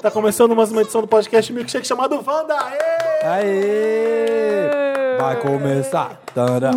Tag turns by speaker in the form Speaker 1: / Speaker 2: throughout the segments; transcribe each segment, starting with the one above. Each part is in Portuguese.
Speaker 1: Tá começando mais uma edição do podcast Milkshake chamado Wanda. Aê!
Speaker 2: Aê! Vai começar. Tara.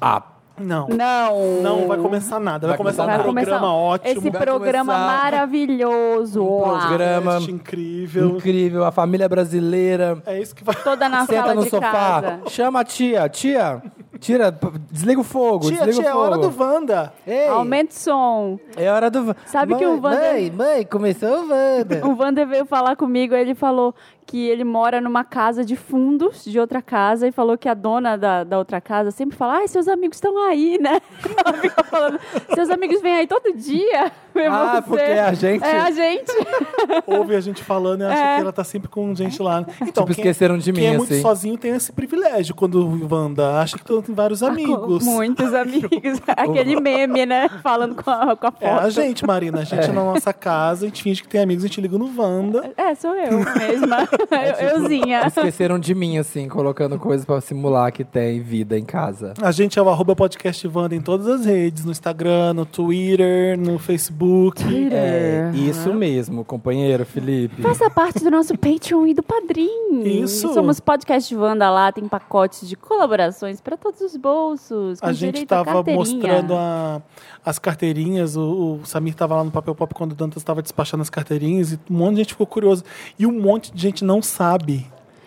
Speaker 2: Ah,
Speaker 1: Não,
Speaker 3: Não.
Speaker 1: não vai começar nada. Vai,
Speaker 2: Vai
Speaker 1: começar,
Speaker 2: começar
Speaker 1: um
Speaker 2: nada.
Speaker 1: programa ótimo.
Speaker 3: Esse
Speaker 2: Vai
Speaker 3: programa
Speaker 2: começar. Um
Speaker 3: maravilhoso. Uau.
Speaker 2: programa
Speaker 1: podcast incrível.
Speaker 2: incrível, a família brasileira.
Speaker 1: É isso que vai...
Speaker 3: Toda na
Speaker 2: Senta
Speaker 3: sala
Speaker 2: no
Speaker 3: de
Speaker 2: sofá,
Speaker 3: casa.
Speaker 2: chama a tia, tia, tira, p- desliga o fogo,
Speaker 1: Tia,
Speaker 2: desliga
Speaker 1: tia, é
Speaker 2: o fogo.
Speaker 1: hora do Wanda.
Speaker 2: Ei,
Speaker 3: Aumenta o som.
Speaker 2: é hora do. Tipo,
Speaker 3: Sabe
Speaker 2: mãe,
Speaker 3: que o é Wander-
Speaker 2: Mãe, mãe, começou o Wanda.
Speaker 3: O Vander veio falar comigo, ele falou que ele mora numa casa de fundos de outra casa e falou que a dona da, da outra casa sempre fala: ai, seus amigos estão aí, né? Ela fica falando: seus amigos vêm aí todo dia. ver
Speaker 2: Ah,
Speaker 3: você."
Speaker 2: porque a gente-
Speaker 3: É a gente.
Speaker 1: Ouve a gente falando e acha
Speaker 2: É.
Speaker 1: que ela tá sempre com gente lá. Então,
Speaker 2: Tipo, esqueceram de
Speaker 1: quem
Speaker 2: mim,
Speaker 1: é muito
Speaker 2: assim.
Speaker 1: sozinho tem esse privilégio quando o Wanda acha que todo mundo tem
Speaker 2: Ah,
Speaker 1: vários amigos.
Speaker 3: Muitos amigos. Aquele meme, né? Falando com a, com a foto.
Speaker 1: É a gente, Marina. A gente é na nossa casa, a gente finge que tem amigos, a gente liga no Wanda.
Speaker 3: É, sou eu mesma. Eu- Euzinha.
Speaker 2: Tipo,
Speaker 1: É tipo,
Speaker 2: Esqueceram de mim, assim, colocando coisas pra simular que tem vida em casa.
Speaker 1: A gente é o arroba podcast Wanda em todas as redes, no Instagram, no Twitter, no Facebook.
Speaker 2: É, isso mesmo, companheiro Felipe.
Speaker 3: Faça parte do nosso Patreon e do Padrim.
Speaker 1: Isso.
Speaker 3: Somos podcast Wanda lá, tem pacotes de colaborações para todos os bolsos. com
Speaker 1: A gente
Speaker 3: direito à
Speaker 1: estava
Speaker 3: carteirinha.
Speaker 1: mostrando a- as carteirinhas, o, o Samir estava lá no Papel Pop quando o Dantas estava despachando as carteirinhas e um monte de gente ficou curioso. E um monte de gente não sabe.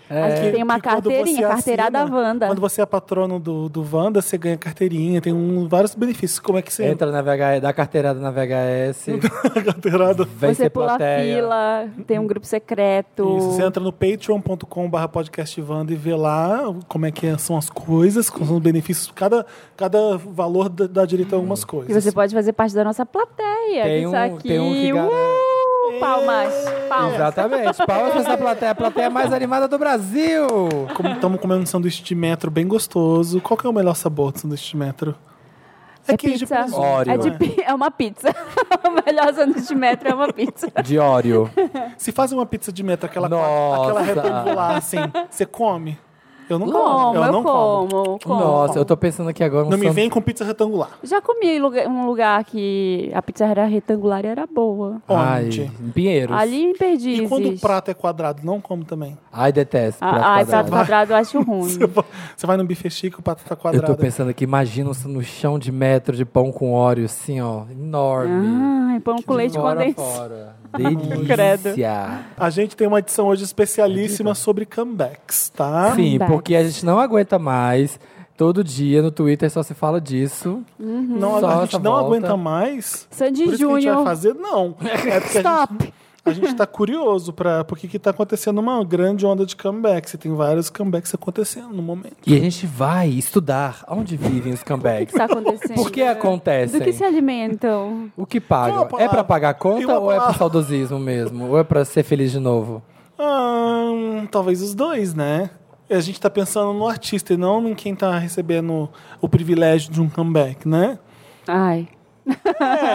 Speaker 3: A gente tem uma
Speaker 1: É. quando
Speaker 3: carteirinha,
Speaker 1: você
Speaker 3: carteira da
Speaker 1: assina,
Speaker 3: Wanda.
Speaker 1: Quando você é patrono do, do Wanda, você ganha carteirinha, tem um- vários benefícios. Como é que você
Speaker 2: Entra na VHS, dá carteirada na VHS,
Speaker 1: na carteirada?
Speaker 2: vem
Speaker 3: Você
Speaker 2: ser
Speaker 3: pula
Speaker 2: plateia.
Speaker 3: a fila, tem um grupo secreto.
Speaker 1: Isso, você entra no patreon.com.br podcastvanda e vê lá como é que é- são as coisas, quais são os benefícios. Cada, cada valor dá dá direito a é algumas
Speaker 3: E
Speaker 1: coisas.
Speaker 3: você pode fazer parte da nossa plateia.
Speaker 2: Tem
Speaker 3: que
Speaker 2: um-
Speaker 3: isso aqui.
Speaker 2: tem um que garante-
Speaker 3: Uh, palmas.
Speaker 1: É,
Speaker 3: Palmas.
Speaker 2: Exatamente. Palmas pra essa plateia, a plateia mais animada do Brasil.
Speaker 1: Estamos comendo um sanduíche de metro bem gostoso. Qual que é o melhor sabor do sanduíche de metro?
Speaker 3: É
Speaker 1: queijo de
Speaker 3: pizza.
Speaker 1: presunto,
Speaker 2: Oreo.
Speaker 3: É, de
Speaker 1: né?
Speaker 3: pi- é uma pizza. o melhor sanduíche de metro é uma pizza.
Speaker 2: De Oreo.
Speaker 1: Se faz uma pizza de metro, aquela,
Speaker 2: Nossa.
Speaker 1: aquela retangular assim, você come? Eu não como.
Speaker 3: Como,
Speaker 1: Eu
Speaker 3: eu,
Speaker 1: não como.
Speaker 3: como, como.
Speaker 2: Nossa, eu tô pensando aqui agora um
Speaker 1: Não me
Speaker 2: sandu-
Speaker 1: vem com pizza retangular.
Speaker 3: Já comi em lugar- um lugar que a pizza era retangular e era boa.
Speaker 2: Ai,
Speaker 1: Onde?
Speaker 2: em Pinheiros.
Speaker 3: Ali em Perdizes.
Speaker 1: E quando o prato é quadrado, não como também.
Speaker 2: Ai, detesto.
Speaker 3: Ah,
Speaker 2: prato
Speaker 3: ai,
Speaker 2: quadrado.
Speaker 3: prato quadrado eu acho ruim.
Speaker 1: Você vai- Você vai no buffet chique, o prato tá
Speaker 2: Eu
Speaker 1: quadrado.
Speaker 2: tô pensando aqui, imagina um no chão de metro de pão com Oreo, assim, ó, enorme.
Speaker 3: Ai, pão Ah, com leite
Speaker 2: Fora,
Speaker 3: condensado.
Speaker 2: fora.
Speaker 3: Credo.
Speaker 2: Delícia.
Speaker 1: A gente tem uma edição hoje especialíssima sobre comebacks, tá?
Speaker 2: Sim,
Speaker 3: Ah. Verdade.
Speaker 2: porque a gente não aguenta mais. Todo dia no Twitter só se fala disso.
Speaker 1: Não,
Speaker 2: Só
Speaker 1: a
Speaker 2: essa
Speaker 1: gente não
Speaker 2: volta.
Speaker 1: aguenta mais.
Speaker 3: Sandy
Speaker 1: Por isso que a gente vai
Speaker 3: Júnior.
Speaker 1: fazer, não. É porque a
Speaker 3: Stop.
Speaker 1: gente A gente tá curioso para porque que tá acontecendo uma grande onda de comebacks. E tem vários comebacks acontecendo no momento.
Speaker 2: E a gente vai estudar onde vivem os
Speaker 3: O que
Speaker 2: comebacks.
Speaker 3: está acontecendo?
Speaker 2: Por que acontecem?
Speaker 3: Do que se alimentam?
Speaker 2: O que
Speaker 1: Qual a
Speaker 2: pagam? É
Speaker 1: palavra?
Speaker 2: pra pagar a
Speaker 1: E
Speaker 2: conta
Speaker 1: uma
Speaker 2: ou é pro
Speaker 1: palavra?
Speaker 2: saudosismo mesmo? Ou é pra ser feliz de novo?
Speaker 1: Ahn, talvez os dois, né? A gente tá pensando no artista e não em quem tá recebendo o privilégio de um comeback, né?
Speaker 3: Ai.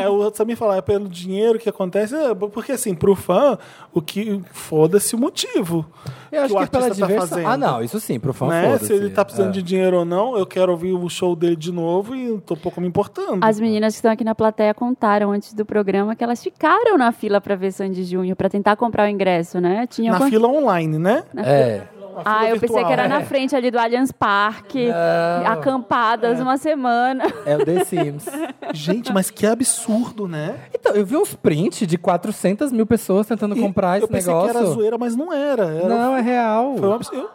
Speaker 1: É, o Samir falar, é pelo dinheiro que acontece. é, porque assim, pro fã, o que foda-se o motivo.
Speaker 2: Eu acho
Speaker 1: o
Speaker 2: que, é pela
Speaker 1: artista tá
Speaker 2: diversão.
Speaker 1: fazendo.
Speaker 2: ah, não, isso sim, pro fã
Speaker 1: Né?
Speaker 2: foda-se.
Speaker 1: Se ele tá precisando
Speaker 2: É.
Speaker 1: de dinheiro ou não, eu quero ouvir o show dele de novo e tô pouco me importando.
Speaker 3: As meninas que estão aqui na plateia contaram antes do programa que elas ficaram na fila para ver Sandy Júnior, para tentar comprar o ingresso, né? Tinha
Speaker 1: Na
Speaker 3: alguma-
Speaker 1: fila online, né?
Speaker 2: É.
Speaker 1: A fila
Speaker 3: Ah, eu pensei
Speaker 1: virtual.
Speaker 3: que era na frente ali do Allianz Parque,
Speaker 2: Não.
Speaker 3: acampadas uma semana.
Speaker 2: É o The Sims.
Speaker 1: Gente, mas que absurdo, né?
Speaker 2: Então, eu vi uns prints de 400 mil pessoas tentando comprar
Speaker 1: eu
Speaker 2: esse
Speaker 1: pensei
Speaker 2: negócio.
Speaker 1: que era zoeira, mas não era. era
Speaker 2: Não, é real.
Speaker 1: foi um abs- eu-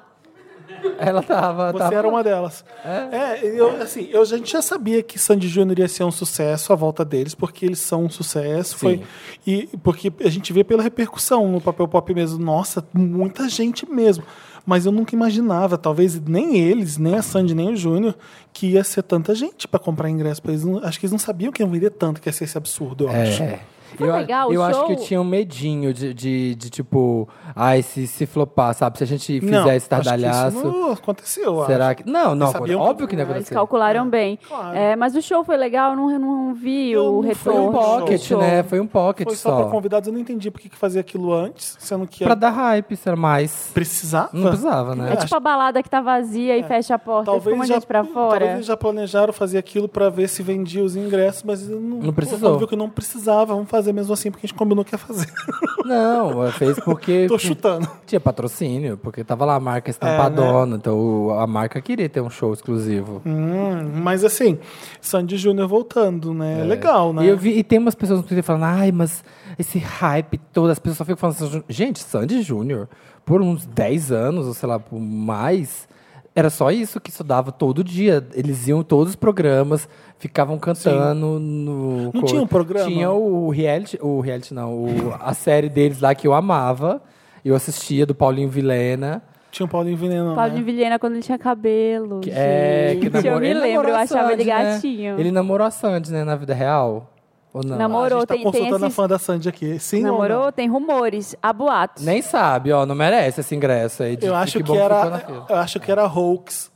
Speaker 2: Ela tava.
Speaker 1: Você
Speaker 2: tava...
Speaker 1: era uma delas. É, eu, assim, eu, a gente já sabia que Sandy Júnior ia ser um sucesso, a volta deles, porque eles são um sucesso. Foi,
Speaker 2: Sim.
Speaker 1: e porque a gente vê pela repercussão no papel pop mesmo. Nossa, muita gente mesmo. Mas eu nunca imaginava, talvez nem eles, nem a Sandy, nem o Júnior, que ia ser tanta gente pra comprar ingresso. pra Eles não- acho que eles não sabiam que ia vender tanto, que ia ser esse absurdo, eu acho.
Speaker 2: É.
Speaker 3: Foi
Speaker 2: eu
Speaker 3: legal o
Speaker 2: eu acho
Speaker 3: show?
Speaker 2: que eu tinha um medinho de, de, de, tipo, ai, se, se flopar, sabe? Se a gente fizer
Speaker 1: Não, acho
Speaker 2: esse
Speaker 1: que isso
Speaker 2: tardalhaço.
Speaker 1: não aconteceu, eu
Speaker 2: Será que. Não, não,
Speaker 1: Eles sabiam que-
Speaker 2: óbvio que não
Speaker 3: Eles
Speaker 2: aconteceu.
Speaker 3: calcularam bem.
Speaker 1: Claro.
Speaker 3: É, mas o show foi legal, eu não, eu não vi
Speaker 1: Eu
Speaker 3: o
Speaker 1: não-
Speaker 2: Foi
Speaker 3: retorno.
Speaker 1: Foi
Speaker 2: um
Speaker 1: um
Speaker 2: pocket,
Speaker 3: do show. É
Speaker 2: né? Foi um pocket
Speaker 1: Foi só,
Speaker 2: só.
Speaker 1: pra convidados, eu não entendi por que que fazia aquilo antes, sendo que é- Tá.
Speaker 2: Pra dar hype, será mais.
Speaker 1: precisava.
Speaker 2: Não precisava, né?
Speaker 3: É tipo a balada que tá vazia e fecha a porta e fica um gente pra fora.
Speaker 1: hum, talvez né? eles já planejaram fazer aquilo pra ver se vendia os ingressos, mas não,
Speaker 2: Não precisou.
Speaker 1: Viu que não precisava, vamos fazer mesmo assim, porque a gente combinou que ia fazer.
Speaker 2: Não, ela fez porque
Speaker 1: É. Tô chutando. É, né?
Speaker 2: tinha patrocínio, porque tava lá a marca estampadona, então o- a marca queria ter um show exclusivo.
Speaker 1: Hum, mas assim, Sandy Júnior voltando, né? Legal, né?
Speaker 2: É. E, eu vi, e tem umas pessoas no Twitter falando, ai, mas esse hype todo, as pessoas só ficam falando, Sandy Júnior." gente, Sandy Júnior, por uns 10 anos, ou sei lá, por mais, era só isso que isso dava todo dia. Eles iam em todos os programas, ficavam cantando no.
Speaker 1: Não tinha um programa?
Speaker 2: Tinha o reality, o reality não, o- a série deles lá que eu amava, eu assistia, do Paulinho Vilena.
Speaker 1: Tinha o Paulinho Veneno.
Speaker 3: Paulo
Speaker 1: né?
Speaker 3: de Vilhena quando ele tinha cabelo.
Speaker 2: Que, é, que
Speaker 3: gente.
Speaker 2: namorou-
Speaker 3: eu me
Speaker 2: ele
Speaker 3: lembro,
Speaker 2: namorou
Speaker 3: eu
Speaker 2: a
Speaker 3: achava ele
Speaker 2: Sandy, né?
Speaker 3: gatinho.
Speaker 2: Ele namorou a Sandy, né, na vida real? Ou não?
Speaker 1: A
Speaker 3: Namorou,
Speaker 1: gente tá
Speaker 3: tem- tem
Speaker 1: consultando a
Speaker 3: esses-
Speaker 1: fã da Sandy aqui. Sim ou não?
Speaker 3: Namorou, tem rumores, há boatos.
Speaker 2: Nem sabe, ó, não merece esse ingresso aí. De,
Speaker 1: Eu acho que,
Speaker 2: bom ficou na
Speaker 1: era,
Speaker 2: fila. É
Speaker 1: eu acho que era hoax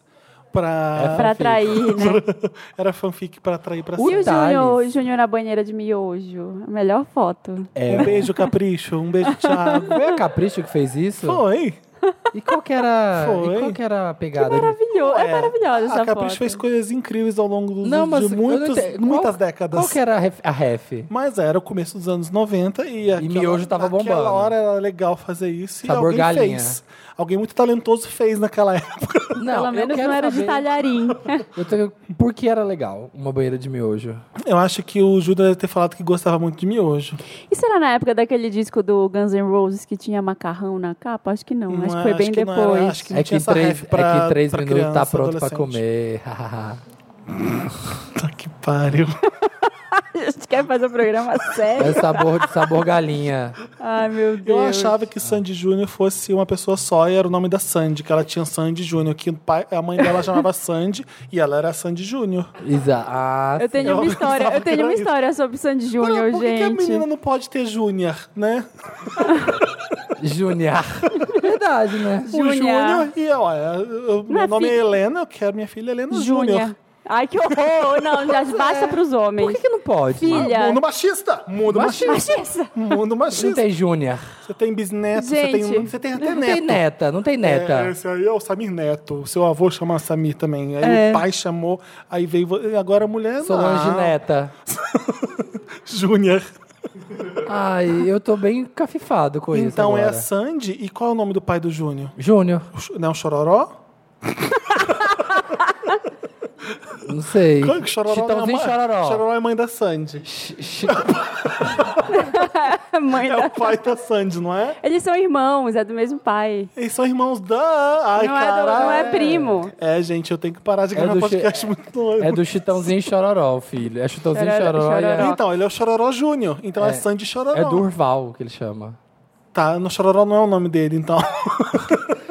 Speaker 1: pra...
Speaker 3: Pra atrair, né?
Speaker 1: era fanfic pra atrair pra Sandy.
Speaker 2: Ui.
Speaker 3: E o
Speaker 2: Thales.
Speaker 3: Júnior, o Júnior na banheira de miojo? A melhor foto.
Speaker 1: Um beijo, Capricho. Um beijo, Thiago.
Speaker 2: Foi a Capricho que fez isso?
Speaker 1: Foi.
Speaker 2: E qual que era,
Speaker 1: Foi.
Speaker 2: e qual que era a pegada?
Speaker 3: Maravilhoso, é, maravilhosa essa
Speaker 1: A Ah, Capricho
Speaker 3: foto.
Speaker 1: fez coisas incríveis ao longo dos,
Speaker 2: Não, mas
Speaker 1: de
Speaker 2: eu não
Speaker 1: muitos,
Speaker 2: entendo. Qual-
Speaker 1: muitas décadas.
Speaker 2: Qual que é? era a ref? A ref?
Speaker 1: Mas era o começo dos anos 90 e, aquela,
Speaker 2: miojo tava bombando.
Speaker 1: Naquela hora era legal fazer isso e
Speaker 2: Sabor
Speaker 1: alguém
Speaker 2: galinha.
Speaker 1: fez. Alguém muito talentoso fez naquela época.
Speaker 2: Não,
Speaker 3: Pelo
Speaker 2: eu
Speaker 3: menos
Speaker 2: quero
Speaker 3: não era de
Speaker 2: saber-
Speaker 3: talharim.
Speaker 2: Eu tenho- Por que era legal uma banheira de miojo?
Speaker 1: Eu acho que o Júlio deve ter falado que gostava muito de miojo.
Speaker 3: e será na época daquele disco do Guns N' Roses que tinha macarrão na capa? Acho que não,
Speaker 1: Não
Speaker 3: acho
Speaker 1: é,
Speaker 3: que foi bem
Speaker 1: que não
Speaker 3: depois.
Speaker 1: era, acho que não
Speaker 2: é,
Speaker 1: tinha
Speaker 2: que
Speaker 1: essa
Speaker 2: três,
Speaker 1: ref pra,
Speaker 2: é que três
Speaker 1: pra
Speaker 2: minutos tá
Speaker 1: criança,
Speaker 2: pronto pra
Speaker 1: adolescente.
Speaker 2: comer.
Speaker 1: Puta que pariu.
Speaker 3: A gente quer fazer um programa
Speaker 2: é
Speaker 3: sério.
Speaker 2: sabor, sabor galinha.
Speaker 3: Ai, meu
Speaker 1: Eu
Speaker 3: Deus.
Speaker 1: achava que Sandy Júnior fosse uma pessoa só e era o nome da Sandy, que ela tinha Sandy Júnior, que o pai- a mãe dela chamava Sandy e ela era Sandy Júnior.
Speaker 2: Isa, ah,
Speaker 3: Eu tenho
Speaker 1: Eu
Speaker 3: uma história,
Speaker 1: pensava
Speaker 3: eu
Speaker 1: que
Speaker 3: tenho uma
Speaker 1: era isso.
Speaker 3: história sobre Sandy Júnior,
Speaker 1: Por que, que a
Speaker 3: gente.
Speaker 1: menina não pode ter Júnior, né?
Speaker 2: Junior. Verdade, né?
Speaker 1: O
Speaker 3: Júnior.
Speaker 1: Júnior e olha, eu-
Speaker 3: Minha
Speaker 1: meu nome é
Speaker 3: filha-
Speaker 1: Helena, eu quero minha filha Helena Júnior.
Speaker 3: Júnior. Ai, que horror! Não, já basta pros homens.
Speaker 2: Por que, que não pode?
Speaker 3: Filha.
Speaker 1: Mundo machista! Mundo machista!
Speaker 3: Machista.
Speaker 1: Mundo
Speaker 2: Não
Speaker 1: machista!
Speaker 2: tem Júnior.
Speaker 1: Você tem bisneto, você tem, um
Speaker 3: Gente,
Speaker 1: você tem até
Speaker 2: Não
Speaker 1: neto.
Speaker 2: tem neta, não tem neta.
Speaker 1: É, esse aí é o Samir Neto. O seu avô chama Samir também. Aí
Speaker 2: É.
Speaker 1: o pai chamou, aí veio. vo- e Agora a mulher.
Speaker 2: Solange
Speaker 1: não.
Speaker 2: Neta.
Speaker 1: Júnior.
Speaker 2: Ai, eu tô bem cafifado com isso.
Speaker 1: Então é
Speaker 2: agora.
Speaker 1: a Sandy. E qual é o nome do pai do Júnior?
Speaker 2: Júnior,
Speaker 1: O Ch- Não é o Chororó?
Speaker 2: não sei.
Speaker 1: Qual é que Chororó não é
Speaker 2: Chitãozinho
Speaker 1: a mãe-
Speaker 2: então Chororó.
Speaker 1: Chororó é mãe da Sandy.
Speaker 2: Ch- ch-
Speaker 3: Mãe
Speaker 1: É
Speaker 3: da...
Speaker 1: o pai da Sandy, não é?
Speaker 3: Eles são irmãos, é do mesmo pai.
Speaker 1: Eles são irmãos da. Ai,
Speaker 3: não, é do-
Speaker 1: cara.
Speaker 3: não é primo.
Speaker 1: É, gente, eu tenho que parar de
Speaker 2: É
Speaker 1: gravar
Speaker 2: do
Speaker 1: podcast
Speaker 2: chi-
Speaker 1: muito doido.
Speaker 2: É do Chitãozinho Chororó, filho. É Chitãozinho
Speaker 3: Chororó-
Speaker 2: Chororó. e é-
Speaker 3: Chororó.
Speaker 1: Então, ele é o Chororó Júnior. Então é,
Speaker 2: É.
Speaker 1: Sandy Chororó.
Speaker 2: É Durval que ele chama.
Speaker 1: Tá, no Chororó não é o nome dele, então.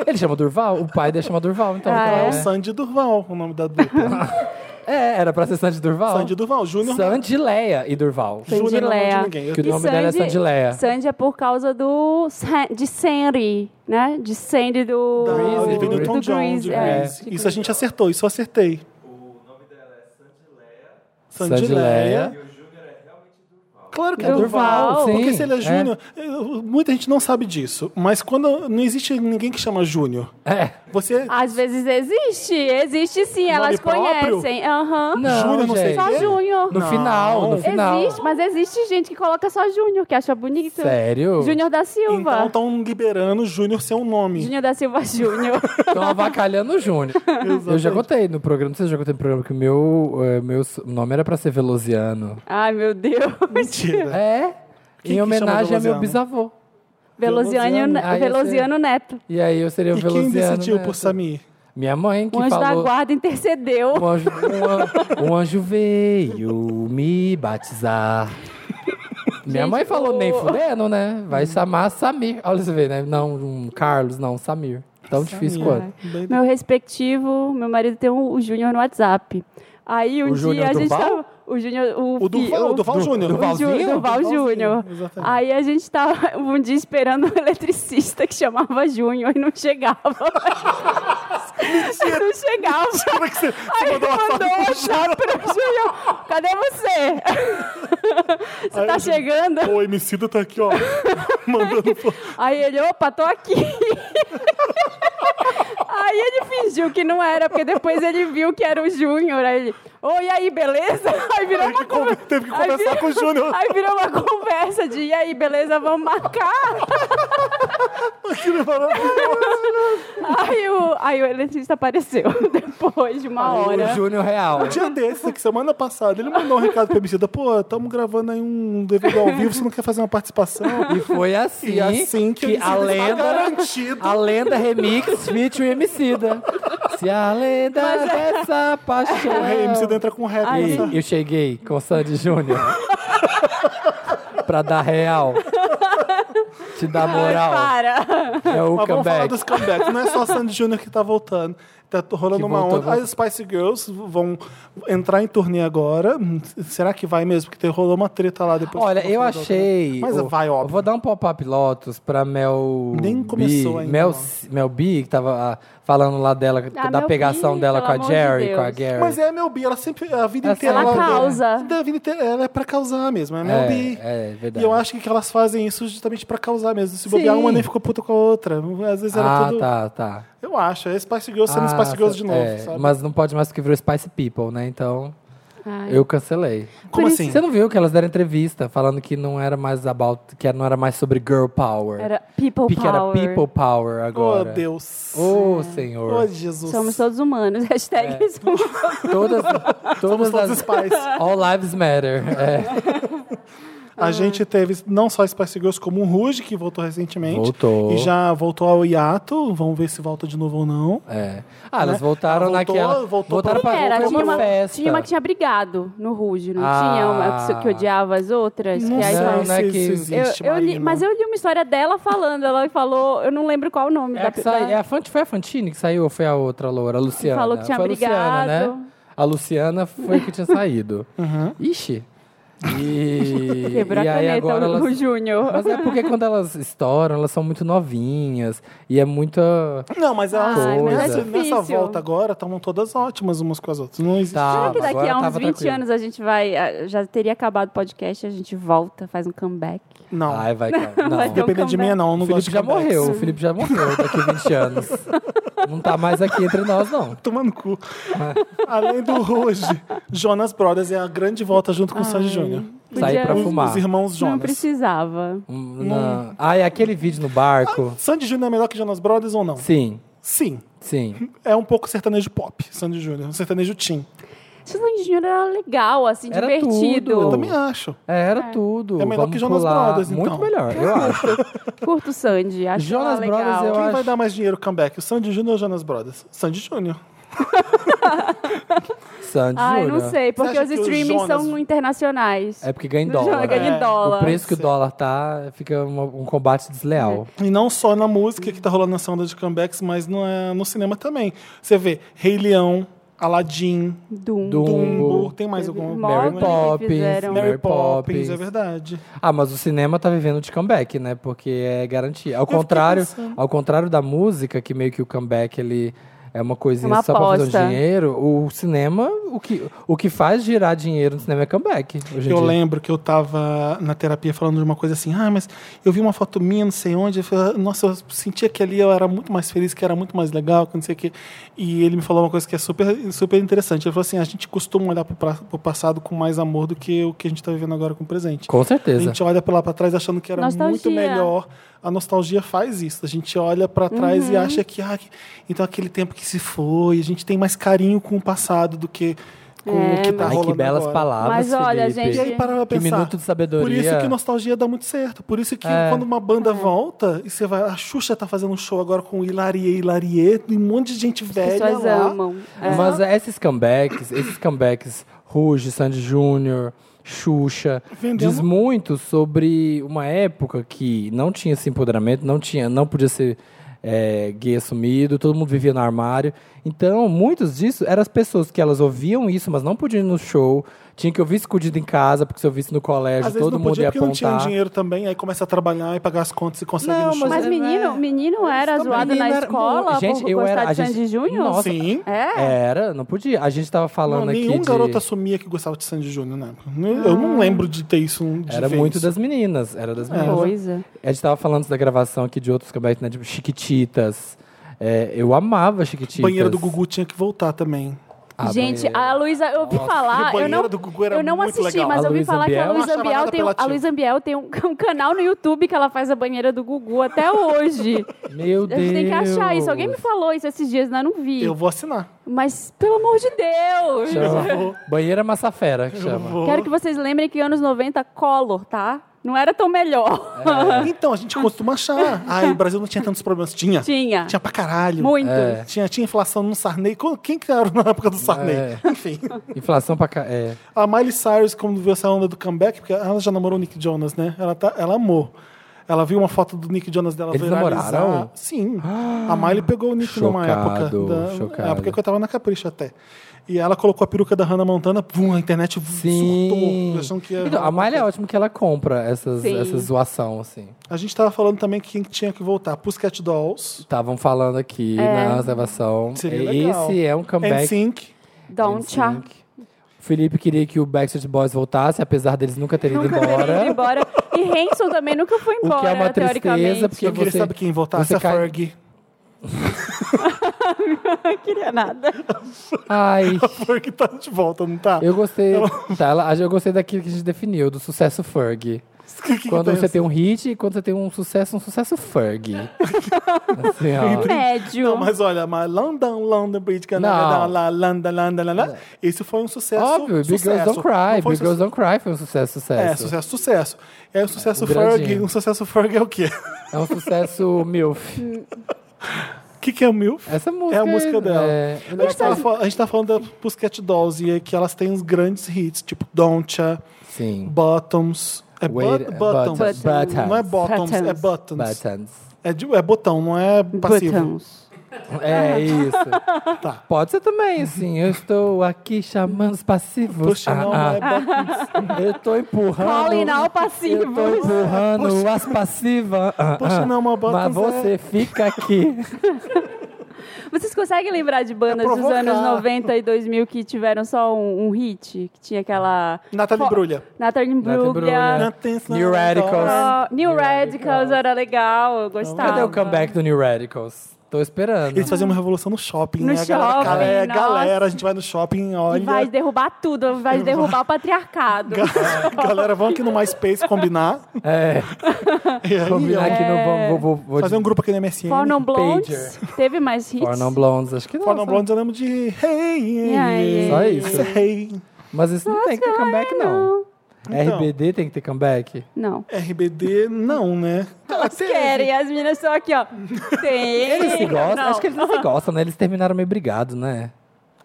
Speaker 2: Ele chama Durval? O pai dele chama Durval, então.
Speaker 3: Ah,
Speaker 1: É,
Speaker 2: então
Speaker 1: o Sandy Durval, o nome da dupla.
Speaker 2: é? É, era pra ser Sandy Durval?
Speaker 1: Sandy Durval, Júnior.
Speaker 2: Sandy Leia e Durval.
Speaker 1: Júnior não é o nome de
Speaker 3: Sandileia.
Speaker 1: ninguém. Eu-
Speaker 2: Que o nome dela é Sandileia.
Speaker 3: Sandy é por causa do San- de Sandy, né? De Sandy do
Speaker 1: Da
Speaker 2: Grease,
Speaker 1: Olivia
Speaker 3: do,
Speaker 2: Grease.
Speaker 1: Newton John,
Speaker 3: Grease,
Speaker 1: de
Speaker 3: é.
Speaker 1: Grease. Isso a gente acertou, isso eu acertei. O é nome dela é
Speaker 2: Sandileia.
Speaker 1: Sandileia. Sandileia. Claro que é
Speaker 3: Durval.
Speaker 1: Durval. Porque
Speaker 2: Sim,
Speaker 1: se ele é
Speaker 2: é.
Speaker 1: Júnior, eu- muita gente não sabe disso. Mas quando não existe ninguém que chama Júnior.
Speaker 2: É.
Speaker 1: Você
Speaker 3: Às vezes existe, existe sim, elas
Speaker 1: próprio?
Speaker 3: conhecem. Aham.
Speaker 2: Não,
Speaker 1: Júnior, não sei
Speaker 2: gente.
Speaker 3: Só
Speaker 1: Ele?
Speaker 3: Júnior.
Speaker 2: No final, no
Speaker 1: Não.
Speaker 2: final.
Speaker 3: Existe, mas existe gente que coloca só Júnior, que acha bonito.
Speaker 2: Sério? tá
Speaker 3: Júnior da
Speaker 1: Então
Speaker 3: Silva.
Speaker 1: estão liberando Júnior ser um nome.
Speaker 3: Júnior da Silva Júnior.
Speaker 2: Estão avacalhando o Júnior. Eu já contei no programa, não sei se eu já contei no programa, que o meu, eh, meu s- nome era pra ser Veloziano.
Speaker 3: Ai, meu Deus.
Speaker 1: Mentira.
Speaker 2: É?
Speaker 1: Né? Quem
Speaker 2: em
Speaker 1: que
Speaker 2: homenagem
Speaker 1: chama
Speaker 2: a meu
Speaker 1: Veloziano?
Speaker 2: bisavô.
Speaker 3: Veloziano,
Speaker 2: Ah, ia ser-
Speaker 3: Veloziano Neto.
Speaker 2: E aí eu seria o
Speaker 1: E quem
Speaker 2: Veloziano.
Speaker 1: decidiu
Speaker 2: né?
Speaker 1: por Samir?
Speaker 2: Minha mãe que
Speaker 3: O Um anjo da
Speaker 2: falou.
Speaker 3: guarda intercedeu.
Speaker 2: Um anjo, um an- um anjo veio me batizar. Minha
Speaker 3: Gente,
Speaker 2: mãe falou,
Speaker 3: o-
Speaker 2: nem fudendo, né?
Speaker 1: Hum.
Speaker 2: Vai chamar Samir. Olha, você vê, né? Não, um Carlos, não, Samir. Tão difícil quanto.
Speaker 1: Bem-
Speaker 3: Meu respectivo, meu marido tem um- o Júnior no WhatsApp. Aí um
Speaker 2: O
Speaker 3: dia
Speaker 2: Júnior
Speaker 3: a gente
Speaker 2: Durval?
Speaker 3: tava. O Júnior. O,
Speaker 1: O Durval, o Durval Júnior.
Speaker 3: O Ju-
Speaker 2: Durvalzinho?
Speaker 3: Durval
Speaker 1: Durvalzinho,
Speaker 3: Júnior.
Speaker 1: exatamente.
Speaker 3: Aí a gente tava um dia esperando um eletricista que chamava Júnior e não chegava. não chegava.
Speaker 1: Como é que você,
Speaker 3: Aí
Speaker 1: você
Speaker 3: mandou
Speaker 1: mandou uma foto?
Speaker 3: um WhatsApp pro Júnior. Cadê você? Você
Speaker 1: Aí
Speaker 3: tá
Speaker 1: o Júnior-
Speaker 3: chegando?
Speaker 1: Pô, O Emicida tá aqui, ó, mandando foto.
Speaker 3: Aí ele, opa, tô aqui. Aí Aí ele fingiu que não era, porque depois ele viu que era o Júnior. Aí ele, oi, e aí, beleza? Aí virou
Speaker 1: Teve
Speaker 3: uma
Speaker 1: que con-
Speaker 3: conversa.
Speaker 1: teve que
Speaker 3: Aí
Speaker 1: conversar
Speaker 3: virou-
Speaker 1: com o Júnior.
Speaker 3: Aí virou uma conversa de, e aí, beleza, vamos marcar?
Speaker 1: Aquilo é maravilhoso.
Speaker 3: Aí o, aí o eletricista apareceu depois de uma hora.
Speaker 2: O Júnior Real.
Speaker 1: Um dia desse, que semana passada, ele mandou um recado pro Emicida. Pô, estamos gravando aí um DVD ao vivo, você não quer fazer uma participação?
Speaker 2: E foi assim,
Speaker 1: E assim que,
Speaker 2: que
Speaker 1: o
Speaker 2: a
Speaker 1: Emicida está
Speaker 2: lenda,
Speaker 1: garantido.
Speaker 2: a lenda remix feat o Emicida. Se a lenda
Speaker 3: é-
Speaker 2: dessa paixão...
Speaker 1: O rei Emicida entra com rap
Speaker 3: Aí-
Speaker 1: nessa.
Speaker 2: E eu cheguei com o Sandy Júnior pra dar real. Te dar moral.
Speaker 3: Para.
Speaker 2: É o
Speaker 1: Mas vamos falar
Speaker 2: comeback.
Speaker 1: dos comebacks. Não é só Sandy Júnior que tá voltando. Tá t- rolando
Speaker 2: Que
Speaker 1: uma
Speaker 2: voltou,
Speaker 1: onda. As Spice Girls vão entrar em turnê agora. Hum, Será que vai mesmo? Porque te- rolou uma treta lá depois.
Speaker 2: Olha,
Speaker 1: que
Speaker 2: eu
Speaker 1: voltou.
Speaker 2: achei.
Speaker 1: Mas é,
Speaker 2: eu-
Speaker 1: vai, óbvio.
Speaker 2: Eu vou dar um pop-up Lotus pra Mel.
Speaker 1: Nem
Speaker 2: B,
Speaker 1: começou ainda,
Speaker 2: Mel,
Speaker 1: não.
Speaker 2: Mel B, que tava ah, falando lá dela,
Speaker 3: Ah,
Speaker 2: da
Speaker 3: Mel
Speaker 2: pegação
Speaker 3: B,
Speaker 2: dela com a
Speaker 3: pelo amor de
Speaker 2: Jerry, com a
Speaker 3: Deus.
Speaker 2: Gary.
Speaker 1: Mas é a Mel B, ela sempre. A vida
Speaker 2: Ela
Speaker 1: inteira.
Speaker 2: sempre-
Speaker 3: Ela causa.
Speaker 1: Da vida inteira, ela é pra causar mesmo. É a Mel
Speaker 2: É,
Speaker 1: B.
Speaker 2: é verdade.
Speaker 1: E eu acho que elas fazem isso é justamente pra causar mesmo. Se
Speaker 2: Sim.
Speaker 1: bobear, uma nem ficou puta com a outra. Às vezes era
Speaker 2: ah,
Speaker 1: tudo.
Speaker 2: tá, tá.
Speaker 1: Eu acho. É Spice Girls sendo
Speaker 2: Ah,
Speaker 1: Spice Girls de novo.
Speaker 2: é,
Speaker 1: sabe?
Speaker 2: Mas não pode mais porque virou Spice People, né? Então
Speaker 3: Ai.
Speaker 2: eu cancelei.
Speaker 1: Como
Speaker 3: por
Speaker 1: assim?
Speaker 2: Você não viu que elas deram entrevista falando que não era mais about, que não era mais sobre girl power.
Speaker 3: Era people
Speaker 2: Porque
Speaker 3: power.
Speaker 2: era people power
Speaker 1: Oh,
Speaker 2: agora.
Speaker 1: Deus.
Speaker 2: Ô,
Speaker 1: Oh,
Speaker 2: Senhor.
Speaker 1: Jesus.
Speaker 3: Somos todos humanos. Hashtag
Speaker 2: É.
Speaker 3: somos todos
Speaker 2: Todas, todas
Speaker 1: todos
Speaker 2: as...
Speaker 1: Spice.
Speaker 2: All lives matter. É.
Speaker 1: A gente teve não só Spice Girls, como o Ruge, que voltou recentemente.
Speaker 2: Voltou.
Speaker 1: E já voltou ao hiato. Vamos ver se volta de novo ou não.
Speaker 2: É. Ah,
Speaker 1: Né?
Speaker 2: elas voltaram
Speaker 1: Ela voltou,
Speaker 2: naquela.
Speaker 1: voltou
Speaker 2: voltaram
Speaker 1: pra-
Speaker 2: pra,
Speaker 3: Quem era?
Speaker 2: voltou
Speaker 3: Tinha
Speaker 2: pra
Speaker 3: uma,
Speaker 2: festa.
Speaker 3: tinha uma que tinha brigado no Ruge, não
Speaker 2: Ah.
Speaker 3: tinha uma que- que odiava as outras?
Speaker 1: Não
Speaker 3: que aí
Speaker 1: sei
Speaker 3: falava-
Speaker 2: não né?" é
Speaker 1: se
Speaker 2: que-
Speaker 1: isso
Speaker 3: eu,
Speaker 1: existe,
Speaker 3: eu li-
Speaker 1: Marina.
Speaker 3: mas eu li uma história dela falando, ela falou, eu não lembro qual o nome
Speaker 2: É
Speaker 3: da
Speaker 2: a que sai- é
Speaker 3: pessoa.
Speaker 2: a Fant- foi a Fantine que saiu ou foi a outra loura? A Luciana.
Speaker 3: falou que tinha
Speaker 2: foi a Luciana,
Speaker 3: brigado.
Speaker 2: né? A Luciana foi que tinha saído.
Speaker 1: Uhum.
Speaker 2: Ixi. E,
Speaker 3: Quebrou
Speaker 2: e
Speaker 3: a
Speaker 2: aí
Speaker 3: caneta
Speaker 2: agora
Speaker 3: o, o
Speaker 2: elas...
Speaker 3: Júnior.
Speaker 2: Mas é porque quando elas estouram, elas são muito novinhas. E é muita...
Speaker 1: Não, mas elas,
Speaker 2: Ai, mas é
Speaker 1: nessa,
Speaker 3: difícil.
Speaker 1: nessa volta agora estavam todas ótimas umas com as outras. Não existe.
Speaker 2: Tá.
Speaker 3: Será que
Speaker 2: mas
Speaker 3: daqui a
Speaker 2: agora
Speaker 3: uns
Speaker 2: tava
Speaker 3: 20
Speaker 2: tranquilo.
Speaker 3: anos a gente vai. ah, Já teria acabado o podcast, a gente volta, faz um comeback.
Speaker 1: Não.
Speaker 2: Ai, vai, cara. Não.
Speaker 3: Vai ter um
Speaker 1: Dependendo de mim,
Speaker 3: comeback.
Speaker 1: não. Eu
Speaker 2: O
Speaker 1: não gosto
Speaker 2: Felipe
Speaker 1: de
Speaker 2: já
Speaker 1: comebacks.
Speaker 2: morreu. O Felipe já morreu daqui a 20 anos. Não tá mais aqui entre nós, não.
Speaker 1: Tomando cu. Além do Ruge, Jonas Brothers é a grande volta junto com o Sandy Júnior.
Speaker 2: Sair pra
Speaker 3: Podia-
Speaker 2: fumar.
Speaker 1: Os irmãos um-
Speaker 3: Não
Speaker 1: Jonas.
Speaker 3: precisava.
Speaker 2: Hum, não. Ah, e aquele vídeo no barco?
Speaker 1: Sandy Júnior é melhor que Jonas Brothers ou não?
Speaker 2: Sim,
Speaker 1: Sim.
Speaker 2: sim.
Speaker 1: É um pouco sertanejo pop, Sandy Júnior. Um sertanejo teen.
Speaker 3: Suzano de Júnior era legal, assim,
Speaker 2: Era
Speaker 3: divertido.
Speaker 2: tudo.
Speaker 1: Eu também acho.
Speaker 2: É, Era tudo.
Speaker 1: É melhor
Speaker 2: Vamos
Speaker 1: que Jonas
Speaker 2: pular.
Speaker 1: Brothers, então.
Speaker 2: Muito melhor, eu acho.
Speaker 3: Curto o Sandy, acho
Speaker 2: Jonas
Speaker 3: legal.
Speaker 2: Brothers, eu
Speaker 1: Quem
Speaker 2: acho-
Speaker 1: vai dar mais dinheiro comeback? O Sandy Júnior ou o Jonas Brothers? Sandy Júnior.
Speaker 2: Sandy
Speaker 3: Ah, eu não
Speaker 2: Júnior.
Speaker 3: sei, porque
Speaker 1: acha
Speaker 3: os
Speaker 1: que o
Speaker 3: streamings
Speaker 1: Jonas-
Speaker 3: são internacionais.
Speaker 2: É porque ganha em
Speaker 3: O
Speaker 2: dólar.
Speaker 3: Jonas ganha em
Speaker 2: né?
Speaker 3: dólar.
Speaker 2: O preço que o
Speaker 1: Sim.
Speaker 2: dólar tá, fica uma- um combate desleal.
Speaker 1: E não só na música que tá rolando essa onda de comebacks, mas no, é, no cinema também. Você vê Rei Leão, Aladdin,
Speaker 3: Doom.
Speaker 2: Doom.
Speaker 1: Dumbo,
Speaker 2: Dumbo,
Speaker 1: tem mais
Speaker 3: teve
Speaker 1: algum?
Speaker 3: Mowgli.
Speaker 2: Mary
Speaker 3: Pobre que
Speaker 2: Poppins,
Speaker 3: fizeram.
Speaker 1: Mary,
Speaker 2: Mary
Speaker 1: Poppins,
Speaker 2: Poppins.
Speaker 1: é verdade.
Speaker 2: Ah, mas o cinema tá vivendo de comeback, né? Porque é garantia. Ao contrário,
Speaker 1: pensando.
Speaker 2: ao contrário da música, que meio que o comeback ele é uma coisinha
Speaker 3: Uma
Speaker 2: só pra fazer
Speaker 3: aposta.
Speaker 2: um dinheiro, o cinema, o que, o que faz girar dinheiro no cinema é comeback. Hoje em
Speaker 1: Eu
Speaker 2: dia.
Speaker 1: lembro que eu tava na terapia falando de uma coisa assim, ah, mas eu vi uma foto minha, não sei onde, eu falei, "Ah, nossa, eu sentia que ali eu era muito mais feliz, que era muito mais legal, que não sei o quê. E ele me falou uma coisa que é super, super interessante. Ele falou assim, a gente costuma olhar pro, pra- pro passado com mais amor do que o que a gente tá vivendo agora com o presente.
Speaker 2: Com
Speaker 1: a
Speaker 2: certeza.
Speaker 1: gente olha pra lá pra trás achando que era muito
Speaker 3: Nostalgia.
Speaker 1: melhor. A nostalgia faz isso. A gente olha pra trás
Speaker 3: Uhum.
Speaker 1: e acha que, ah, que- então aquele tempo que se foi, a gente tem mais carinho com o passado do que com o
Speaker 3: É,
Speaker 1: que tá
Speaker 2: Ai,
Speaker 1: rolando
Speaker 2: que belas
Speaker 1: agora.
Speaker 2: palavras.
Speaker 3: Mas
Speaker 2: Felipe.
Speaker 3: olha,
Speaker 1: E
Speaker 3: gente,
Speaker 1: aí para pra
Speaker 2: Que
Speaker 1: pensar.
Speaker 2: minuto de sabedoria.
Speaker 1: Por isso que nostalgia dá muito certo. Por isso que
Speaker 2: É.
Speaker 1: quando uma banda
Speaker 3: Uhum.
Speaker 1: volta e você vai, a Xuxa tá fazendo um show agora com Hilarie Hilarie, e um monte de gente
Speaker 3: As
Speaker 1: velha
Speaker 3: pessoas
Speaker 2: é
Speaker 1: lá.
Speaker 3: amam.
Speaker 1: É.
Speaker 3: É.
Speaker 2: Mas esses comebacks, esses comebacks, Ruge, Sandy Júnior, Xuxa,
Speaker 1: Vendeu
Speaker 2: diz
Speaker 1: uma-
Speaker 2: muito sobre uma época que não tinha esse empoderamento, não tinha, não podia ser é, gay assumido, todo mundo vivia no armário. Então, muitos disso eram as pessoas que elas ouviam isso, mas não podiam ir no show, tinha que ouvir escondido em casa, porque se ouvisse no colégio,
Speaker 1: Às vezes
Speaker 2: todo
Speaker 1: não
Speaker 2: mundo
Speaker 1: podia
Speaker 2: ia
Speaker 1: porque não tinha
Speaker 2: apontar.
Speaker 1: dinheiro também, aí começa a trabalhar e pagar as contas e consegue
Speaker 2: Não,
Speaker 1: no show.
Speaker 2: mas
Speaker 3: Mas
Speaker 2: é-
Speaker 3: menino, menino era
Speaker 2: Também
Speaker 3: zoado na
Speaker 2: era-
Speaker 3: escola
Speaker 2: Gente,
Speaker 3: por
Speaker 2: eu
Speaker 3: gostar
Speaker 2: era- a
Speaker 3: de
Speaker 2: gente-
Speaker 3: Sandy Júnior?
Speaker 2: Nossa.
Speaker 1: Sim.
Speaker 3: É?
Speaker 2: Era, não podia. A gente tava falando
Speaker 1: Não,
Speaker 2: aqui
Speaker 1: nenhum
Speaker 2: de... Ah.
Speaker 1: garoto assumia que gostava de Sandy Júnior, né? Eu não lembro de ter isso. De É.
Speaker 2: Era
Speaker 1: ver
Speaker 2: muito
Speaker 1: isso.
Speaker 2: das meninas, era das meninas.
Speaker 3: Coisa.
Speaker 2: A gente tava falando antes da gravação aqui de outros comebacks, né? Tipo, Chiquititas. É, eu amava Chiquititas. Ah,
Speaker 1: Banheira do Gugu tinha que voltar também.
Speaker 2: A
Speaker 3: Gente,
Speaker 2: banheira.
Speaker 3: a Luísa, eu ouvi falar.
Speaker 1: e o
Speaker 3: Eu não,
Speaker 1: banheiro do Gugu era
Speaker 3: eu não
Speaker 1: muito
Speaker 3: assisti,
Speaker 1: legal.
Speaker 3: mas
Speaker 2: A
Speaker 3: eu ouvi
Speaker 2: Luísa
Speaker 3: falar que
Speaker 2: Biel?
Speaker 3: a
Speaker 2: Eu não
Speaker 3: Luísa
Speaker 1: achava
Speaker 3: Biel
Speaker 1: nada
Speaker 3: tem, um, a
Speaker 1: apelativo.
Speaker 3: Luísa Biel tem um, um canal no YouTube que ela faz a banheira do Gugu até hoje.
Speaker 2: Meu
Speaker 3: A
Speaker 2: Deus.
Speaker 3: gente tem que achar isso. Alguém me falou isso esses dias, mas eu não vi.
Speaker 1: Eu vou assinar.
Speaker 3: Mas, pelo amor de Deus!
Speaker 1: Eu vou.
Speaker 2: Chama. Banheira Massafera, que
Speaker 1: Eu
Speaker 2: chama.
Speaker 1: vou.
Speaker 3: Quero que vocês lembrem que anos 90, Collor, tá? Não era tão melhor.
Speaker 1: Então, a gente costuma achar. Ai, o Brasil não tinha tantos problemas. Tinha.
Speaker 3: Tinha.
Speaker 1: Tinha pra caralho.
Speaker 3: Muito.
Speaker 2: É.
Speaker 1: Tinha, tinha inflação no Sarney. Quando- Quem que era na época do Sarney?
Speaker 2: É.
Speaker 1: Enfim.
Speaker 2: Inflação pra cá. É.
Speaker 1: A Miley Cyrus, quando viu essa onda do comeback, porque ela já namorou o Nick Jonas, né? Ela, tá, ela amou. Ela viu uma foto do Nick Jonas dela
Speaker 2: Eles
Speaker 1: viralizar.
Speaker 2: namoraram?
Speaker 1: Sim. a Miley pegou o Nick numa época.
Speaker 2: Chocado,
Speaker 1: Da,
Speaker 2: chocado.
Speaker 1: Época que eu tava na Capricho até. E ela colocou a peruca da Hannah Montana, pum, a internet
Speaker 2: Sim.
Speaker 1: surtou. Achando que ia-
Speaker 2: Então, a Malha é ótimo que ela compra essas,
Speaker 3: Sim.
Speaker 2: essas zoação, assim.
Speaker 1: A gente tava falando também que quem tinha que voltar. Pussycat Dolls,
Speaker 2: Estavam falando aqui
Speaker 3: É.
Speaker 2: na reservação.
Speaker 1: Seria
Speaker 2: E-
Speaker 1: legal.
Speaker 2: Esse é um comeback.
Speaker 1: NSYNC.
Speaker 3: Don't cha.
Speaker 2: O Felipe queria que o Backstreet Boys voltasse, apesar deles nunca terem ido
Speaker 3: Nunca teria
Speaker 2: embora.
Speaker 3: ido embora. E Henson também nunca foi
Speaker 2: O
Speaker 3: embora,
Speaker 2: que é uma
Speaker 3: teoricamente.
Speaker 2: tristeza,
Speaker 1: Eu
Speaker 2: porque
Speaker 1: queria
Speaker 2: você...
Speaker 1: saber quem votasse
Speaker 2: você
Speaker 1: a
Speaker 2: cai-
Speaker 1: Ferg.
Speaker 3: Não queria nada.
Speaker 2: Ai,
Speaker 1: A Ferg tá de volta, não tá?
Speaker 2: eu gostei. Tá, ela- eu gostei daquilo que a gente definiu, do sucesso Ferg.
Speaker 1: Que tá que
Speaker 2: Quando
Speaker 1: tem
Speaker 2: você
Speaker 1: essa?
Speaker 2: tem um hit e quando você tem um sucesso, um sucesso Ferg. Assim, ó.
Speaker 3: Médio.
Speaker 1: Não, mas olha, mas London, London Bridge, Canada,
Speaker 2: Não. É.
Speaker 1: lá, London, London, London. Esse foi um sucesso.
Speaker 2: Óbvio, Big
Speaker 1: sucesso.
Speaker 2: Girls Don't Cry.
Speaker 1: Não foi
Speaker 2: Big Girls
Speaker 1: sucesso-
Speaker 2: Don't Cry foi um sucesso,
Speaker 1: É,
Speaker 2: sucesso.
Speaker 1: sucesso, sucesso. E aí o sucesso
Speaker 2: O
Speaker 1: Ferg,
Speaker 2: grandinho.
Speaker 1: um sucesso Ferg é o quê?
Speaker 2: É um sucesso MILF.
Speaker 1: O que, que é o MILF?
Speaker 2: Essa música.
Speaker 1: música dela.
Speaker 2: é-
Speaker 1: A gente, tava, fal- a gente tá falando da Pussycat Dolls e é que elas têm uns grandes hits, tipo Don'tcha,
Speaker 2: Sim.
Speaker 1: Bottoms. É
Speaker 2: Wait-
Speaker 1: but, buttons.
Speaker 2: buttons. Buttons.
Speaker 1: Não é bottoms, é
Speaker 3: Buttons.
Speaker 1: buttons.
Speaker 2: Buttons.
Speaker 1: É, de- é botão, não é passivo.
Speaker 3: Buttons.
Speaker 2: É isso.
Speaker 1: Tá.
Speaker 2: Pode ser também, assim. Eu estou aqui chamando os passivos.
Speaker 1: Puxa,
Speaker 2: Ah,
Speaker 1: não,
Speaker 2: ah.
Speaker 1: é buttons.
Speaker 2: Eu estou empurrando.
Speaker 3: Calling all
Speaker 2: Eu tô
Speaker 3: passivos.
Speaker 2: empurrando as passivas. Ah,
Speaker 1: Puxa,
Speaker 2: ah.
Speaker 1: não, uma bota
Speaker 2: Mas
Speaker 1: zero.
Speaker 2: você fica aqui.
Speaker 3: Vocês conseguem lembrar de bandas
Speaker 1: É
Speaker 3: dos
Speaker 1: provocar.
Speaker 3: anos 90 e 2000 que tiveram só um, um hit? Que tinha aquela...
Speaker 1: Natalie
Speaker 3: Fo-
Speaker 1: Brulha.
Speaker 3: Natalie
Speaker 2: Natalie
Speaker 3: Brulha.
Speaker 2: Bruglia. New Radicals.
Speaker 3: Ah, tá. New, Radicals era legal, eu gostava.
Speaker 2: Cadê o comeback do New Radicals? Tô esperando.
Speaker 1: Eles faziam uma revolução no shopping, né?
Speaker 3: No
Speaker 1: A galera,
Speaker 3: shopping,
Speaker 1: cara, é,
Speaker 3: nossa.
Speaker 1: galera, a gente vai no shopping,
Speaker 3: E
Speaker 1: olha.
Speaker 3: vai derrubar tudo, vai derrubar o patriarcado.
Speaker 1: Ga- Galera, vamos aqui no MySpace combinar.
Speaker 2: É,
Speaker 1: E aí,
Speaker 2: combinar
Speaker 1: ó,
Speaker 2: aqui
Speaker 3: é.
Speaker 2: no... Vou, vou, vou,
Speaker 1: fazer um grupo aqui no MSN.
Speaker 3: Fornum Blondes, teve mais hits.
Speaker 2: Fornum Blondes, acho que não. né?
Speaker 1: Fornum
Speaker 2: só-
Speaker 1: Blondes, eu lembro de Hey,
Speaker 3: aí?
Speaker 1: hey,
Speaker 2: Só isso.
Speaker 1: hey.
Speaker 2: Mas isso não tem que ter comeback, não.
Speaker 1: Então.
Speaker 2: RBD tem que ter comeback?
Speaker 3: Não.
Speaker 1: RBD, não, né?
Speaker 3: Elas querem, as meninas estão aqui, ó. Tem.
Speaker 2: Eles se gostam,
Speaker 3: Não.
Speaker 2: acho que eles não se gostam, né? Eles terminaram meio brigados, né?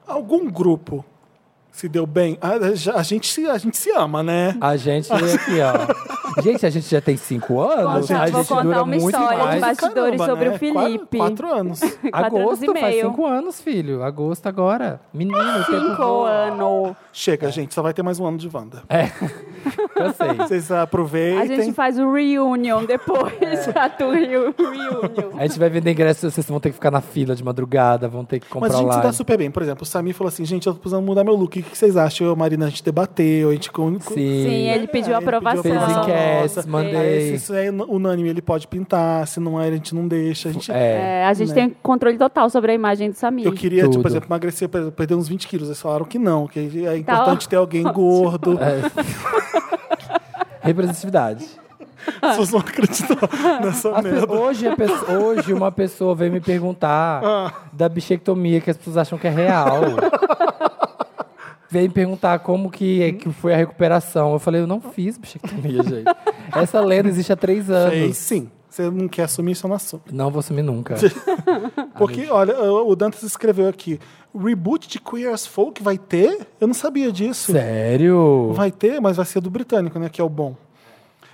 Speaker 1: Algum grupo se deu bem? A, a- a gente, se- a gente se ama, né?
Speaker 2: A gente aqui, ó. Gente, a gente já tem cinco anos,
Speaker 3: Contar-
Speaker 2: a
Speaker 3: vou
Speaker 2: gente
Speaker 3: contar
Speaker 2: dura
Speaker 3: uma
Speaker 2: muito
Speaker 3: história de
Speaker 2: mais.
Speaker 3: bastidores sobre o
Speaker 1: né? Quatro-
Speaker 3: Felipe.
Speaker 1: Quatro, anos.
Speaker 3: quatro anos
Speaker 2: Agosto
Speaker 3: e
Speaker 2: faz
Speaker 3: meio.
Speaker 2: cinco anos, filho. Agosto agora. Menino, tempo
Speaker 3: Cinco
Speaker 2: voa.
Speaker 3: anos.
Speaker 1: Chega, gente, só vai ter mais um ano de Wanda.
Speaker 2: É, cansei.
Speaker 1: Vocês
Speaker 3: A
Speaker 1: aproveitem.
Speaker 3: gente faz o reunion
Speaker 2: É.
Speaker 3: depois, a tua reu- reunion.
Speaker 2: A gente vai vender ingresso, vocês vão ter que ficar na fila de madrugada, vão ter que comprar
Speaker 1: Mas a gente se
Speaker 2: lá.
Speaker 1: dá super bem. Por exemplo, o Samir falou assim, gente, eu tô precisando mudar meu look. O que que vocês acham? Eu e a Marina, a gente debateu, a gente... con- con-
Speaker 2: Sim.
Speaker 3: Sim, ele pediu
Speaker 1: É,
Speaker 3: aprovação.
Speaker 1: pediu
Speaker 2: Fez
Speaker 1: aprovação
Speaker 2: enquetes,
Speaker 1: nossa.
Speaker 2: mandei.
Speaker 1: Aí, se isso é unânime, ele pode pintar. Se não é, a gente não deixa. A gente...
Speaker 2: É.
Speaker 3: É, a gente tem controle total sobre a imagem do Samir.
Speaker 1: Eu queria,
Speaker 2: Tudo.
Speaker 1: tipo, por exemplo, emagrecer, por exemplo, perder uns 20 quilos. Eles falaram que não, que é
Speaker 3: Tá
Speaker 1: importante ter alguém gordo.
Speaker 2: é. Representatividade.
Speaker 1: As pessoas não acreditam nessa
Speaker 2: As pe-
Speaker 1: merda.
Speaker 2: hoje, a pe- hoje uma pessoa veio me perguntar
Speaker 1: Ah.
Speaker 2: da bichectomia que as pessoas acham que é real. veio me perguntar como que, é- que foi a recuperação. Eu falei, eu não fiz bichectomia, gente. Essa lenda existe há três anos.
Speaker 1: Aí, sim, você não quer assumir, você não assume.
Speaker 2: Não vou sumir nunca.
Speaker 1: Porque, olha, o Dantas escreveu aqui, reboot de Queer as Folk vai ter? Eu não sabia disso.
Speaker 2: Sério?
Speaker 1: Vai ter, mas vai ser do britânico, né, que é o bom.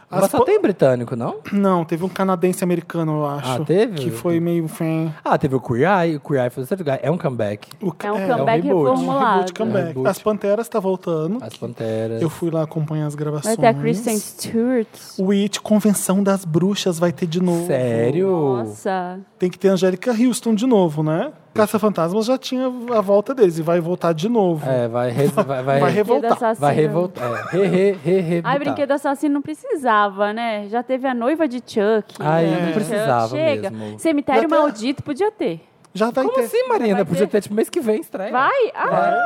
Speaker 1: As
Speaker 2: Mas só
Speaker 1: po-
Speaker 2: tem britânico, não?
Speaker 1: Não, teve um canadense americano, eu acho.
Speaker 2: Ah, teve?
Speaker 1: Que foi meio fan.
Speaker 2: Ah, teve o Queer Eye. O Queer Eye foi do lugar. É um comeback.
Speaker 1: O
Speaker 3: É um
Speaker 1: é,
Speaker 3: comeback
Speaker 2: reboot.
Speaker 1: reboot,
Speaker 3: reformulado.
Speaker 1: comeback.
Speaker 2: reboot.
Speaker 1: As Panteras tá voltando.
Speaker 2: As Panteras.
Speaker 1: Eu fui lá acompanhar as gravações.
Speaker 3: Vai ter a Kristen Stewart.
Speaker 1: O It, Convenção das Bruxas, vai ter de novo.
Speaker 2: Sério?
Speaker 3: Nossa.
Speaker 1: Tem que ter Angélica Houston de novo, né? Caça-Fantasmas já tinha a volta deles e vai voltar de novo.
Speaker 2: É, vai, res- vai,
Speaker 1: Vai
Speaker 2: vai, vai,
Speaker 1: revo- revoltar.
Speaker 3: assassino.
Speaker 2: revoltar. É, re, re, re, revoltar.
Speaker 3: Ai, brinquedo assassino não precisava, né? Já teve a noiva de Chuck.
Speaker 2: Ai,
Speaker 3: né?
Speaker 2: não
Speaker 3: Chuck,
Speaker 2: precisava
Speaker 3: Chega.
Speaker 2: mesmo.
Speaker 3: Cemitério
Speaker 1: Já tá-
Speaker 3: maldito podia ter.
Speaker 1: Já vai
Speaker 2: Como
Speaker 1: ter.
Speaker 2: assim, Marina?
Speaker 3: Vai
Speaker 2: Podia
Speaker 3: ter?
Speaker 2: ter tipo mês que vem, estreia.
Speaker 3: Vai? Ah,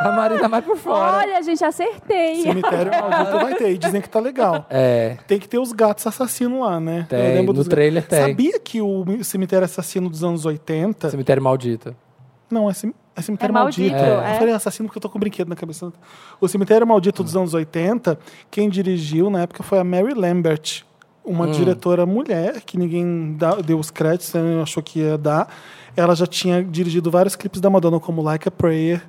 Speaker 2: A Marina vai por fora.
Speaker 3: olha, gente, acertei.
Speaker 1: Cemitério maldito vai ter. E dizem que tá legal.
Speaker 2: É.
Speaker 1: Tem que ter os gatos assassinos lá, né?
Speaker 2: Tem, no trailer tem.
Speaker 1: Sabia que o cemitério assassino dos anos 80.
Speaker 2: Cemitério maldito.
Speaker 1: Não, é, cem- é cemitério
Speaker 3: É maldito,
Speaker 1: maldito.
Speaker 3: é.
Speaker 1: Eu falei assassino porque eu tô com um brinquedo na cabeça. O cemitério maldito dos anos 80, quem dirigiu na época foi a Mary Lambert,
Speaker 2: Hum.
Speaker 1: uma diretora mulher, que ninguém dá- deu os créditos, né, achou que ia dar. Ela já tinha dirigido vários clipes da Madonna, como Like a Prayer,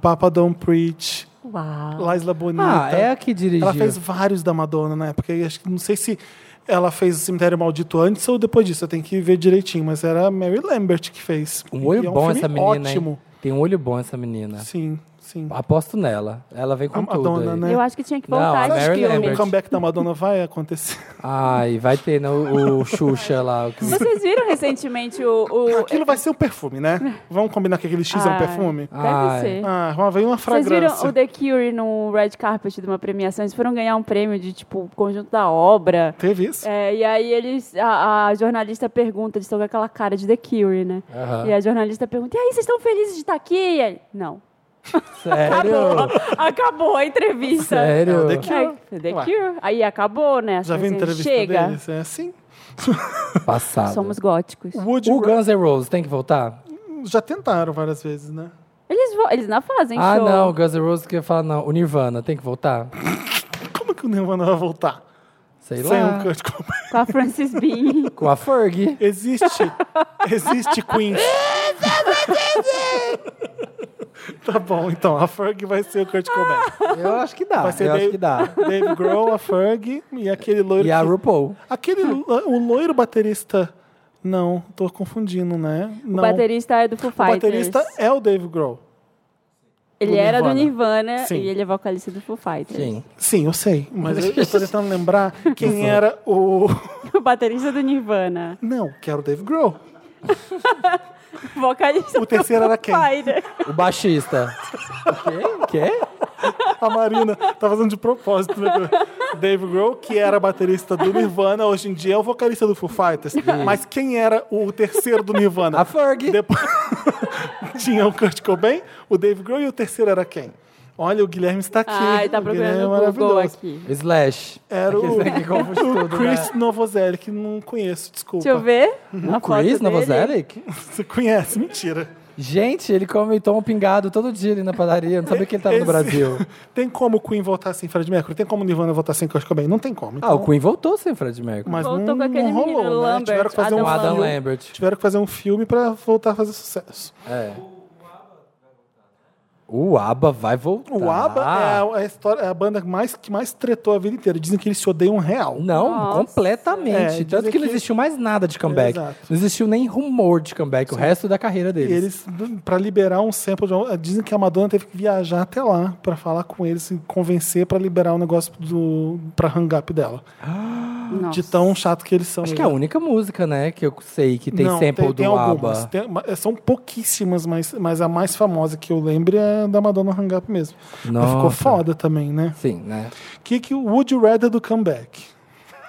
Speaker 1: Papa Don't Preach,
Speaker 3: Uau.
Speaker 1: Laisla Bonita.
Speaker 2: Ah, é a que dirigiu.
Speaker 1: Ela fez vários da Madonna na época. E acho que não sei se ela fez o Cemitério Maldito antes ou depois disso. Eu tenho que ver direitinho. Mas era a Mary Lambert que fez.
Speaker 2: Um
Speaker 1: E
Speaker 2: olho
Speaker 1: é um
Speaker 2: bom
Speaker 1: filme
Speaker 2: essa menina,
Speaker 1: Ótimo.
Speaker 2: hein? Tem um olho bom essa menina.
Speaker 1: Sim, sim.
Speaker 2: Aposto nela. Ela vem com
Speaker 1: A
Speaker 2: tudo
Speaker 1: Madonna,
Speaker 2: aí.
Speaker 1: né?
Speaker 3: Eu acho que tinha que
Speaker 2: Não,
Speaker 3: voltar
Speaker 2: a
Speaker 3: esse
Speaker 2: Mary
Speaker 3: filme.
Speaker 1: O
Speaker 2: Lambert.
Speaker 1: um comeback da Madonna vai acontecer.
Speaker 2: Ai, vai ter né, o, o Xuxa lá. o que-
Speaker 3: Vocês viram recentemente o... o-
Speaker 1: Aquilo vai ser um perfume, né? Vamos combinar que aquele X é
Speaker 2: Ah.
Speaker 3: Ai,
Speaker 1: um perfume?
Speaker 3: Deve
Speaker 2: Ai.
Speaker 3: ser.
Speaker 1: Ah, uma- veio uma
Speaker 3: Vocês
Speaker 1: fragrância.
Speaker 3: viram o The Cure no red carpet de uma premiação? Eles foram ganhar um prêmio de, tipo, conjunto da obra.
Speaker 1: Teve isso?
Speaker 3: É, e aí eles, a, a jornalista pergunta, eles estão com aquela cara de The Cure, né?
Speaker 2: Aham.
Speaker 3: E a jornalista pergunta, e aí, vocês estão felizes de estar aqui? E ele, não.
Speaker 2: Sério?
Speaker 3: Acabou a entrevista.
Speaker 1: É,
Speaker 2: Sério?
Speaker 1: o The Cure.
Speaker 3: É, The
Speaker 1: Ué.
Speaker 3: Cure. Aí acabou, né?
Speaker 1: Já
Speaker 3: Assim,
Speaker 1: vi entrevista
Speaker 3: Chega.
Speaker 1: deles? É assim.
Speaker 2: Passado.
Speaker 3: Somos góticos.
Speaker 1: Woody
Speaker 2: O Guns N' Roses tem que voltar?
Speaker 1: Já tentaram várias vezes, né?
Speaker 3: Eles, vo- eles não fazem
Speaker 2: ah,
Speaker 3: show.
Speaker 2: não, o Guns N' Roses que eu ia falar, não. O Nirvana tem que voltar?
Speaker 1: Como que o Nirvana vai voltar?
Speaker 2: Sei
Speaker 1: Sem um
Speaker 2: lá.
Speaker 1: o Kurt Cobain.
Speaker 3: Com a Francis Bean.
Speaker 2: Com a Ferg.
Speaker 1: Existe. Existe Queen. tá bom, então a Ferg vai ser o Kurt Cobain.
Speaker 2: Eu acho que dá.
Speaker 1: Vai ser
Speaker 2: Eu acho
Speaker 1: Dave-
Speaker 2: que dá.
Speaker 1: Dave Grohl, a Ferg e aquele loiro.
Speaker 2: E a
Speaker 1: que-
Speaker 2: RuPaul.
Speaker 1: Aquele o loiro baterista. Não, tô confundindo, né?
Speaker 3: O
Speaker 1: Não.
Speaker 3: baterista é do Foo
Speaker 1: O
Speaker 3: Fighters.
Speaker 1: baterista é o Dave Grohl.
Speaker 3: Ele
Speaker 2: do
Speaker 3: era do Nirvana
Speaker 1: Nirvana. Sim.
Speaker 3: e ele é vocalista do Foo Fighters.
Speaker 2: Sim.
Speaker 1: Sim, eu sei, mas eu, eu tô tentando lembrar quem era o.
Speaker 3: O baterista é do Nirvana.
Speaker 1: Não, que era o Dave Grohl.
Speaker 3: O vocalista
Speaker 1: O terceiro
Speaker 3: do
Speaker 1: era
Speaker 3: Foo
Speaker 1: quem?
Speaker 3: Fighters.
Speaker 2: O baixista. O quê? O quê?
Speaker 1: A Marina tá fazendo de propósito. Né? Dave Grohl, que era baterista do Nirvana, hoje em dia é o vocalista do Foo Fighters. Mas quem era o terceiro do Nirvana?
Speaker 2: A Ferg.
Speaker 1: Depois tinha o Kurt Cobain, o Dave Grohl e o terceiro era quem? Olha, o Guilherme está aqui.
Speaker 3: Ai, tá
Speaker 1: O Guilherme
Speaker 3: procurando
Speaker 1: é
Speaker 3: o Google
Speaker 1: maravilhoso.
Speaker 3: aqui.
Speaker 2: Slash.
Speaker 1: Era o,
Speaker 2: Aquele que confunde
Speaker 1: o
Speaker 2: tudo,
Speaker 1: Chris
Speaker 2: né?
Speaker 1: Novoselic, que não conheço, desculpa.
Speaker 3: Deixa eu ver. a
Speaker 2: O
Speaker 3: foto
Speaker 2: Chris
Speaker 3: dele.
Speaker 2: Novoselic?
Speaker 1: Você conhece, mentira.
Speaker 2: Gente, ele come tom pingado todo dia ali na padaria. Eu não sabia que ele tava no
Speaker 1: Esse-
Speaker 2: Brasil.
Speaker 1: Tem como o Queen votar sem Fred Mercury? Tem como o Nirvana votar sem Kurt Cobain? Não tem como.
Speaker 2: Ah,
Speaker 1: Então,
Speaker 2: o Queen voltou sem Fred Mercury.
Speaker 1: mas
Speaker 3: Voltou
Speaker 1: não,
Speaker 3: com aquele
Speaker 1: não rolou,
Speaker 3: menino
Speaker 1: né?
Speaker 3: Lambert,
Speaker 1: Tiveram que fazer
Speaker 2: O
Speaker 1: um
Speaker 3: Adam
Speaker 2: Adam
Speaker 1: filme.
Speaker 2: Lambert.
Speaker 1: Tiveram que fazer um filme pra voltar a fazer sucesso.
Speaker 2: É. O ABBA vai voltar.
Speaker 1: O ABBA é, a, a história, é a banda mais, que mais tretou a vida inteira. Dizem que eles se odeiam real.
Speaker 2: Não,
Speaker 3: Nossa.
Speaker 1: É,
Speaker 2: completamente.
Speaker 1: dizem
Speaker 2: Tanto que não
Speaker 1: que-
Speaker 2: existiu mais nada de comeback.
Speaker 1: Exato.
Speaker 2: Não existiu nem rumor de comeback, o resto da carreira
Speaker 1: E
Speaker 2: deles.
Speaker 1: eles, pra liberar um sample, de uma- dizem que a Madonna teve que viajar até lá pra falar com eles e convencer pra liberar o negócio do, pra hang-up dela.
Speaker 3: Nossa.
Speaker 1: De tão chato que eles são.
Speaker 2: Acho que é a única música, né, que eu sei que tem
Speaker 1: Não,
Speaker 2: sample
Speaker 1: tem,
Speaker 2: do
Speaker 1: tem algumas.
Speaker 2: ABBA.
Speaker 1: Tem- ma- são pouquíssimas, mas, mas a mais famosa que eu lembro é a da Madonna Hang Up mesmo. Mas ficou
Speaker 2: Nossa.
Speaker 1: foda também, né?
Speaker 2: Sim, né?
Speaker 1: O que, que o Would You Rather do comeback?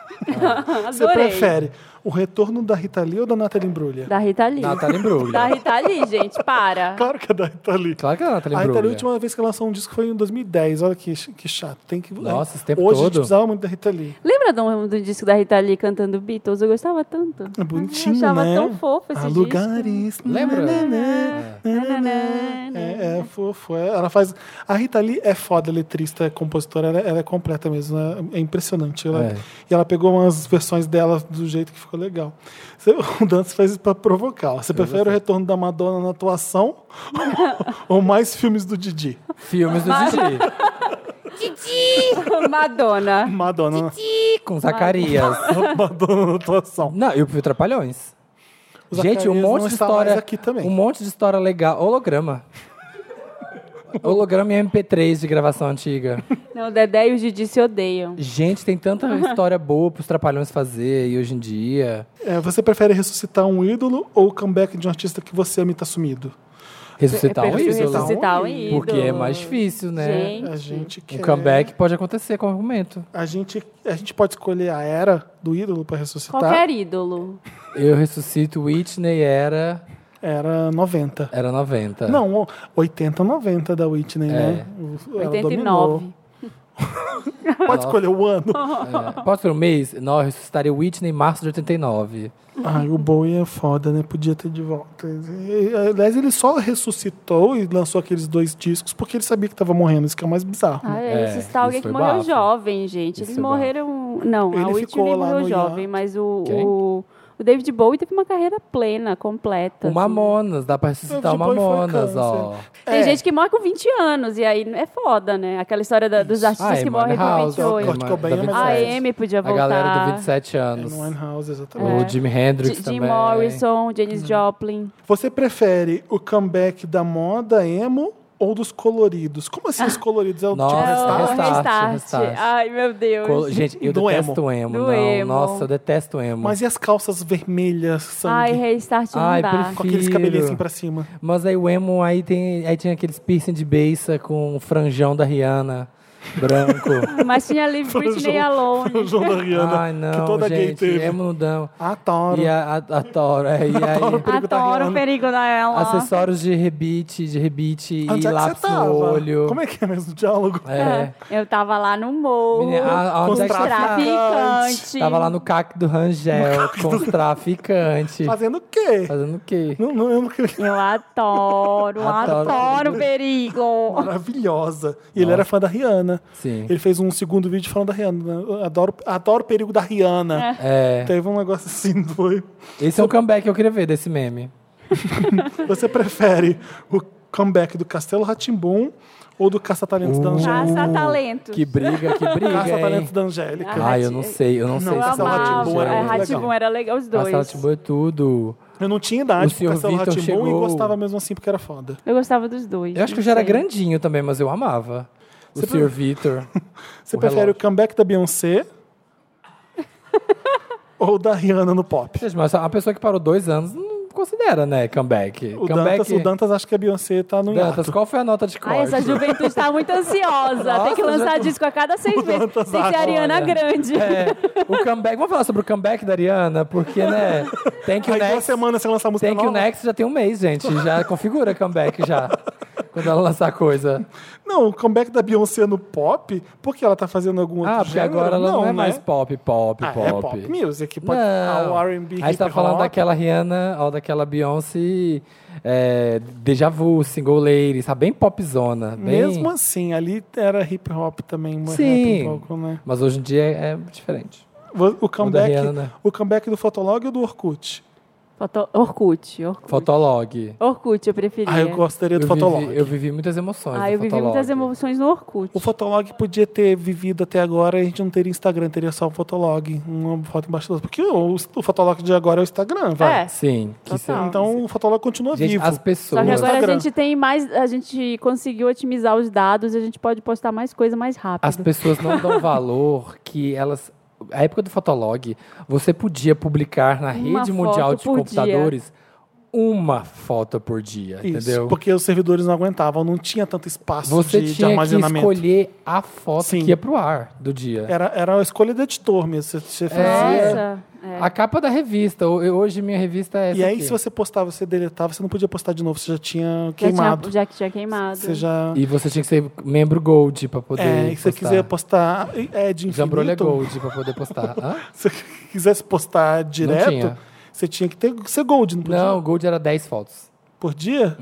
Speaker 1: Você
Speaker 3: Adorei.
Speaker 1: prefere o retorno da Rita Lee ou da Natalie Imbruglia?
Speaker 3: Da Rita Lee.
Speaker 2: Natalie Imbruglia.
Speaker 3: Da Rita Lee, gente, para.
Speaker 1: Claro que é da Rita Lee.
Speaker 2: Claro que é a Natalie
Speaker 1: A Rita Lee, a
Speaker 2: Imbruglia.
Speaker 1: última vez que lançou um disco foi em 2010. Olha que, ch- que chato. Tem que... né?
Speaker 2: Nossa, esse tempo
Speaker 1: Hoje a gente
Speaker 2: todo?
Speaker 1: precisava muito da Rita Lee.
Speaker 3: Lembra do, do disco da Rita Lee cantando Beatles? Eu gostava tanto.
Speaker 1: É bonitinho,
Speaker 3: Eu achava
Speaker 1: né?
Speaker 3: tão fofo esse
Speaker 1: Há lugares... né?
Speaker 2: Lembra?
Speaker 3: disco.
Speaker 1: É, é fofo. é. Ela faz. A Rita Lee é foda, letrista, é compositora, ela, ela é completa mesmo. né? É, impressionante. Ela-
Speaker 2: É.
Speaker 1: E ela pegou umas versões dela do jeito que ficou legal. Você- o Dance faz isso pra provocar. ó. Você prefere o
Speaker 2: assim.
Speaker 1: retorno da Madonna na atuação ou mais filmes do Didi?
Speaker 2: Filmes do Didi,
Speaker 3: Madonna.
Speaker 1: Madonna, na-
Speaker 2: com Zacarias.
Speaker 1: Madonna na atuação.
Speaker 2: Não, e o Pio Trapalhões.
Speaker 1: O
Speaker 2: Gente, um
Speaker 1: Zacarias
Speaker 2: monte
Speaker 1: não
Speaker 2: de
Speaker 1: está mais
Speaker 2: história.
Speaker 1: aqui também.
Speaker 2: Um monte de história legal. Holograma. Holograma e MP3 de gravação antiga.
Speaker 3: Não, o Dedé e o Didi se odeiam.
Speaker 2: Gente, tem tanta história boa pros trapalhões fazer e hoje em dia.
Speaker 1: É, você prefere ressuscitar um ídolo ou o comeback de um artista que você ama e tá sumido?
Speaker 2: Ressuscitar um
Speaker 3: prefiro
Speaker 2: ídolo.
Speaker 3: ressuscitar um ídolo.
Speaker 2: Porque é mais difícil, né?
Speaker 1: A
Speaker 3: Gente.
Speaker 1: gente
Speaker 2: Um
Speaker 1: quer...
Speaker 2: comeback pode acontecer com argumento.
Speaker 1: A gente, a gente pode escolher a era do ídolo pra ressuscitar.
Speaker 3: Qualquer ídolo.
Speaker 2: Eu ressuscito Whitney era
Speaker 1: Era 90.
Speaker 2: era 90.
Speaker 1: Não, o- 80, 90 da Whitney,
Speaker 2: É.
Speaker 1: né? O- ela dominou.
Speaker 3: 89.
Speaker 1: Pode escolher o ano.
Speaker 2: É. Posso ter um mês? Não, eu ressuscitaria Whitney em março de 89.
Speaker 3: Tá
Speaker 1: Ai, o Bowie é foda, né? Podia ter de volta. E, Aliás, ele só ressuscitou e lançou aqueles dois discos porque ele sabia que tava morrendo. Isso que é o mais bizarro.
Speaker 3: Ah,
Speaker 2: É,
Speaker 3: é, ressuscitar alguém
Speaker 2: isso
Speaker 3: que
Speaker 2: foi
Speaker 3: morreu
Speaker 2: bafo.
Speaker 3: jovem, gente.
Speaker 2: Isso
Speaker 3: Eles
Speaker 2: foi
Speaker 3: morreram. Não,
Speaker 1: Ele
Speaker 3: a
Speaker 1: ficou
Speaker 3: Whitney
Speaker 1: lá
Speaker 3: morreu
Speaker 1: no
Speaker 3: jovem,
Speaker 1: Irã.
Speaker 3: mas o,
Speaker 2: Quem?
Speaker 3: o, o David Bowie teve uma carreira plena, completa.
Speaker 2: O
Speaker 3: assim.
Speaker 2: Mamonas, dá pra ressuscitar o
Speaker 1: Depois tipo, foi
Speaker 2: Mamonas,
Speaker 1: câncer.
Speaker 2: ó.
Speaker 3: Tem
Speaker 1: É.
Speaker 3: gente que morre com 20 anos, e aí é foda, né? Aquela história da- dos artistas
Speaker 2: Ah,
Speaker 3: que morrem com
Speaker 2: House,
Speaker 3: 28.
Speaker 1: Kurt Cobain, mas-
Speaker 3: A
Speaker 1: House.
Speaker 3: Amy podia
Speaker 2: A
Speaker 3: voltar.
Speaker 2: galera do 27
Speaker 1: É
Speaker 2: anos.
Speaker 1: no Winehouse, exatamente.
Speaker 2: O Jimi Hendrix
Speaker 3: J-
Speaker 2: também. Hum.
Speaker 3: Jim Morrison, Janis Joplin.
Speaker 1: Você prefere o comeback da moda emo ou dos coloridos? Como assim
Speaker 3: Ah.
Speaker 1: os coloridos? É o
Speaker 2: Nossa,
Speaker 1: tipo
Speaker 3: É, o
Speaker 1: restart?
Speaker 2: restart, restart.
Speaker 3: Ai, meu Deus.
Speaker 2: Co- Gente, eu
Speaker 1: Do
Speaker 2: detesto emo.
Speaker 3: Do
Speaker 2: não.
Speaker 3: emo.
Speaker 2: Nossa, eu detesto emo.
Speaker 1: Mas e as calças vermelhas,
Speaker 3: Ai,
Speaker 1: sangue?
Speaker 3: restart não
Speaker 2: Ai,
Speaker 3: dá.
Speaker 2: por
Speaker 1: com aqueles
Speaker 2: filho.
Speaker 1: cabelinhos assim pra cima.
Speaker 2: Mas aí o emo, aí, tem, aí tinha aqueles piercing de beiça com o franjão da Rihanna, branco.
Speaker 3: Mas tinha Live
Speaker 1: Foi o
Speaker 3: Britney
Speaker 1: João-
Speaker 3: Alone.
Speaker 1: O João da Rihanna,
Speaker 2: Ai, não,
Speaker 1: que toda
Speaker 2: gente,
Speaker 1: gay teve.
Speaker 2: emo não dão.
Speaker 1: Adoro.
Speaker 2: E a, a, a Toro, é, e aí...
Speaker 1: perigo da
Speaker 3: Adoro o
Speaker 1: Rihanna.
Speaker 3: perigo da ela.
Speaker 2: Acessórios de rebite, de rebite
Speaker 1: Onde
Speaker 2: e
Speaker 1: é que
Speaker 2: lápis
Speaker 1: você tava?
Speaker 2: no olho.
Speaker 1: Como é que é mesmo o diálogo?
Speaker 2: É.
Speaker 3: Eu tava lá no morro.
Speaker 2: Menina, a-
Speaker 1: Com
Speaker 2: onde é que
Speaker 1: os
Speaker 2: você tava?
Speaker 3: traficante.
Speaker 2: Tava lá no CAC do Rangel, com os traficantes.
Speaker 1: Fazendo o quê?
Speaker 2: Fazendo o quê?
Speaker 1: Não, não, eu não queria-
Speaker 3: Eu adoro,
Speaker 2: Adoro.
Speaker 3: adoro, o perigo.
Speaker 1: Maravilhosa. E ele era fã da Rihanna.
Speaker 2: Sim.
Speaker 1: Ele fez um segundo vídeo falando da Rihanna. né? Adoro, adoro o perigo da Rihanna.
Speaker 2: É.
Speaker 1: Teve um negócio assim, foi.
Speaker 2: Esse é um comeback que eu queria ver desse meme.
Speaker 1: Você prefere o comeback do Castelo Ratimbum ou do Caça-Talentos da Angélica?
Speaker 3: Caça talentos.
Speaker 2: Que briga, que briga. hein?
Speaker 1: Caça-Talentos da Angélica.
Speaker 3: Ah,
Speaker 2: Ai, eu não sei, eu não, sei
Speaker 1: Não,
Speaker 2: se
Speaker 3: Eu
Speaker 1: Castelo
Speaker 3: amava.
Speaker 1: Rá-Tim-Bum era
Speaker 3: É,
Speaker 1: muito legal.
Speaker 3: Ratibum era legal os dois.
Speaker 2: Castelo é tudo.
Speaker 1: Eu não tinha idade
Speaker 2: O
Speaker 1: pro
Speaker 2: senhor
Speaker 1: Castelo
Speaker 2: Vitor
Speaker 1: Ratimbum e
Speaker 2: chegou-
Speaker 1: gostava mesmo assim porque era foda.
Speaker 3: Eu gostava dos dois.
Speaker 2: Eu acho que eu
Speaker 3: não
Speaker 2: já era
Speaker 3: sei.
Speaker 2: grandinho também, mas eu amava. O
Speaker 1: Você
Speaker 2: Sr. Vitor.
Speaker 1: Você
Speaker 2: O
Speaker 1: prefere
Speaker 2: relógio.
Speaker 1: o comeback da Beyoncé ou da Rihanna no pop?
Speaker 2: Gente, mas a pessoa que parou dois anos não considera, né? Comeback.
Speaker 1: O
Speaker 2: comeback.
Speaker 1: Dantas, o Dantas acha que a Beyoncé tá no
Speaker 2: Dantas,
Speaker 1: hiato.
Speaker 2: qual foi a nota de corte?
Speaker 3: Ai, essa juventude tá muito ansiosa. Tem que
Speaker 2: Nossa,
Speaker 3: lançar
Speaker 2: já-
Speaker 3: disco a cada seis meses. Tem que
Speaker 1: Dantas
Speaker 3: ser a Ariana
Speaker 2: Olha.
Speaker 3: Grande.
Speaker 2: É, o comeback. Vamos falar sobre o comeback da Ariana, porque, né? Tem que o
Speaker 1: Aí duas
Speaker 2: Next.
Speaker 1: semanas você lança a música
Speaker 2: Tem que o
Speaker 1: nova.
Speaker 2: Next já tem um mês, gente. Já configura comeback já. Quando ela lançar coisa.
Speaker 1: Não, o comeback da Beyoncé no pop, porque ela tá fazendo algum outro
Speaker 2: Ah, porque
Speaker 1: gênero?
Speaker 2: agora ela não, é
Speaker 1: né?
Speaker 2: mais pop, pop,
Speaker 1: Ah,
Speaker 2: pop.
Speaker 1: é pop music, pode ah,
Speaker 2: Não.
Speaker 1: o R&B,
Speaker 2: Aí você tá
Speaker 1: hip
Speaker 2: falando
Speaker 1: hop.
Speaker 2: daquela Rihanna, ou daquela Beyoncé, é, Deja Vu, Single Ladies, tá bem popzona. Bem...
Speaker 1: Mesmo assim, ali era hip hop também, uma
Speaker 2: Sim.
Speaker 1: rap um pouco, né?
Speaker 2: Mas hoje em dia é, é diferente.
Speaker 1: O comeback,
Speaker 2: Rihanna.
Speaker 1: o comeback do Fotolog ou do Orkut?
Speaker 3: Foto- Orkut, Orkut.
Speaker 2: Fotolog.
Speaker 3: Orkut, eu preferia.
Speaker 1: Ah, eu gostaria do
Speaker 2: Eu
Speaker 1: Fotolog.
Speaker 2: vivi, eu vivi muitas emoções
Speaker 3: Ah,
Speaker 2: no
Speaker 3: eu vivi
Speaker 2: Fotolog.
Speaker 3: muitas emoções no Orkut.
Speaker 1: O Fotolog podia ter vivido até agora, a gente não teria Instagram, teria só o Fotolog, uma foto embaixo da outra. Porque o, o Fotolog de agora é o Instagram, vai.
Speaker 3: É.
Speaker 2: Sim. Que se-
Speaker 3: Total.
Speaker 1: Então o Fotolog continua
Speaker 2: Gente,
Speaker 1: vivo.
Speaker 2: as pessoas...
Speaker 3: Só que agora
Speaker 1: Instagram.
Speaker 3: a gente tem mais, a gente conseguiu otimizar os dados, a gente pode postar mais coisa mais rápido.
Speaker 2: As pessoas não dão valor que elas. A época do Fotolog, você podia publicar na
Speaker 3: Uma
Speaker 2: rede mundial
Speaker 3: foto
Speaker 2: de
Speaker 3: por
Speaker 2: computadores uma foto por dia,
Speaker 1: Isso,
Speaker 2: entendeu?
Speaker 1: porque os servidores não aguentavam, não tinha tanto espaço
Speaker 2: Você
Speaker 1: de, de
Speaker 2: tinha que
Speaker 1: armazenamento.
Speaker 2: escolher a foto
Speaker 1: Sim.
Speaker 2: que ia pro ar do dia.
Speaker 1: Era, era a escolha do editor mesmo. Você, você fazia.
Speaker 3: Nossa, é.
Speaker 2: A capa da revista. Ho- Hoje minha revista é essa
Speaker 1: E aí,
Speaker 2: aqui.
Speaker 1: se você postava, você deletava, você não podia postar de novo, você já tinha
Speaker 3: já
Speaker 1: queimado.
Speaker 3: tinha, já que tinha queimado.
Speaker 1: Você já.
Speaker 2: E você tinha que ser membro Gold pra poder
Speaker 1: É, e se
Speaker 2: postar.
Speaker 1: você quiser postar é de
Speaker 2: Jambrolha
Speaker 1: infinito,
Speaker 2: Gold pra poder postar. Hã?
Speaker 1: se você quisesse postar direto,
Speaker 2: tinha.
Speaker 1: você tinha que ter ser gold, não podia?
Speaker 2: Não, Gold era 10 fotos.
Speaker 1: Por dia?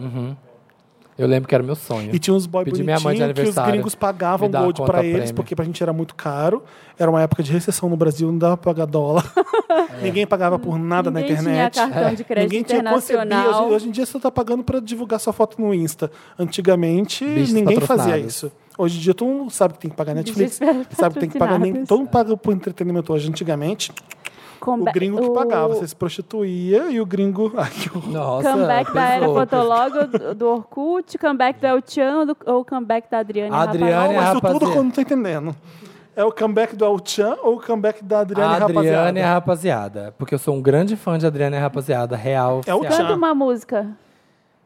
Speaker 2: Eu lembro que era meu sonho.
Speaker 1: E tinha uns boy
Speaker 2: Pedi minha mãe
Speaker 1: bonitinhos
Speaker 2: de
Speaker 1: que os
Speaker 2: aniversário.
Speaker 1: gringos
Speaker 2: Me
Speaker 1: pagavam
Speaker 2: dá uma
Speaker 1: gold
Speaker 2: conta
Speaker 1: pra eles,
Speaker 2: prêmio.
Speaker 1: porque pra gente era muito caro. Era uma época de recessão no Brasil, não dava pra pagar dólar. É. Ninguém pagava por nada
Speaker 3: Ninguém
Speaker 1: na
Speaker 3: tinha
Speaker 1: internet. É.
Speaker 3: cartão de crédito
Speaker 1: Ninguém tinha
Speaker 3: internacional.
Speaker 1: concebia. Hoje, hoje em dia você tá pagando pra divulgar sua foto no Insta. Antigamente,
Speaker 2: Bichos
Speaker 1: ninguém fazia
Speaker 2: patrocinados.
Speaker 1: isso. Hoje em dia todo mundo sabe que tem que pagar Netflix,
Speaker 3: Bichos
Speaker 1: sabe que tem que pagar nem
Speaker 3: patrocinados.
Speaker 1: todo mundo paga por entretenimento hoje. Antigamente O
Speaker 3: Comba-
Speaker 1: gringo que
Speaker 3: o-
Speaker 1: pagava, você se prostituía e o gringo. Ai, que horror.
Speaker 2: Nossa,
Speaker 3: Comeback da era
Speaker 2: pesou.
Speaker 3: fotolog do- do Orkut, comeback da El-Chan ou do- ou comeback da Adriane
Speaker 1: Não,
Speaker 2: Adriane
Speaker 3: Rapaziada.
Speaker 1: mas isso
Speaker 2: rapaziada.
Speaker 1: tudo quando não tô entendendo. É o comeback do Alchan ou o comeback da Adriane,
Speaker 2: Adriane,
Speaker 1: rapaziada?
Speaker 2: é rapaziada. Porque eu sou um grande fã de Adriane é rapaziada, real.
Speaker 1: É o
Speaker 2: oficial.
Speaker 1: Tchan.
Speaker 3: Canta uma música.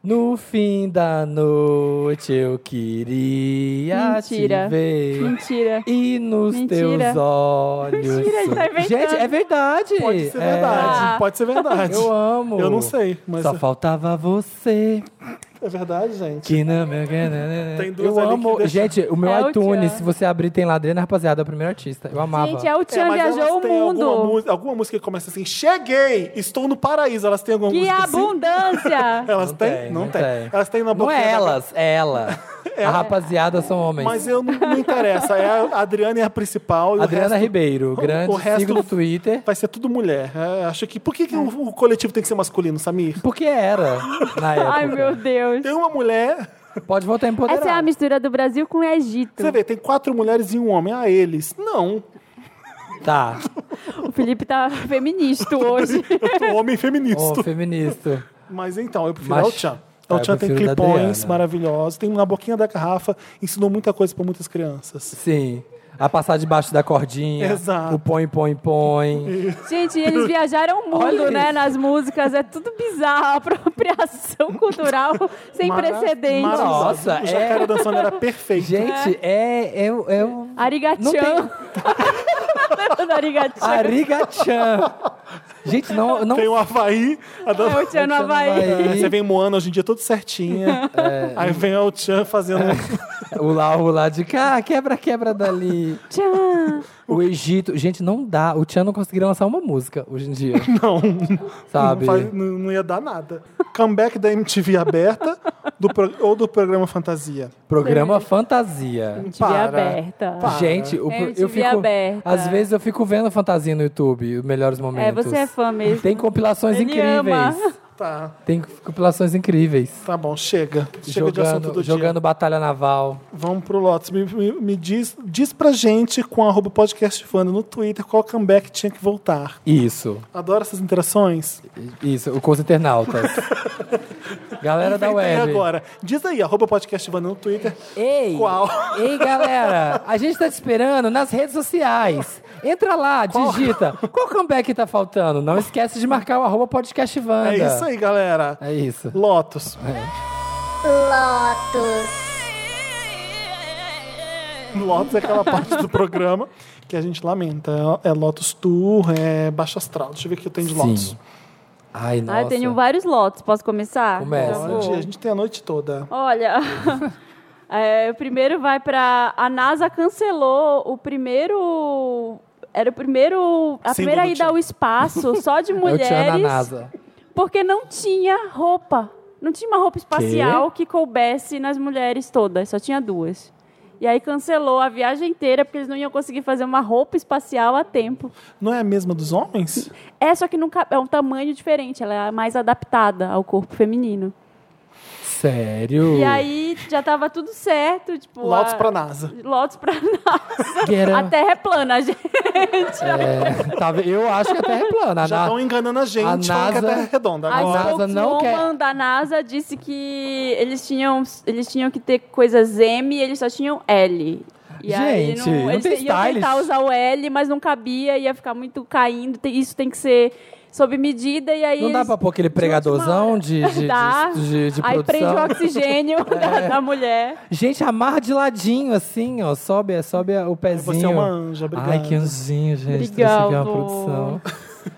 Speaker 2: No fim da noite eu queria
Speaker 3: Mentira.
Speaker 2: te ver.
Speaker 3: Mentira.
Speaker 2: E nos
Speaker 3: Mentira.
Speaker 2: teus olhos.
Speaker 3: Mentira, ele tá inventando.
Speaker 2: Gente, é verdade.
Speaker 1: Pode ser
Speaker 2: É.
Speaker 1: verdade.
Speaker 3: Ah.
Speaker 1: Pode ser verdade.
Speaker 2: Eu amo.
Speaker 1: Eu não sei, mas
Speaker 2: Só faltava você.
Speaker 1: é verdade, gente.
Speaker 2: Que não me...
Speaker 1: Tem duas
Speaker 2: Eu
Speaker 1: ali que
Speaker 2: amo.
Speaker 1: deixa-
Speaker 2: Gente, o meu
Speaker 3: É o
Speaker 2: iTunes,
Speaker 3: Tchan.
Speaker 2: se você abrir, tem lá Adriana Rapaziada, é o primeiro artista. Eu amava.
Speaker 3: Gente, é o
Speaker 1: É,
Speaker 3: Tchan
Speaker 1: mas elas
Speaker 3: viajou o
Speaker 1: têm Alguma,
Speaker 3: mundo.
Speaker 1: mu- alguma música que começa assim: Cheguei, estou no paraíso. Elas têm alguma
Speaker 3: Que
Speaker 1: música assim?
Speaker 3: abundância!
Speaker 1: Elas
Speaker 2: Não
Speaker 1: têm?
Speaker 2: tem,
Speaker 1: não
Speaker 2: não
Speaker 1: tem.
Speaker 2: tem.
Speaker 1: Elas têm na
Speaker 2: Não
Speaker 1: boca.
Speaker 2: é elas, é ela. A rapaziada são homens.
Speaker 1: Mas eu não, não interessa. É a Adriane é a principal. e o
Speaker 2: Adriana
Speaker 1: resto-
Speaker 2: Ribeiro, grande,
Speaker 1: o resto-
Speaker 2: sigo no Twitter.
Speaker 1: Vai ser tudo mulher. É, acho que. Por que, que o, o coletivo tem que ser masculino, Samir?
Speaker 2: Porque era, na
Speaker 1: É,
Speaker 2: época.
Speaker 3: Ai, meu Deus.
Speaker 1: Tem uma mulher.
Speaker 2: Pode voltar empoderado.
Speaker 3: Essa é a mistura do Brasil com o Egito.
Speaker 1: Você vê, tem quatro mulheres e um homem. Ah, eles. Não.
Speaker 2: Tá,
Speaker 3: O Felipe tá feminista hoje.
Speaker 1: Eu tô homem feminista.
Speaker 2: ô feminista.
Speaker 1: Mas então, eu prefiro
Speaker 2: Mas-
Speaker 1: El Chan.
Speaker 2: Tá,
Speaker 1: El
Speaker 2: eu
Speaker 1: Chan tem
Speaker 2: prefiro da
Speaker 1: clipões
Speaker 2: Adriana.
Speaker 1: maravilhosos, tem na boquinha da garrafa, ensinou muita coisa pra muitas crianças.
Speaker 2: Sim. A passar debaixo da cordinha.
Speaker 1: Exato.
Speaker 2: O põe, põe, põe.
Speaker 3: Gente, eles viajaram o
Speaker 2: Olha
Speaker 3: mundo, né,
Speaker 2: isso.
Speaker 3: nas músicas. É tudo bizarro. A apropriação cultural sem
Speaker 1: Mara-
Speaker 3: precedentes.
Speaker 1: maravilhoso.
Speaker 2: Nossa,
Speaker 1: o jacaré
Speaker 2: é-
Speaker 1: dançando era perfeito.
Speaker 2: Gente, é... é, é, o- Não
Speaker 3: Arigatchan. Cantando Arigatchan.
Speaker 2: Arigatchan. Gente, não... não
Speaker 1: Tem um o Havaí, a dan-
Speaker 3: É
Speaker 2: Ah,
Speaker 3: o Tchan no
Speaker 2: Tchan no Havaí.
Speaker 3: Havaí.
Speaker 1: É, Você vem Moana hoje em dia tudo certinha.
Speaker 2: É.
Speaker 1: Aí vem El Chan fazendo.
Speaker 2: O lá, o lá de cá, quebra, quebra dali.
Speaker 3: Tchan.
Speaker 2: O Egito... Gente, não dá. O Tchan não conseguiria lançar uma música hoje em dia.
Speaker 1: Não,
Speaker 2: Sabe?
Speaker 1: não, faz- não- não ia dar nada. Comeback da MTV aberta do pro- ou do programa Fantasia.
Speaker 2: Programa Fantasia.
Speaker 3: TV
Speaker 1: Para.
Speaker 3: aberta.
Speaker 1: Para.
Speaker 2: Gente, o,
Speaker 3: MTV
Speaker 2: eu fico.
Speaker 3: É, aberta.
Speaker 2: Às vezes eu fico vendo fantasia no YouTube, os melhores momentos.
Speaker 3: É, você é fã mesmo.
Speaker 2: Tem compilações
Speaker 3: Ele
Speaker 2: incríveis.
Speaker 3: ama.
Speaker 1: Tá,
Speaker 2: Tem compilações incríveis.
Speaker 1: tá bom, chega. Chega de assunto
Speaker 2: Jogando,
Speaker 1: do dia.
Speaker 2: jogando Batalha Naval.
Speaker 1: Vamos pro Lotus. Me, me- me diz, diz pra gente com arroba podcastfanda no Twitter qual comeback tinha que voltar.
Speaker 2: Isso.
Speaker 1: Adoro essas interações.
Speaker 2: Isso. O Curso Internautas. galera da
Speaker 1: Inventei
Speaker 2: tá web.
Speaker 1: agora. Diz aí, arroba podcastfanda no Twitter.
Speaker 2: Ei!
Speaker 1: Qual?
Speaker 2: Ei, galera! A gente tá te esperando nas redes sociais. Entra lá, digita. Qual comeback tá faltando? Não esquece de marcar o arroba podcast Wanda.
Speaker 1: É isso aí, galera.
Speaker 2: É isso.
Speaker 1: Lotus.
Speaker 2: É.
Speaker 4: Lotus.
Speaker 1: Lotus é aquela parte do programa que a gente lamenta. É Lotus Tour, é Baixo Astral. Deixa eu ver o que eu tenho de Lotus.
Speaker 2: Sim. Ai, nossa.
Speaker 3: Ah, eu tenho vários lotes. Posso começar?
Speaker 2: Começa.
Speaker 3: Já
Speaker 1: Pode,
Speaker 3: vou.
Speaker 1: a gente tem a noite toda.
Speaker 3: Olha, é, o primeiro vai para a NASA cancelou o primeiro era o primeiro
Speaker 1: Símbolo
Speaker 3: a primeira
Speaker 1: do
Speaker 3: ida
Speaker 1: Tchan.
Speaker 3: ao espaço só de
Speaker 2: Eu te amo na
Speaker 3: mulheres
Speaker 2: NASA.
Speaker 3: porque não tinha roupa, não tinha uma roupa espacial que coubesse nas mulheres todas, só tinha duas. E aí cancelou a viagem inteira porque eles não iam conseguir fazer uma roupa espacial a tempo.
Speaker 1: Não é a mesma dos homens?
Speaker 3: É só que não cabe- é um tamanho diferente, ela é mais adaptada ao corpo feminino.
Speaker 2: Sério?
Speaker 3: E aí já tava tudo certo, tipo,
Speaker 1: Hum. Lotus
Speaker 3: a-
Speaker 1: pra NASA.
Speaker 3: Lotus pra NASA.
Speaker 2: Que era-
Speaker 3: A Terra é plana, gente.
Speaker 2: É, tá, eu acho que a Terra é plana.
Speaker 1: Já
Speaker 2: Na-
Speaker 1: estão enganando a gente,
Speaker 2: a
Speaker 1: falando que a
Speaker 2: NASA-
Speaker 1: Terra é redonda.
Speaker 3: A
Speaker 1: Agora,
Speaker 2: NASA não
Speaker 3: spokeswoman
Speaker 2: quer.
Speaker 3: da NASA disse que eles tinham, eles tinham que ter coisas M e eles só tinham L. E aí
Speaker 2: Gente, não
Speaker 3: eles
Speaker 2: tem
Speaker 3: iam
Speaker 2: stylist.
Speaker 3: tentar usar o L, mas não cabia, ia ficar muito caindo. tem- Isso tem que ser sob medida e aí
Speaker 2: não dá
Speaker 3: eles-
Speaker 2: pra pôr aquele pregadorzão de, de, de,
Speaker 3: Dá.
Speaker 2: de- de
Speaker 3: Aí prende o
Speaker 2: produção. É.
Speaker 3: oxigênio da, da mulher.
Speaker 2: Gente, amarra de ladinho, assim, ó. Sobe, sobe o pezinho.
Speaker 1: Você é uma anja, obrigado.
Speaker 2: Ai, que anjinho, gente.
Speaker 3: Obrigado.
Speaker 2: Trouxe aqui uma produção.
Speaker 1: Ah,
Speaker 2: É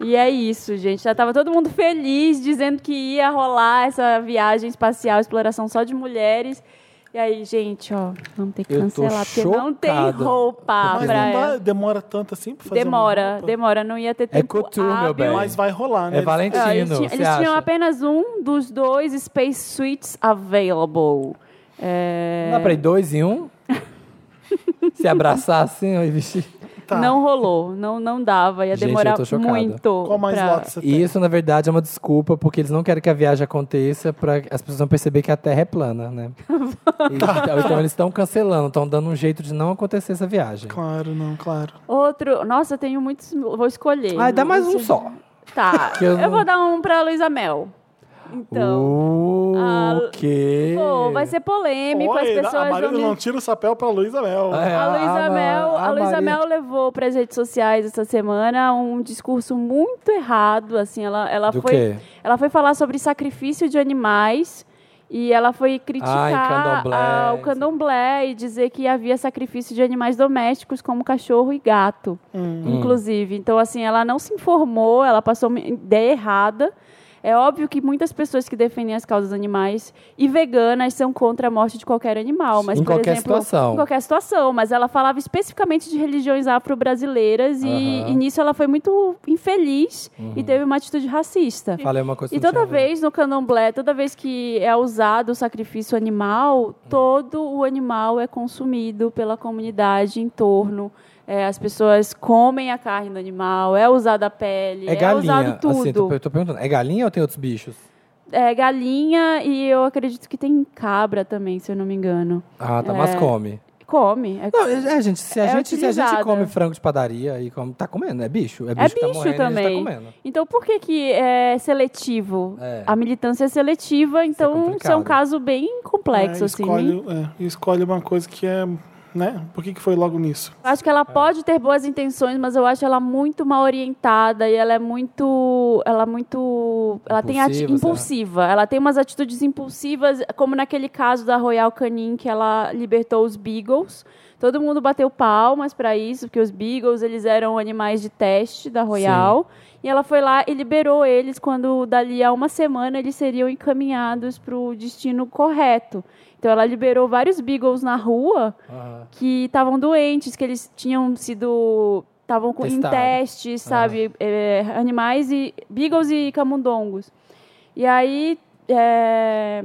Speaker 3: E é isso, gente. Já tava todo mundo feliz dizendo que ia rolar essa viagem espacial, exploração só de mulheres. E aí, gente, ó, vamos ter que
Speaker 2: Eu tô
Speaker 3: cancelar, porque não tem
Speaker 2: chocado.
Speaker 3: roupa
Speaker 1: Mas
Speaker 3: Ah, pra
Speaker 1: não dá-
Speaker 3: ela.
Speaker 1: demora tanto assim pra fazer uma É
Speaker 3: Demora,
Speaker 1: roupa?
Speaker 3: demora, não ia ter tempo.
Speaker 2: couture, meu
Speaker 3: hábil.
Speaker 2: bem.
Speaker 1: Mas vai rolar, né?
Speaker 2: É Valentino,
Speaker 3: Ah, eles tinham,
Speaker 2: você
Speaker 3: eles tinham
Speaker 2: acha?
Speaker 3: apenas um dos dois space suites available. É,
Speaker 2: Não dá pra ir dois em um? Se abraçar assim, ó, e vestir.
Speaker 1: Tá.
Speaker 3: Não rolou, não, não dava, ia
Speaker 2: Gente,
Speaker 3: demorar
Speaker 2: eu tô chocado.
Speaker 3: muito.
Speaker 1: Qual mais
Speaker 3: pra-
Speaker 1: lote você tem?
Speaker 2: Isso, na verdade, é uma desculpa, porque eles não querem que a viagem aconteça para as pessoas não perceber que a Terra é plana, né? E- então, então eles estão cancelando, estão dando um jeito de não acontecer essa viagem.
Speaker 1: Claro, não, claro.
Speaker 3: Outro, nossa, eu tenho muitos, vou escolher.
Speaker 2: Ah, dá mais um
Speaker 3: Não sei.
Speaker 2: só.
Speaker 3: Tá,
Speaker 2: Que eu
Speaker 3: eu,
Speaker 2: não-
Speaker 3: vou dar um pra Luísa Mel. Então, Ah,
Speaker 2: o quê?
Speaker 3: pô, vai ser polêmico, as
Speaker 1: Oi, a
Speaker 3: pessoas
Speaker 1: Marina
Speaker 3: vão... me-
Speaker 1: não tira o chapéu pra Luísa Mel.
Speaker 2: É,
Speaker 3: A Luísa
Speaker 2: Ma-
Speaker 3: Mel, a
Speaker 2: a
Speaker 3: Luísa
Speaker 2: Maria-
Speaker 3: Mel levou para as redes sociais essa semana um discurso muito errado, assim, ela, ela
Speaker 2: Do
Speaker 3: foi
Speaker 2: quê?
Speaker 3: ela foi falar sobre sacrifício de animais e ela foi criticar
Speaker 2: candomblé.
Speaker 3: a- o candomblé e dizer que havia sacrifício de animais domésticos como cachorro e gato, inclusive. Então assim, ela não se informou, ela passou uma ideia errada. É óbvio que muitas pessoas que defendem as causas animais e veganas são contra a morte de qualquer animal, mas
Speaker 2: Em
Speaker 3: por
Speaker 2: qualquer
Speaker 3: exemplo,
Speaker 2: situação.
Speaker 3: em qualquer situação, mas ela falava especificamente de religiões afro-brasileiras e,
Speaker 2: Aham. Uhum.
Speaker 3: e nisso ela foi muito infeliz e teve uma atitude racista.
Speaker 2: Falei uma coisa que
Speaker 3: E
Speaker 2: não tinha
Speaker 3: toda
Speaker 2: a ver.
Speaker 3: vez no candomblé, toda vez que é usado o sacrifício
Speaker 2: Hum.
Speaker 3: animal, todo o animal é consumido pela comunidade em torno. É, as pessoas comem a carne do animal, é usada a pele,
Speaker 2: É
Speaker 3: é,
Speaker 2: galinha.
Speaker 3: usado tudo.
Speaker 2: Assim, tô, per- tô perguntando. É galinha ou tem outros bichos?
Speaker 3: É galinha e eu acredito que tem cabra também, se eu não me engano.
Speaker 2: Ah, tá. Mas
Speaker 3: É.
Speaker 2: come.
Speaker 3: Come. É,
Speaker 2: Não, é, gente, se a,
Speaker 3: É
Speaker 2: gente, se a gente
Speaker 3: utilizada.
Speaker 2: come frango de padaria e come. Tá comendo, é bicho. É bicho,
Speaker 3: É
Speaker 2: que tá
Speaker 3: bicho
Speaker 2: morrendo, e A
Speaker 3: também.
Speaker 2: gente tá comendo.
Speaker 3: Então, por que, que é seletivo?
Speaker 2: É.
Speaker 3: A militância é seletiva, então isso é, um
Speaker 2: complicado.
Speaker 3: caso bem complexo.
Speaker 1: É,
Speaker 3: assim.
Speaker 1: escolhe, é, escolhe uma coisa que é. Né? Por que, que foi logo nisso?
Speaker 3: Eu acho que ela pode ter boas intenções, mas eu acho ela muito mal orientada e ela é muito. Ela é muito. Ela tem ati-
Speaker 2: Impulsiva,
Speaker 3: impulsiva. Ela tem umas atitudes impulsivas, como naquele caso da Royal Canin, que ela libertou os Beagles. Todo mundo bateu palmas para isso, porque os Beagles eles eram animais de teste da Royal. E ela foi lá e liberou eles quando dali a uma semana eles seriam encaminhados para o destino correto. Então ela liberou vários Beagles na rua
Speaker 2: Aham.
Speaker 3: que estavam doentes, que eles tinham sido. estavam com- em
Speaker 2: Testado.
Speaker 3: testes, sabe? É, animais e. Beagles e camundongos. E aí. é,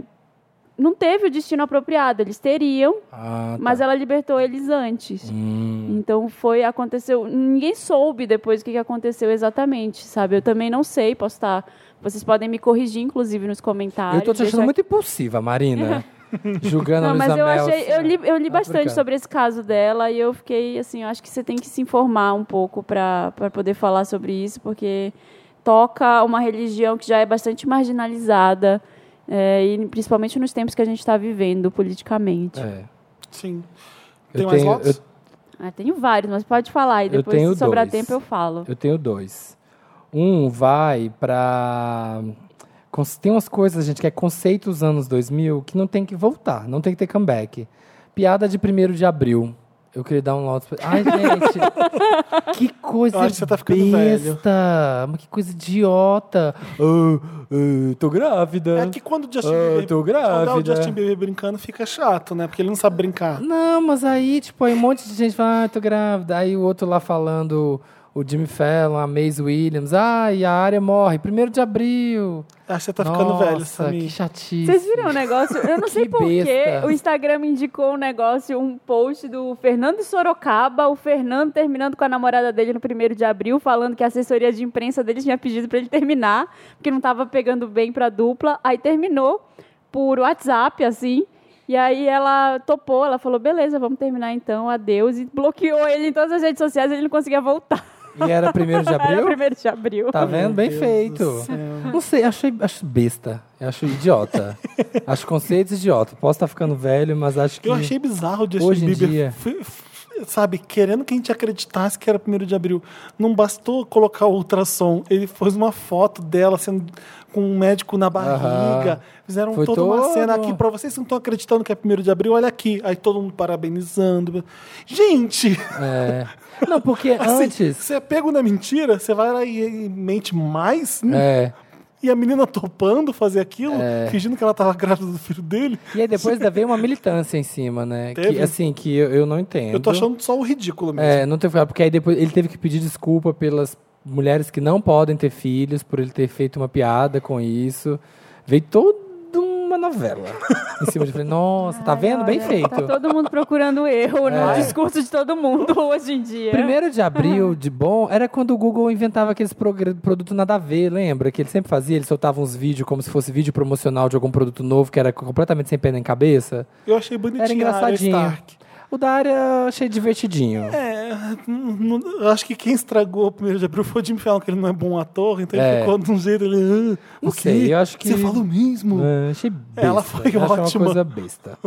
Speaker 3: não teve o destino apropriado, eles teriam,
Speaker 2: Ah, tá.
Speaker 3: mas ela libertou eles antes.
Speaker 2: Hum.
Speaker 3: Então foi, aconteceu. Ninguém soube depois o que que aconteceu exatamente, sabe? Eu também não sei, posso estar. Vocês podem me corrigir, inclusive, nos comentários.
Speaker 2: Eu tô te achando
Speaker 3: deixar-
Speaker 2: muito impulsiva, Marina. Julgando a
Speaker 3: não,
Speaker 2: Luísa
Speaker 3: mas eu
Speaker 2: Mel,
Speaker 3: achei, eu
Speaker 2: assim,
Speaker 3: li, eu li
Speaker 2: Ah,
Speaker 3: bastante
Speaker 2: obrigado.
Speaker 3: sobre esse caso dela e eu fiquei assim, eu acho que você tem que se informar um pouco para poder falar sobre isso, porque toca uma religião que já é bastante marginalizada. é, e principalmente nos tempos que a gente está vivendo politicamente.
Speaker 2: É.
Speaker 1: Sim.
Speaker 2: Eu
Speaker 1: Tem mais
Speaker 2: tenho-
Speaker 1: lotes?
Speaker 3: Ah, tenho vários, mas pode falar e
Speaker 2: Eu
Speaker 3: depois,
Speaker 2: tenho
Speaker 3: se sobrar
Speaker 2: dois.
Speaker 3: tempo, eu falo.
Speaker 2: Eu tenho dois. Um vai pra. cons- Tem umas coisas, gente, que é conceito dos anos 2000 que não tem que voltar, não tem que ter comeback. Piada de 1 de abril. Eu queria dar um lote. pra- Ai, gente. que coisa
Speaker 1: Eu acho que você tá ficando
Speaker 2: besta. Mas que coisa idiota. Ah, ah, tô grávida.
Speaker 1: É que quando o Justin
Speaker 2: Ah,
Speaker 1: Bieber.
Speaker 2: tô
Speaker 1: Quando é o
Speaker 2: grávida.
Speaker 1: Justin Bieber brincando, fica chato, né? Porque ele não sabe brincar.
Speaker 2: Não, mas aí, tipo, aí um monte de gente fala, ah, tô grávida. Aí o outro lá falando, o Jimmy Fallon, a Maisie Williams, ah, e a área morre, primeiro de abril.
Speaker 1: Acho que você tá ficando
Speaker 2: Nossa,
Speaker 1: velho,
Speaker 2: que
Speaker 1: Samir.
Speaker 2: chatice.
Speaker 3: Vocês viram o negócio? Eu não sei
Speaker 2: Que
Speaker 3: porquê.
Speaker 2: besta.
Speaker 3: O Instagram me indicou um negócio, um post do Fernando Sorocaba, o Fernando terminando com a namorada dele no 1 de abril, falando que a assessoria de imprensa dele tinha pedido pra ele terminar, porque não tava pegando bem pra dupla. Aí terminou por WhatsApp, assim. E aí ela topou, ela falou: beleza, vamos terminar então, adeus. E bloqueou ele em todas as redes sociais, ele não conseguia voltar.
Speaker 2: E era primeiro de
Speaker 3: Era
Speaker 2: abril?
Speaker 3: 1 de abril.
Speaker 2: Tá vendo? Bem
Speaker 1: Deus
Speaker 2: feito.
Speaker 1: do céu.
Speaker 2: Não sei, achei, acho besta. Eu acho idiota. acho conceitos idiota. Posso estar ficando velho, mas acho que.
Speaker 1: Eu achei bizarro o Justin
Speaker 2: Hoje em
Speaker 1: Bieber.
Speaker 2: dia.
Speaker 1: fi- fi- Sabe, querendo que a gente acreditasse que era 1 de abril. Não bastou colocar o ultrassom. Ele fez uma foto dela sendo com um médico na barriga.
Speaker 2: Aham.
Speaker 1: Fizeram
Speaker 2: Foi
Speaker 1: toda uma
Speaker 2: todo.
Speaker 1: cena aqui. Pra vocês que não estão acreditando que é 1 de abril, olha aqui. Aí todo mundo parabenizando. Gente!
Speaker 2: É. Não, porque
Speaker 1: Assim,
Speaker 2: antes.
Speaker 1: você é pego na mentira, você vai lá e, e mente mais.
Speaker 2: É.
Speaker 1: E a menina topando fazer aquilo, fingindo que ela tava grávida do filho dele.
Speaker 2: E aí depois ainda veio uma militância em cima, né?
Speaker 1: Teve.
Speaker 2: Que, assim, que eu, eu não entendo.
Speaker 1: Eu tô achando só o ridículo mesmo.
Speaker 2: É, não teve cuidado, porque aí depois ele teve que pedir desculpa pelas mulheres que não podem ter filhos, por ele ter feito uma piada com isso. Veio toda uma novela. em cima de falei, nossa, tá vendo? Bem
Speaker 3: Olha,
Speaker 2: feito. É.
Speaker 3: Tá todo mundo procurando erro no discurso de todo mundo hoje em dia.
Speaker 2: Primeiro de abril, de bom, era quando o Google inventava aqueles progr- produtos nada a ver, lembra? Que ele sempre fazia, ele soltava uns vídeos como se fosse vídeo promocional de algum produto novo, que era completamente sem pé nem cabeça.
Speaker 1: Eu achei bonitinho.
Speaker 2: Era
Speaker 1: a área
Speaker 2: engraçadinho.
Speaker 1: Stark.
Speaker 2: O da área eu achei divertidinho.
Speaker 1: É, não- não- eu acho que quem estragou o primeiro de abril foi o Jimmy Fallon, que ele não é bom ator, então ele
Speaker 2: É.
Speaker 1: ficou de um jeito, ele... "Ah,
Speaker 2: Não
Speaker 1: o quê?
Speaker 2: sei, eu acho que-
Speaker 1: Você fala o mesmo?
Speaker 2: Ah, achei besta.
Speaker 1: Hum. É, Ela foi
Speaker 2: achei
Speaker 1: ótima.
Speaker 2: uma coisa besta.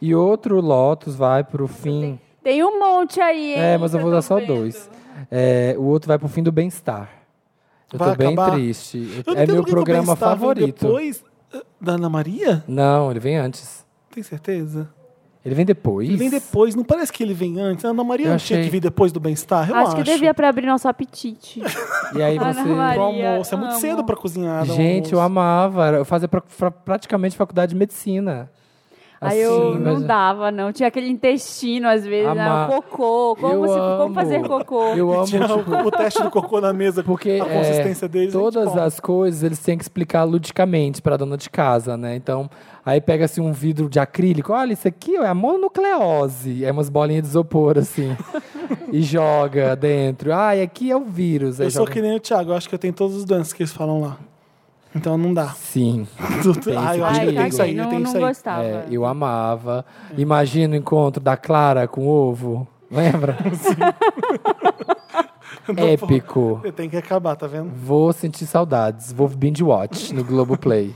Speaker 2: E outro Lotus vai pro fim.
Speaker 3: Tem um monte aí, hein?
Speaker 2: É, mas eu vou dar só
Speaker 4: vendo.
Speaker 2: dois. É, o outro vai pro fim do bem-estar. Eu
Speaker 1: Vai
Speaker 2: tô bem
Speaker 1: acabar?
Speaker 2: triste.
Speaker 1: Eu não
Speaker 2: É
Speaker 1: entendo
Speaker 2: meu
Speaker 1: por que que o
Speaker 2: programa
Speaker 1: Ben Starr veio
Speaker 2: favorito.
Speaker 1: Depois eh, da Ana Maria?
Speaker 2: Não, ele vem antes.
Speaker 1: Tem certeza?
Speaker 2: Ele vem depois.
Speaker 1: Ele vem depois, não parece que ele vem antes. A Ana Maria
Speaker 2: Eu
Speaker 1: não tinha
Speaker 2: achei.
Speaker 1: que vir depois do Bem-Estar, eu
Speaker 3: acho,
Speaker 1: acho.
Speaker 3: que devia pra abrir nosso apetite.
Speaker 2: E aí
Speaker 3: Ana
Speaker 1: Pro
Speaker 2: você.
Speaker 3: Maria.
Speaker 1: almoço, é muito
Speaker 3: amo.
Speaker 1: cedo pra cozinhar. no
Speaker 2: Gente, eu
Speaker 1: almoço.
Speaker 2: amava. Eu fazia pra- pra- praticamente faculdade de medicina.
Speaker 3: Aí eu
Speaker 2: Assim,
Speaker 3: não
Speaker 2: mas-
Speaker 3: dava, não. Tinha aquele intestino, às vezes,
Speaker 2: Amar.
Speaker 3: né? O cocô. Como,
Speaker 2: Eu
Speaker 3: se- como
Speaker 2: amo.
Speaker 3: fazer cocô?
Speaker 2: Eu amo,
Speaker 1: Tinha
Speaker 2: tipo,
Speaker 1: o, o teste do cocô na mesa,
Speaker 2: Porque
Speaker 1: a
Speaker 2: é,
Speaker 1: consistência dele.
Speaker 2: todas
Speaker 1: gente, bom.
Speaker 2: as coisas eles têm que explicar ludicamente para dona de casa, né? Então, aí pega-se um vidro de acrílico, olha, isso aqui ó, é a mononucleose, é umas bolinhas de isopor, assim, e joga dentro. Ai, aqui é o vírus. Aí
Speaker 1: Eu sou
Speaker 2: joga-
Speaker 1: que nem o Thiago, eu acho que eu tenho todas as doenças que eles falam lá. Então não dá.
Speaker 2: Sim,
Speaker 1: ah, eu acho que
Speaker 3: Ai,
Speaker 1: eu tenho isso aí,
Speaker 3: caguei,
Speaker 1: eu
Speaker 3: não,
Speaker 1: tenho
Speaker 3: não
Speaker 1: isso aí.
Speaker 3: gostava.
Speaker 2: é, eu amava. Imagina o encontro da Clara com o ovo, lembra? Épico.
Speaker 1: Tá Eu tenho que acabar, tá vendo?
Speaker 2: Vou sentir saudades, vou binge watch no Globoplay.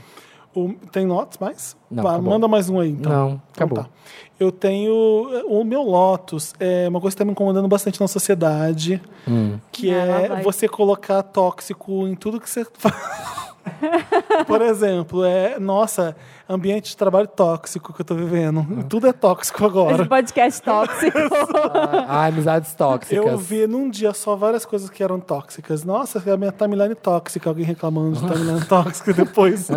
Speaker 1: O- tem notas mais?
Speaker 2: Não,
Speaker 1: Vá,
Speaker 2: acabou.
Speaker 1: manda mais um aí, então.
Speaker 2: Não,
Speaker 1: Então
Speaker 2: acabou.
Speaker 1: tá. Eu tenho eh, o meu Lotus, é uma coisa que está me incomodando bastante na sociedade, que
Speaker 3: Ah, lá
Speaker 1: é
Speaker 3: vai.
Speaker 1: você colocar tóxico em tudo que você faz. Por exemplo, é, nossa, ambiente de trabalho tóxico que eu tô vivendo. Tudo é tóxico agora.
Speaker 3: Esse podcast tóxico.
Speaker 2: Ah, amizades tóxicas.
Speaker 1: Eu vi num dia só várias coisas que eram tóxicas. Nossa, a minha timeline tóxica, alguém reclamando de timeline tóxica depois.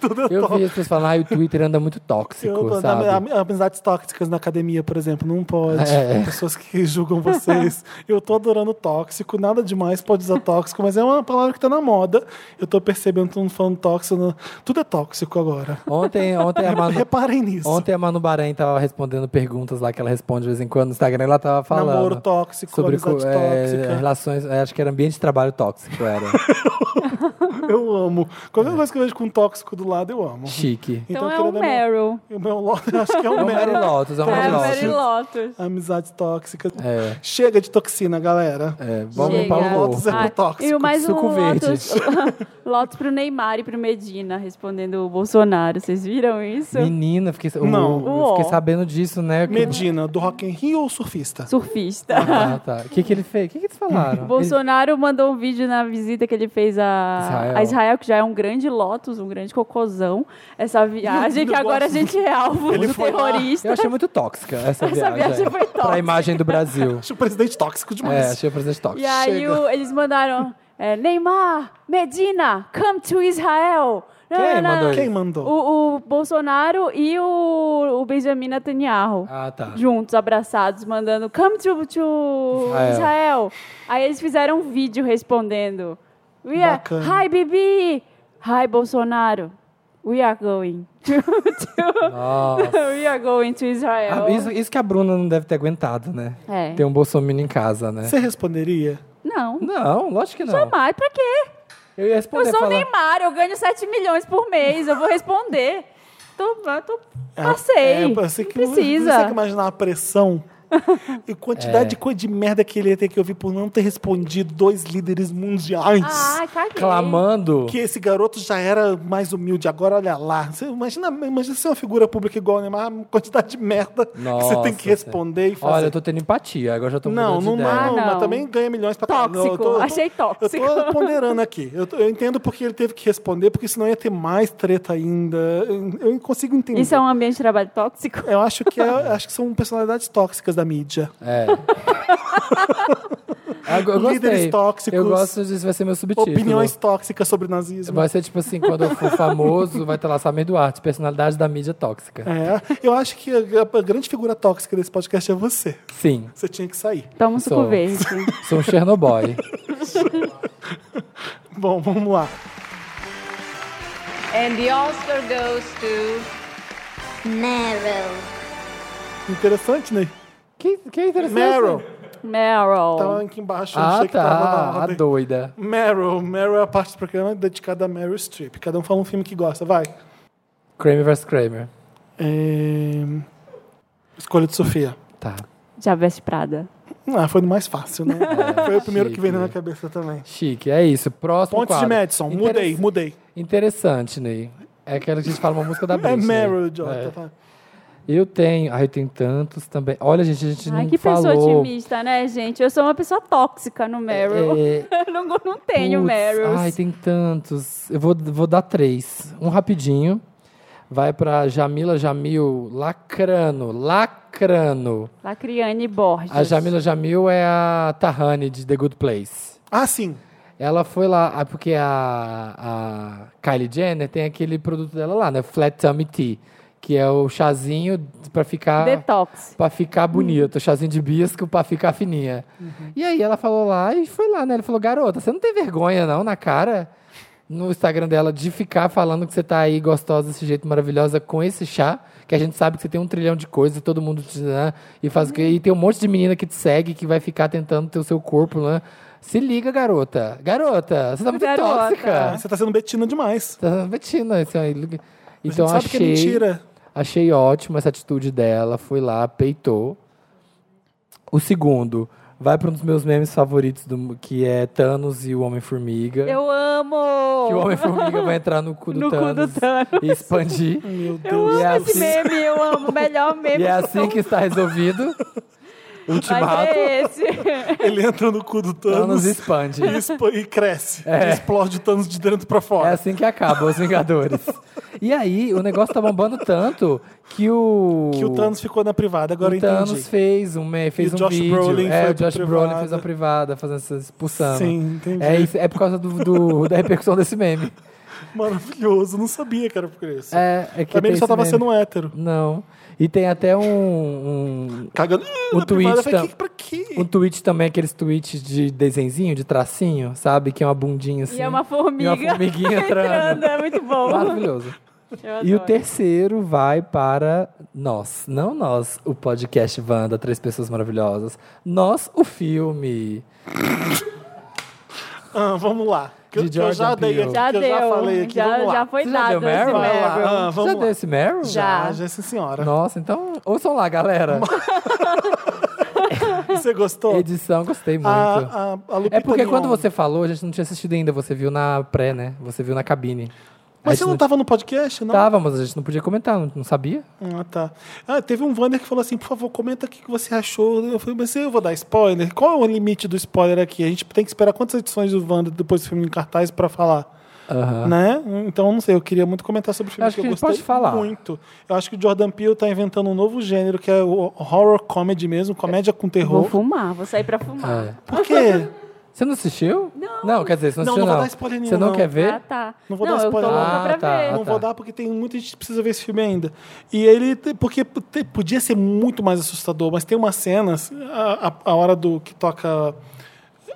Speaker 1: Tudo é
Speaker 2: Eu
Speaker 1: tóxico.
Speaker 2: vi as pessoas falando, ah, o Twitter anda muito tóxico,
Speaker 1: Eu, na-
Speaker 2: sabe?
Speaker 1: am- amizades tóxicas na academia, por exemplo, não pode.
Speaker 2: É.
Speaker 1: Pessoas que julgam vocês. Eu tô adorando tóxico, nada demais, pode usar tóxico, mas é uma palavra que tá na moda. Eu tô percebendo todo mundo falando tóxico. no- Tudo é tóxico agora.
Speaker 2: Ontem, ontem, a Manu,
Speaker 1: Reparem nisso.
Speaker 2: ontem a Manu Bahrein tava respondendo perguntas lá que ela responde de vez em quando no Instagram, ela tava falando.
Speaker 1: Namoro tóxico,
Speaker 2: Sobre co-
Speaker 1: amizade
Speaker 2: é,
Speaker 1: tóxica.
Speaker 2: relações, é, acho que era ambiente de trabalho tóxico, era.
Speaker 1: Eu amo. Qualquer coisa que eu vejo com um tóxico do lado, eu amo.
Speaker 2: Chique.
Speaker 3: Então, é
Speaker 1: queria
Speaker 3: o
Speaker 1: dar meu-
Speaker 3: Meryl.
Speaker 1: O meu lote, acho que é
Speaker 2: É
Speaker 1: o
Speaker 2: um Mary
Speaker 1: Meryl.
Speaker 2: Lotus, é um
Speaker 3: É,
Speaker 2: Mary
Speaker 3: o
Speaker 1: Lotus.
Speaker 3: Mary
Speaker 2: Lotus.
Speaker 3: Lotus.
Speaker 1: Amizades tóxicas.
Speaker 2: É.
Speaker 1: Chega de toxina, galera.
Speaker 2: É, vamos
Speaker 3: Chega.
Speaker 2: para o
Speaker 1: Lotus é
Speaker 2: outro.
Speaker 1: pro
Speaker 3: Ai,
Speaker 1: tóxico.
Speaker 3: E o mais
Speaker 2: suco
Speaker 3: um
Speaker 2: verde.
Speaker 3: Lotus, Lotus pro Neymar e pro Medina, respondendo o Bolsonaro. Vocês viram isso?
Speaker 2: Menina, fiquei, o-
Speaker 1: Não.
Speaker 2: eu
Speaker 3: Uó.
Speaker 2: fiquei sabendo disso, né? que-
Speaker 1: Medina, do Rock in Rio ou surfista?
Speaker 3: Surfista.
Speaker 2: Ah, tá. O que, que ele fez? O que, que eles falaram?
Speaker 3: Bolsonaro mandou um vídeo na visita que ele fez a
Speaker 2: Israel.
Speaker 3: a Israel, que já é um grande Lotus, um grande cocôzão. Essa viagem que
Speaker 1: Eu
Speaker 3: agora a
Speaker 1: gosto.
Speaker 3: gente é alvo
Speaker 1: Ele
Speaker 3: de
Speaker 1: foi lá.
Speaker 3: terrorista.
Speaker 2: Eu achei muito tóxica essa,
Speaker 3: Essa viagem foi
Speaker 2: Pra
Speaker 3: tóxica.
Speaker 2: imagem do Brasil.
Speaker 1: Acho o presidente tóxico
Speaker 2: É,
Speaker 1: demais.
Speaker 2: achei o presidente tóxico.
Speaker 3: E aí
Speaker 1: Chega.
Speaker 3: o- eles mandaram é, Neymar, Medina, come to Israel. Não,
Speaker 2: Quem
Speaker 3: não, não,
Speaker 2: mandou
Speaker 3: não.
Speaker 1: Quem mandou?
Speaker 3: O, o Bolsonaro e o, o Benjamin Netanyahu.
Speaker 2: Ah, tá.
Speaker 3: Juntos, abraçados, mandando come to, to
Speaker 2: Israel.
Speaker 3: Israel. Aí eles fizeram um vídeo respondendo. We are,
Speaker 1: Bacana.
Speaker 3: hi, Bibi! Hi, Bolsonaro! We are going to, to-
Speaker 2: Nossa.
Speaker 3: we are going to Israel.
Speaker 2: Ah, isso, isso que a Bruna não deve ter aguentado, né?
Speaker 3: É.
Speaker 2: Ter um bolsominion em casa, né?
Speaker 1: Você responderia?
Speaker 3: Não.
Speaker 2: Não, lógico que não.
Speaker 3: Jamais, pra quê?
Speaker 2: Eu ia
Speaker 3: Eu
Speaker 2: responder
Speaker 3: sou o
Speaker 2: falar,
Speaker 3: Neymar, eu ganho 7 milhões por mês, eu vou responder. Tô, eu tô,
Speaker 1: É,
Speaker 3: passei.
Speaker 1: é,
Speaker 3: não
Speaker 1: você que- Você
Speaker 3: precisa.
Speaker 1: consegue imaginar a pressão? E
Speaker 2: É.
Speaker 1: quantidade de coisa de merda que ele ia ter que ouvir por não ter respondido dois líderes mundiais.
Speaker 3: Ai, caguei.
Speaker 2: clamando.
Speaker 1: Que esse garoto já era mais humilde, agora olha lá. Você imagina, imagina ser uma figura pública igual o Neymar, a quantidade de merda que você tem que
Speaker 2: Nossa,
Speaker 1: responder e fazer.
Speaker 2: Olha, eu tô tendo empatia, agora já tô mudando
Speaker 1: Não,
Speaker 2: de
Speaker 1: não,
Speaker 2: ideia.
Speaker 1: não,
Speaker 3: Ah,
Speaker 1: mas
Speaker 3: não.
Speaker 1: também ganha milhões pra caralho.
Speaker 3: Tóxico,
Speaker 1: Eu tô- eu tô-
Speaker 3: achei tóxico.
Speaker 1: Eu tô ponderando aqui. Eu, tô- eu entendo porque ele teve que responder, porque senão ia ter mais treta ainda. Eu, eu não consigo entender.
Speaker 3: Isso é um ambiente de trabalho tóxico?
Speaker 1: Eu acho que, é- acho que são personalidades tóxicas da mídia.
Speaker 2: É. eu, eu gostei.
Speaker 1: Líderes tóxicos.
Speaker 2: Eu gosto disso, vai ser meu subtítulo.
Speaker 1: Opiniões tóxicas sobre nazismo.
Speaker 2: Vai ser tipo assim, quando eu for famoso, vai ter lá Samir Duarte, personalidade da mídia tóxica.
Speaker 1: É, eu acho que a, a grande figura tóxica desse podcast é você.
Speaker 2: Sim,
Speaker 1: Você tinha que sair.
Speaker 3: Toma um suco
Speaker 2: Sou.
Speaker 3: verde.
Speaker 2: sou um Chernobyl.
Speaker 1: Bom, vamos lá.
Speaker 4: And the Oscar goes to.
Speaker 5: Meryl.
Speaker 1: Interessante, né?
Speaker 2: Que, que interessante.
Speaker 1: Meryl.
Speaker 3: Meryl.
Speaker 1: Tá aqui embaixo, eu
Speaker 2: Ah,
Speaker 1: achei que tava na
Speaker 2: tá. A
Speaker 1: ordem.
Speaker 2: doida.
Speaker 1: Meryl. Meryl é a parte do programa dedicada a Meryl Streep. Cada um fala um filme que gosta, vai.
Speaker 2: Kramer vs. Kramer.
Speaker 1: É, Escolha de Sofia.
Speaker 2: Tá.
Speaker 3: Já veste Prada.
Speaker 1: Ah, foi no mais fácil, né? foi o primeiro que
Speaker 2: É, chique.
Speaker 1: veio na minha cabeça também.
Speaker 2: Chique, é isso. Próximo
Speaker 1: Pontes de
Speaker 2: quadro.
Speaker 1: Madison. Mudei,
Speaker 2: Interess-
Speaker 1: mudei.
Speaker 2: Interessante, Ney. É aquela que a gente fala uma música da
Speaker 1: É
Speaker 2: Britney.
Speaker 1: Meryl, tá?
Speaker 2: É.
Speaker 1: Jota.
Speaker 2: Eu tenho. Ai, eu tenho tantos também. Olha, gente, a gente
Speaker 3: Ai,
Speaker 2: não
Speaker 3: que pessoa
Speaker 2: falou.
Speaker 3: otimista, né, gente? Eu sou uma pessoa tóxica no Meryl.
Speaker 2: É,
Speaker 3: Eu não, não tenho
Speaker 2: Putz,
Speaker 3: Meryl.
Speaker 2: Ai, tem tantos. Eu vou, vou dar três. Um rapidinho. Vai pra Jamila Jamil Lacrano. Lacrano.
Speaker 3: Lacriane Borges.
Speaker 2: A Jamila Jamil é a Tahani de The Good Place.
Speaker 1: Ah, sim.
Speaker 2: Ela foi lá, ah, porque a, a Kylie Jenner tem aquele produto dela lá, né? Flat Tummy Tea, que é o chazinho pra ficar
Speaker 3: Detox.
Speaker 2: pra ficar
Speaker 1: Uhum.
Speaker 2: bonito, chazinho de bisco pra ficar fininha. E aí ela falou lá e foi lá, né? Ele falou: "Garota, você não tem vergonha não na cara no Instagram dela de ficar falando que você tá aí gostosa desse jeito maravilhosa com esse chá, que a gente sabe que você tem um trilhão de coisas e todo mundo te, né? e faz o que
Speaker 1: Uhum.
Speaker 2: e tem um monte de menina que te segue que vai ficar tentando ter o seu corpo, né? Se liga, garota. Garota, você tá muito
Speaker 3: Garota.
Speaker 1: Ah,
Speaker 2: tóxica.
Speaker 1: você tá sendo betina demais.
Speaker 2: Tá metindo isso aí. Então
Speaker 1: a gente sabe
Speaker 2: achei
Speaker 1: que é mentira.
Speaker 2: Achei ótima essa atitude dela. Fui lá, peitou. O segundo vai para um dos meus memes favoritos, do, que é Thanos e o Homem-Formiga.
Speaker 3: Eu amo!
Speaker 2: É. Que o Homem-Formiga vai entrar no cu do,
Speaker 3: No cu do
Speaker 2: Thanos,
Speaker 3: Thanos.
Speaker 2: e expandir.
Speaker 1: Meu
Speaker 3: Eu
Speaker 1: Deus.
Speaker 3: amo
Speaker 2: E é
Speaker 3: esse
Speaker 2: assim-
Speaker 3: meme, eu amo. O melhor meme
Speaker 2: e é
Speaker 3: que
Speaker 2: assim que está resolvido.
Speaker 3: vai
Speaker 2: Ultimato.
Speaker 3: ser é esse.
Speaker 1: Ele entra no cu do Thanos,
Speaker 2: Thanos expande.
Speaker 1: e, expo- e cresce.
Speaker 2: É.
Speaker 1: E explode o Thanos de dentro pra
Speaker 2: É
Speaker 1: fora.
Speaker 2: assim que acaba os Vingadores. e aí, o negócio tá bombando tanto que o.
Speaker 1: Que o Thanos ficou na privada, agora
Speaker 2: o
Speaker 1: eu entendi.
Speaker 2: Thanos fez um, me- fez
Speaker 1: E o
Speaker 2: um
Speaker 1: Josh
Speaker 2: vídeo.
Speaker 1: Brolin
Speaker 2: é,
Speaker 1: foi
Speaker 2: o Josh
Speaker 1: pra
Speaker 2: Brolin
Speaker 1: privada.
Speaker 2: fez uma privada, fazendo essa expulsão.
Speaker 1: Sim, entendi.
Speaker 2: É, isso, é por causa do, do- da repercussão desse meme.
Speaker 1: Maravilhoso, não sabia que era por isso.
Speaker 2: É, é que
Speaker 1: Também
Speaker 2: tem
Speaker 1: ele só
Speaker 2: esse
Speaker 1: tava
Speaker 2: meme.
Speaker 1: sendo um hétero.
Speaker 2: Não. E tem até um, um,
Speaker 1: Cagando. Ah,
Speaker 2: O
Speaker 1: na privada, eu
Speaker 2: tweet
Speaker 1: falei,
Speaker 2: tam-
Speaker 1: "Que- pra quê?
Speaker 2: um tweet também, aqueles tweets de desenzinho, de tracinho, sabe? Que é uma bundinha assim.
Speaker 3: E é uma formiga.
Speaker 2: E uma formiguinha
Speaker 3: entrando.
Speaker 2: entrando.
Speaker 3: É muito bom.
Speaker 2: Maravilhoso.
Speaker 3: Eu
Speaker 2: E o
Speaker 3: adoro.
Speaker 2: terceiro vai para nós. Não nós, o podcast Wanda, Três Pessoas Maravilhosas. Nós, o filme.
Speaker 1: Ah, vamos lá. Que, eu-
Speaker 2: De
Speaker 1: que eu já
Speaker 2: Jordan
Speaker 1: dei
Speaker 2: Peele.
Speaker 1: aqui,
Speaker 3: Já
Speaker 1: que eu
Speaker 3: deu.
Speaker 1: já falei aqui.
Speaker 3: já,
Speaker 1: vamos lá.
Speaker 3: já foi
Speaker 2: Você já
Speaker 3: dado
Speaker 2: deu Meryl?
Speaker 3: esse
Speaker 1: Vai lá, ah,
Speaker 3: Meryl.
Speaker 2: Você
Speaker 1: vamos
Speaker 2: já
Speaker 1: lá.
Speaker 2: deu esse Meryl?
Speaker 1: Já,
Speaker 3: Já.
Speaker 1: já, sim senhora.
Speaker 2: Nossa, então ouçam lá, galera.
Speaker 1: Você gostou?
Speaker 2: Edição, gostei muito.
Speaker 1: A, a, a um. Lupita
Speaker 2: é porque quando
Speaker 1: Nyong'o.
Speaker 2: você falou, a gente não tinha assistido ainda. Você viu na pré, né? Você viu na cabine. A
Speaker 1: Mas
Speaker 2: gente
Speaker 1: você não tava no podcast, não?
Speaker 2: Tava, mas a gente não podia comentar, não, não sabia?
Speaker 1: Ah, tá. Ah, teve um Wander que falou assim, por favor, comenta o que que você achou. Eu falei, mas eu vou dar spoiler? Qual é o limite do spoiler aqui? A gente tem que esperar quantas edições do Wander depois do filme em cartaz pra falar?
Speaker 2: Aham.
Speaker 1: Né? Então, eu não sei, eu queria muito comentar sobre o filme
Speaker 2: Ah. Acho
Speaker 1: que,
Speaker 2: que
Speaker 1: eu
Speaker 2: a gente
Speaker 1: gostei
Speaker 2: pode falar.
Speaker 1: muito. Eu acho que o Jordan Peele tá inventando um novo gênero, que é o horror comedy mesmo, comédia com
Speaker 3: Vou
Speaker 1: terror.
Speaker 3: fumar, vou sair pra fumar.
Speaker 2: É.
Speaker 1: Por quê?
Speaker 2: Você não assistiu?
Speaker 3: Não.
Speaker 2: Não, quer dizer, você não
Speaker 1: Ah. Não,
Speaker 2: assistiu,
Speaker 1: não
Speaker 2: não.
Speaker 1: vou dar spoiler nenhum,
Speaker 2: Você não,
Speaker 1: não.
Speaker 2: quer ver?
Speaker 3: Ah, tá.
Speaker 1: Não vou dar
Speaker 3: eu
Speaker 1: spoiler. Então-
Speaker 3: tô louca
Speaker 2: Ah,
Speaker 3: pra
Speaker 2: tá.
Speaker 3: ver.
Speaker 1: Não vou dar porque tem muita gente que precisa ver esse filme ainda. E ele, te- porque te- podia ser muito mais assustador, mas tem umas cenas, a, a- a hora do que toca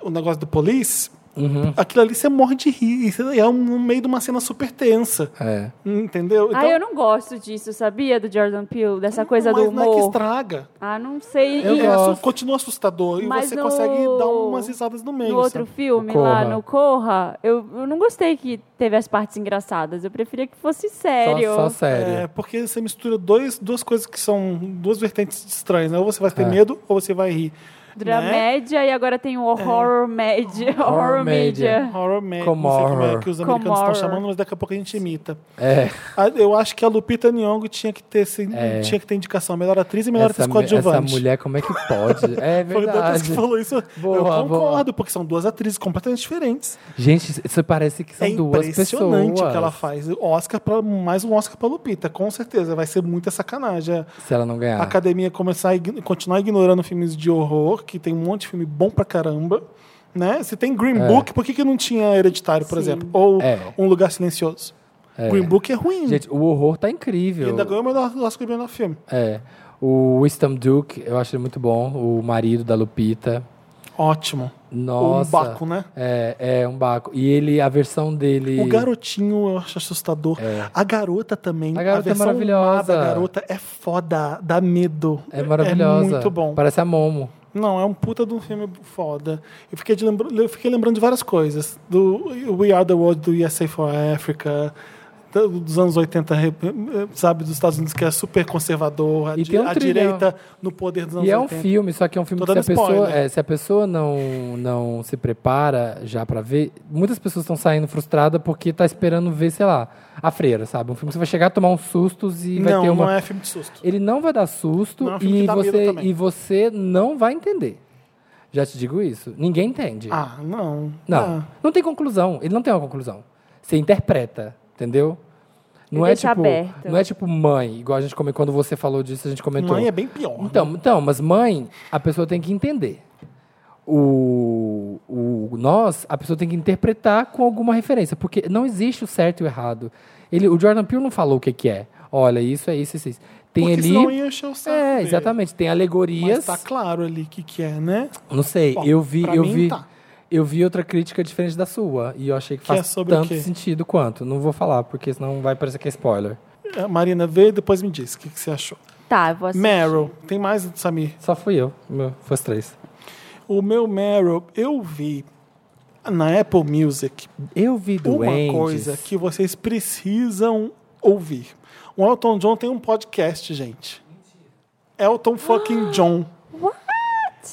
Speaker 1: o negócio do police,
Speaker 2: Uhum.
Speaker 1: aquilo ali você morre de rir. e você- É um, no meio de uma cena super tensa.
Speaker 3: tá.
Speaker 2: É.
Speaker 1: Entendeu? Então,
Speaker 3: ah, eu não gosto disso, sabia? Do Jordan Peele, dessa coisa
Speaker 1: mas
Speaker 3: do
Speaker 1: não é que
Speaker 3: humor.
Speaker 1: estraga.
Speaker 3: ah, não sei.
Speaker 2: Eu
Speaker 3: E
Speaker 1: É, assu-
Speaker 2: gosto.
Speaker 1: continua assustador e
Speaker 3: Mas
Speaker 1: você
Speaker 3: no-
Speaker 1: consegue dar umas risadas no meio.
Speaker 3: no outro
Speaker 1: sabe?
Speaker 3: filme,
Speaker 2: O
Speaker 3: lá
Speaker 2: Corra.
Speaker 3: no Corra, eu, eu não gostei que teve as partes engraçadas. Eu preferia que fosse sério.
Speaker 2: Só, só sério.
Speaker 1: É, porque você mistura dois, duas coisas que são duas vertentes estranhas. né? Ou você vai ter
Speaker 2: É.
Speaker 1: medo ou você vai rir. né?
Speaker 3: Dramédia e agora tem o horror média. Horror
Speaker 2: Horror média.
Speaker 3: média.
Speaker 1: Horror Man,
Speaker 2: Como
Speaker 1: não sei como é
Speaker 2: horror.
Speaker 1: que os
Speaker 3: Como
Speaker 1: americanos estão
Speaker 3: horror.
Speaker 1: chamando, mas daqui a pouco a gente imita.
Speaker 2: É.
Speaker 1: A- Eu acho que a Lupita Nyong'o tinha que ter, esse-
Speaker 2: É.
Speaker 1: tinha que ter indicação, melhor atriz e melhor
Speaker 2: Essa,
Speaker 1: atriz
Speaker 2: mu- essa
Speaker 1: coadjuvante.
Speaker 2: mulher, como é que pode? É
Speaker 1: Foi o Dantas
Speaker 2: verdade.
Speaker 1: que falou isso. eu
Speaker 2: Boa,
Speaker 1: concordo, porque são duas atrizes completamente diferentes.
Speaker 2: Gente, isso parece que são
Speaker 1: é
Speaker 2: duas pessoas.
Speaker 1: impressionante o que ela faz. Oscar pra, mais um Oscar pra Lupita, com certeza. Vai ser muita sacanagem.
Speaker 2: Se ela não ganhar.
Speaker 1: A academia começar a ign- continuar ignorando filmes de horror, que tem um monte de filme bom pra caramba. Né? Se tem Green
Speaker 2: É.
Speaker 1: Book, por que, que não tinha Hereditário, por
Speaker 3: Sim.
Speaker 1: exemplo? Ou
Speaker 2: É.
Speaker 1: Um Lugar Silencioso?
Speaker 2: É.
Speaker 1: Green Book é ruim.
Speaker 2: Gente, o horror tá
Speaker 1: E
Speaker 2: incrível.
Speaker 1: ainda ganhou o melhor Oscar de melhor filme.
Speaker 2: É. O Winston Duke, eu acho ele muito bom. O marido da Lupita.
Speaker 1: Ótimo.
Speaker 2: Nossa.
Speaker 1: Um baco, né?
Speaker 2: É, é um baco. E ele, a versão dele.
Speaker 1: O garotinho eu acho assustador. A garota também.
Speaker 2: É. A garota é
Speaker 1: versão
Speaker 2: maravilhosa.
Speaker 1: má da garota é foda, dá medo.
Speaker 2: É maravilhosa.
Speaker 1: É muito bom.
Speaker 2: Parece a Momo.
Speaker 1: Não, é um puta de um filme foda. Eu fiquei, de lembra- eu fiquei lembrando de várias coisas. Do We Are the World do USA for Africa. do- Dos anos 80, re- sabe, dos Estados Unidos, que é super conservador, a,
Speaker 2: E
Speaker 1: di-
Speaker 2: tem um
Speaker 1: a
Speaker 2: trilhão.
Speaker 1: direita no poder dos anos
Speaker 2: E é um
Speaker 1: 80.
Speaker 2: filme, só que é um filme
Speaker 1: Tô
Speaker 2: que se a,
Speaker 1: dando
Speaker 2: pessoa,
Speaker 1: spoiler.
Speaker 2: é, se a pessoa não, não se prepara já pra ver, muitas pessoas estão saindo frustradas porque tá esperando ver, sei lá, a freira, sabe? Um filme que você vai chegar, tomar uns sustos e vai
Speaker 1: Não,
Speaker 2: ter uma.
Speaker 1: não é filme de susto.
Speaker 2: Ele não vai dar susto
Speaker 1: Não, é um filme
Speaker 2: e,
Speaker 1: que dá medo
Speaker 2: você,
Speaker 1: também.
Speaker 2: e você não vai entender. Já te digo isso. Ninguém entende.
Speaker 1: Ah, não.
Speaker 2: Não.
Speaker 1: Ah.
Speaker 2: Não tem conclusão. Ele não tem uma conclusão. Você interpreta, entendeu? Não
Speaker 3: Ele
Speaker 2: é,
Speaker 3: deixa
Speaker 2: tipo,
Speaker 3: aberto.
Speaker 2: não é tipo mãe, igual a gente comentou. Quando você falou disso, a gente comentou.
Speaker 1: Mãe é bem pior.
Speaker 2: Então, então, mas mãe, a pessoa tem que entender. O, o nós, a pessoa tem que interpretar com alguma referência, porque não existe o certo e o errado. Ele, o Jordan Peele não falou o que, que é. Olha, isso é isso, isso, é isso. Tem
Speaker 1: Porque
Speaker 2: ali.
Speaker 1: senão ia encher o saco
Speaker 2: é,
Speaker 1: dele.
Speaker 2: exatamente. Tem
Speaker 1: Mas
Speaker 2: alegorias.
Speaker 1: tá claro ali o que, que é, né?
Speaker 2: Não sei,
Speaker 1: Bom,
Speaker 2: eu vi,
Speaker 1: pra
Speaker 2: eu
Speaker 1: mim,
Speaker 2: vi,
Speaker 1: tá.
Speaker 2: eu vi outra crítica diferente da sua e eu achei que,
Speaker 1: Que
Speaker 2: faz
Speaker 1: é sobre o
Speaker 2: tanto
Speaker 1: quê?
Speaker 2: sentido quanto. Não vou falar porque senão vai parecer que é spoiler.
Speaker 1: A Eh, Marina, vê e depois me diz o que, que você achou.
Speaker 3: Tá, eu vou assistir.
Speaker 1: Meryl, tem mais, Samir?
Speaker 2: Só fui eu, meu, foi os três.
Speaker 1: O meu Meryl, eu vi na Apple Music
Speaker 2: Eu vi
Speaker 1: uma
Speaker 2: doentes.
Speaker 1: coisa que vocês precisam ouvir. O Elton John tem um podcast, gente. Elton fucking John.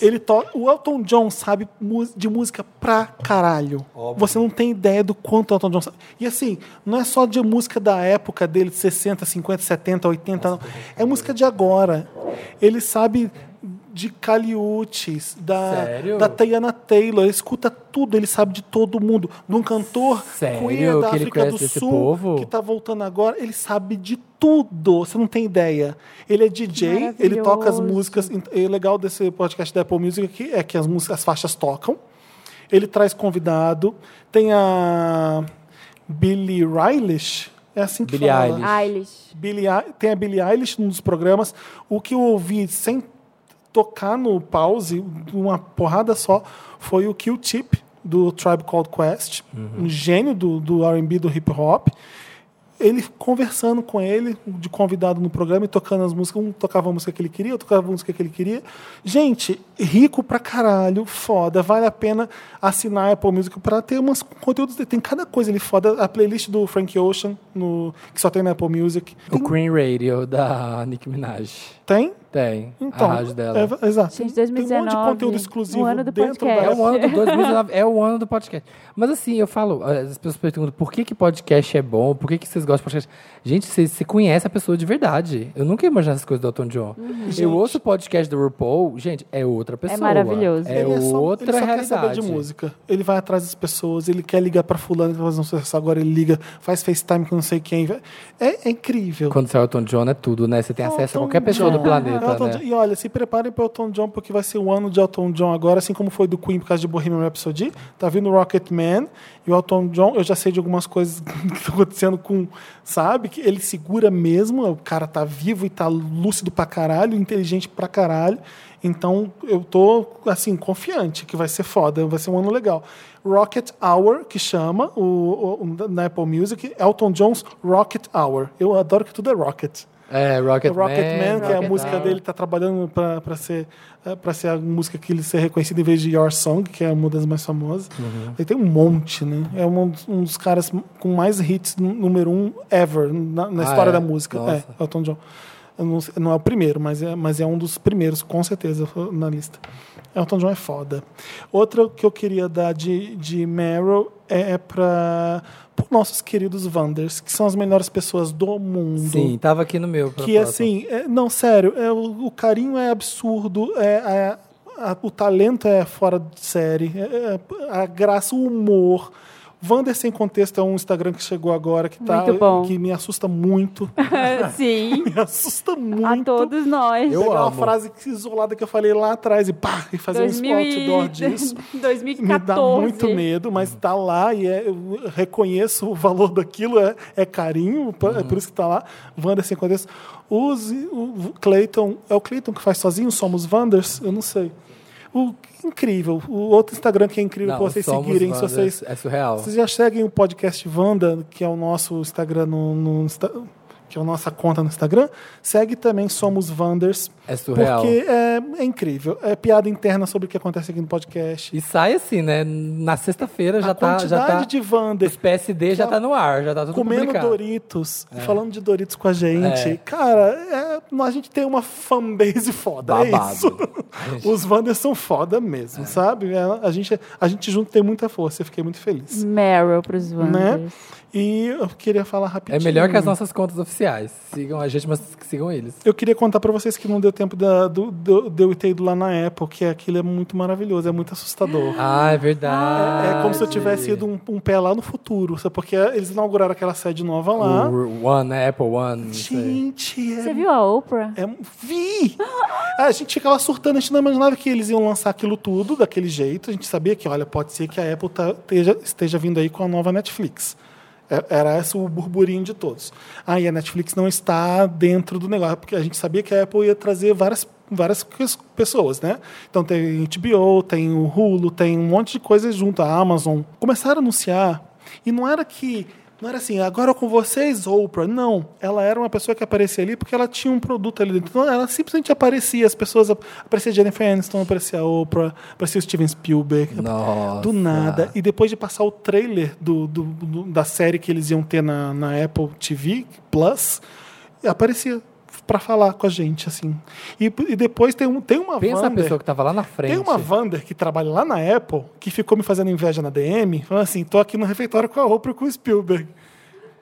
Speaker 1: Ele to... O Elton John sabe mu- de música pra caralho. Você não tem ideia do quanto o Elton John sabe. E assim, não é só de música da época dele, de 60, 50, 70, 80, não. É música de agora. Ele sabe de Caliutes, da,
Speaker 2: Sério?
Speaker 1: da Tayana Taylor, ele escuta tudo, ele sabe de todo mundo. De um cantor
Speaker 2: Sério
Speaker 1: queer da
Speaker 2: que ele
Speaker 1: África do
Speaker 2: conhece esse
Speaker 1: Sul,
Speaker 2: povo?
Speaker 1: que tá voltando agora, ele sabe de tudo, você não tem ideia. Ele é DJ, ele toca as
Speaker 3: maravilhoso.
Speaker 1: músicas. E o legal desse podcast da Apple Music aqui é que as, músicas, as faixas tocam. Ele traz convidado. Tem a Billie Eilish. É assim que
Speaker 2: Billie
Speaker 1: fala.
Speaker 2: Eilish.
Speaker 3: Eilish.
Speaker 1: Billie Ei- tem a Billie Eilish num dos programas. O que eu ouvi sem tocar no pause, uma porrada só, foi o Kill Tip do Tribe Called Quest, um gênio do, do R&B, do hip hop. Ele conversando com ele, de convidado no programa, e tocando as músicas. Um tocava a música que ele queria, outro tocava a música que ele queria. Gente, rico pra caralho, foda. Vale a pena assinar a Apple Music pra ter umas conteúdos. Tem cada coisa ali foda. A playlist do Frank Ocean, no, que só tem na Apple Music.
Speaker 2: O Green Radio da Nicki Minaj.
Speaker 1: Tem?
Speaker 2: Tem.
Speaker 1: Então,
Speaker 2: a rádio dela.
Speaker 1: é, exato.
Speaker 3: Gente,
Speaker 1: Tem um monte de
Speaker 3: 2019,
Speaker 1: conteúdo exclusivo
Speaker 3: o ano do
Speaker 1: dentro
Speaker 2: É
Speaker 1: da
Speaker 3: podcast.
Speaker 2: o ano do 2019, é o ano do podcast. Mas assim, eu falo, as pessoas perguntam por que, que podcast é bom, por que, que vocês gostam de podcast. Gente, você, você conhece a pessoa de verdade. Eu nunca ia imaginar essas coisas do Elton John.
Speaker 1: Gente.
Speaker 2: Eu ouço o podcast do RuPaul, gente, é outra pessoa.
Speaker 3: maravilhoso.
Speaker 2: É
Speaker 1: Ele só-
Speaker 2: outra
Speaker 1: ele só
Speaker 2: realidade.
Speaker 1: quer saber de música. Ele vai atrás das pessoas, ele quer ligar pra fulano, que vai fazer um sucesso agora, ele liga, faz FaceTime com não sei quem. É, é incrível.
Speaker 2: Quando você é Elton John, é tudo, né? Você tem acesso a
Speaker 1: Elton
Speaker 2: qualquer pessoa do
Speaker 1: John.
Speaker 2: planeta,
Speaker 1: Elton
Speaker 2: né?
Speaker 1: John- E olha, se preparem para Elton John, porque vai ser o ano de Elton John agora, assim como foi do Queen por causa de Bohemian Rhapsody. Tá vindo Rocket Man e o Elton John, eu já sei de algumas coisas que estão acontecendo com, sabe? Que ele segura mesmo, o cara tá vivo e tá lúcido pra caralho, inteligente pra caralho. Então, eu tô, assim, confiante que vai ser foda, vai ser um ano legal. Rocket Hour, que chama, o, o- na Apple Music, Elton John's Rocket Hour. Eu adoro que tudo é Rocket.
Speaker 2: É, Rocket,
Speaker 1: O Rocket Man, que é a
Speaker 2: Rocket
Speaker 1: música
Speaker 2: Man.
Speaker 1: dele, tá trabalhando pra, pra, ser, eh, pra ser a música que ele ser reconhecido em vez de Your Song, que é uma das mais famosas.
Speaker 2: Uhum.
Speaker 1: Ele tem um monte, né? É um, dos- um dos caras com mais hits, nú- número um ever, na, na
Speaker 2: Ah,
Speaker 1: história
Speaker 2: é?
Speaker 1: da música.
Speaker 2: Nossa.
Speaker 1: É, Elton John. Eu não, sei- não é o primeiro, mas é, mas é um dos primeiros, com certeza, na lista. Elton John é foda. Outra que eu queria dar de, de Meryl é para nossos queridos Wanders, que são as melhores pessoas do mundo.
Speaker 2: Sim, tava aqui no meu.
Speaker 1: Que assim, é- não, sério, é, o, o carinho é absurdo, é, é- a- o talento é fora de série, é- é- a graça, o humor. Vander Sem Contexto é um Instagram que chegou agora que, tá,
Speaker 3: Muito bom.
Speaker 1: que me assusta muito.
Speaker 3: Sim,
Speaker 1: me assusta muito.
Speaker 3: a todos nós.
Speaker 2: Eu
Speaker 1: Pegar uma
Speaker 2: amo.
Speaker 1: frase que- isolada que eu falei lá atrás e pá, e fazer um
Speaker 3: 2000 e-
Speaker 1: outdoor disso. Me
Speaker 3: 2014.
Speaker 1: dá muito medo, mas tá lá e é- eu reconheço o valor daquilo, é, é carinho, pa- é por isso que tá lá. Wander sem contexto. Os, o Clayton, é o Clayton que faz sozinho? Somos Wanders? Eu não sei. O incrível. O outro Instagram que é incrível pra vocês
Speaker 2: somos
Speaker 1: seguirem. Se
Speaker 2: Wanders.
Speaker 1: vocês,
Speaker 2: É surreal.
Speaker 1: vocês já seguem o podcast Wanda, que é o nosso Instagram no, no Insta- que é a nossa conta no Instagram, segue também Somos Wanders.
Speaker 2: É surreal.
Speaker 1: Porque é, é incrível. É piada interna sobre o que acontece aqui no podcast.
Speaker 2: E sai assim, né? Na sexta-feira já
Speaker 1: a
Speaker 2: tá.
Speaker 1: quantidade
Speaker 2: Já tá
Speaker 1: de Wander
Speaker 2: Os PSD já tá no ar, já tá tudo
Speaker 1: comendo
Speaker 2: publicado.
Speaker 1: Doritos, falando de Doritos com a gente.
Speaker 2: É.
Speaker 1: Cara, é- a gente tem uma fanbase foda,
Speaker 2: Babado.
Speaker 1: é isso. Os Wanders são foda mesmo, sabe? É, A gente, a gente junto tem muita força, eu fiquei muito
Speaker 2: Hum.
Speaker 1: feliz.
Speaker 3: Meryl pros
Speaker 1: Né?
Speaker 3: Wanders.
Speaker 1: E eu queria falar
Speaker 2: É
Speaker 1: rapidinho.
Speaker 2: melhor que as nossas contas oficiais. Sigam a gente, mas que sigam eles.
Speaker 1: Eu queria contar pra vocês que não deu tempo da, do, do, de eu ter ido lá na Apple, que aquilo é muito maravilhoso, é muito assustador.
Speaker 2: Ah, é verdade.
Speaker 1: É como se eu tivesse ido um, um pé lá no futuro, sabe? porque eles inauguraram aquela sede nova lá.
Speaker 2: O One, né? Apple One. não sei.
Speaker 1: Gente, é
Speaker 3: Você viu a Oprah?
Speaker 1: É, vi! A gente ficava surtando, a gente não imaginava que eles iam lançar aquilo tudo daquele jeito. A gente sabia que, olha, pode ser que a Apple tá- esteja, esteja vindo aí com a nova Netflix. É- Era esse o burburinho de todos. Aí a Netflix não está dentro do negócio, porque a gente sabia que a Apple ia trazer várias, várias ques- pessoas, né? Então tem HBO, tem o Hulu, tem um monte de coisa junto, a Amazon. Começaram a anunciar, e não era que não era assim, agora com vocês, Oprah. Não, ela era uma pessoa que aparecia ali porque ela tinha um produto ali dentro. Então, ela simplesmente aparecia, as pessoas... ap- Aparecia Jennifer Aniston, aparecia a Oprah, aparecia o Steven Spielberg.
Speaker 2: Nossa.
Speaker 1: Do nada. E depois de passar o trailer do, do- do- da série que eles iam ter na, na Apple TV Plus, aparecia para falar com a gente, assim. E, e depois tem, um, tem uma
Speaker 2: Pensa a
Speaker 1: Wander-
Speaker 2: pessoa que tava lá na frente.
Speaker 1: tem uma Wander que trabalha lá na Apple que ficou me fazendo inveja na DM, falando assim: tô aqui no refeitório com a Oprah e com o Spielberg.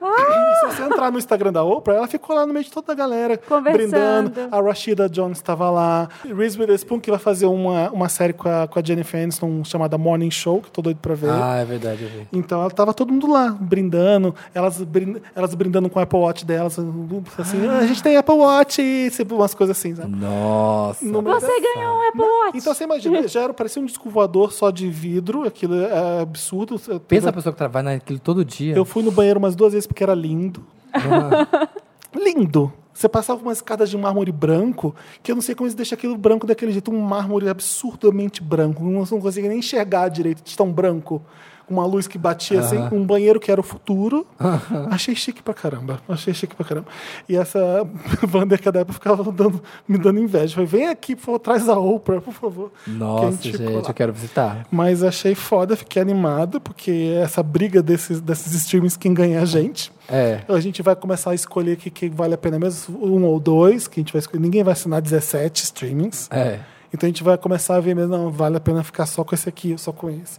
Speaker 1: E se você entrar no Instagram da Oprah, ela ficou lá no meio de toda a galera,
Speaker 3: Conversando.
Speaker 1: brindando. A Rashida Jones estava lá. Reese Witherspoon, que vai fazer uma, uma série com a, com a Jennifer Aniston chamada Morning Show, que eu tô doido pra ver.
Speaker 2: Ah, é verdade. eu vi.
Speaker 1: Então ela tava todo mundo lá, brindando, elas, brin- elas brindando com o Apple Watch delas, assim, "Ah, a gente tem Apple Watch, tipo, umas coisas assim, sabe?
Speaker 2: Nossa.
Speaker 1: No meio
Speaker 3: Você ganhou um Apple Watch.
Speaker 1: então você imagina, já era, parecia um disco voador só de vidro, aquilo é absurdo.
Speaker 2: Pensa a pessoa que trabalha naquilo todo dia. Ah.
Speaker 1: Eu fui no banheiro umas duas vezes porque era lindo. lindo! Você passava umas escadas de mármore branco, que eu não sei como eles deixam aquilo branco daquele jeito, um mármore absurdamente branco. Eu não conseguia nem enxergar direito de tão branco. Uma luz que batia assim,
Speaker 2: Ah.
Speaker 1: um banheiro que era o futuro. Achei chique pra caramba. Achei chique pra caramba. E essa Wander que é da época ficava dando- me dando inveja. Falei, vem aqui, por favor, traz a Oprah, por favor.
Speaker 2: Nossa,
Speaker 1: Que a
Speaker 2: gente,
Speaker 1: ficou lá.
Speaker 2: eu quero visitar.
Speaker 1: Mas achei foda, fiquei animado, porque é essa briga desses, desses streamings quem ganha é a gente.
Speaker 2: É.
Speaker 1: A gente vai começar a escolher aqui quem vale a pena mesmo, um ou dois, que a gente vai escolher. Ninguém vai assinar 17 streamings.
Speaker 2: É.
Speaker 1: Então a gente vai começar a ver mesmo, não, vale a pena ficar só com esse aqui, só com esse.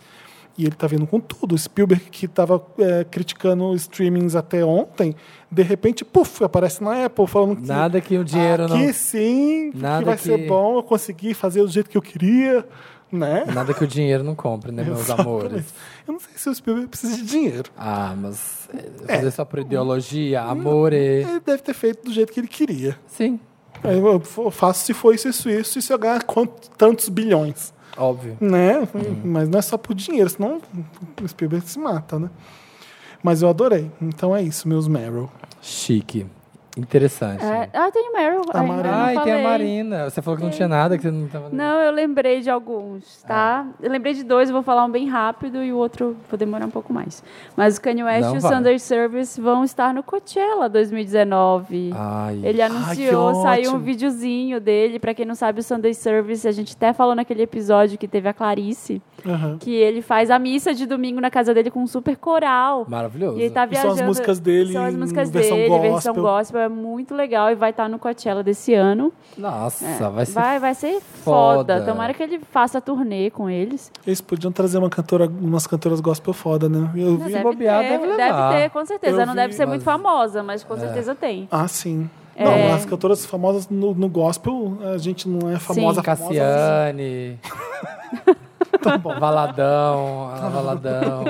Speaker 1: E ele tá vindo com tudo. O Spielberg, que tava é, criticando streamings até ontem, de repente, puf, aparece na Apple falando que.
Speaker 2: Nada que o dinheiro
Speaker 1: aqui
Speaker 2: não.
Speaker 1: sim, que
Speaker 2: Nada
Speaker 1: vai
Speaker 2: que-
Speaker 1: ser bom, eu consegui fazer do jeito que eu queria, né?
Speaker 2: É Nada que o dinheiro não compre, né, meus
Speaker 1: Só por
Speaker 2: amores?
Speaker 1: isso. Eu não sei se o Spielberg precisa de dinheiro.
Speaker 2: Ah, mas é, fazer só por ideologia, amore.
Speaker 1: Ele deve ter feito do jeito que ele queria.
Speaker 2: Sim,
Speaker 1: Aí Eu fa- faço se for isso, isso, isso, e se eu ganhar quant- tantos bilhões.
Speaker 2: óbvio.
Speaker 1: Né? Mas não é só por dinheiro, senão o Spielberg se mata, né? Mas eu adorei. Então é isso, meus Meryl.
Speaker 2: Chique. Interessante.
Speaker 3: É, ah, tem Meryl.
Speaker 1: A
Speaker 3: ainda
Speaker 1: Marina.
Speaker 3: não
Speaker 2: Ai, tem a
Speaker 3: falei.
Speaker 2: Marina. Você falou que não tinha nada, que você não tava.
Speaker 3: Não, eu lembrei de alguns, tá?
Speaker 2: Ah.
Speaker 3: Eu lembrei de dois, eu vou falar um bem rápido e o outro vou demorar um pouco mais. Mas o Kanye West
Speaker 2: Não
Speaker 3: e o
Speaker 2: vai.
Speaker 3: Sunday Service vão estar no Coachella 2019.
Speaker 2: Ai.
Speaker 3: Ele
Speaker 1: que
Speaker 3: anunciou, saiu um
Speaker 1: ótimo.
Speaker 3: videozinho dele. Pra quem não sabe, o Sunday Service, a gente até falou naquele episódio que teve a Clarice,
Speaker 1: Aham.
Speaker 3: que ele faz a missa de domingo na casa dele com um super coral.
Speaker 2: Maravilhoso.
Speaker 3: E ele tá
Speaker 1: E são
Speaker 3: viajando.
Speaker 1: as músicas dele
Speaker 3: São as
Speaker 1: em
Speaker 3: músicas
Speaker 1: versão
Speaker 3: dele,
Speaker 1: gospel.
Speaker 3: versão gospel. É muito legal e vai estar no Coachella desse ano.
Speaker 2: Nossa,
Speaker 3: É,
Speaker 2: vai ser.
Speaker 3: vai, vai ser foda.
Speaker 2: foda.
Speaker 3: Tomara que ele faça turnê com eles.
Speaker 1: Eles podiam trazer uma cantora, umas cantoras gospel foda, né? Eu vi-
Speaker 3: Deve
Speaker 2: bobear,
Speaker 3: ter,
Speaker 2: deve levar.
Speaker 3: ter, com certeza.
Speaker 1: Eu
Speaker 3: não
Speaker 1: vi,
Speaker 3: deve ser
Speaker 2: mas-
Speaker 3: muito famosa, mas com certeza tem.
Speaker 1: Ah, sim.
Speaker 3: É.
Speaker 1: Não, as cantoras famosas no, no gospel, a gente não é famosa, famosa. Tá
Speaker 2: Cassiane. Valadão, Ana Valadão.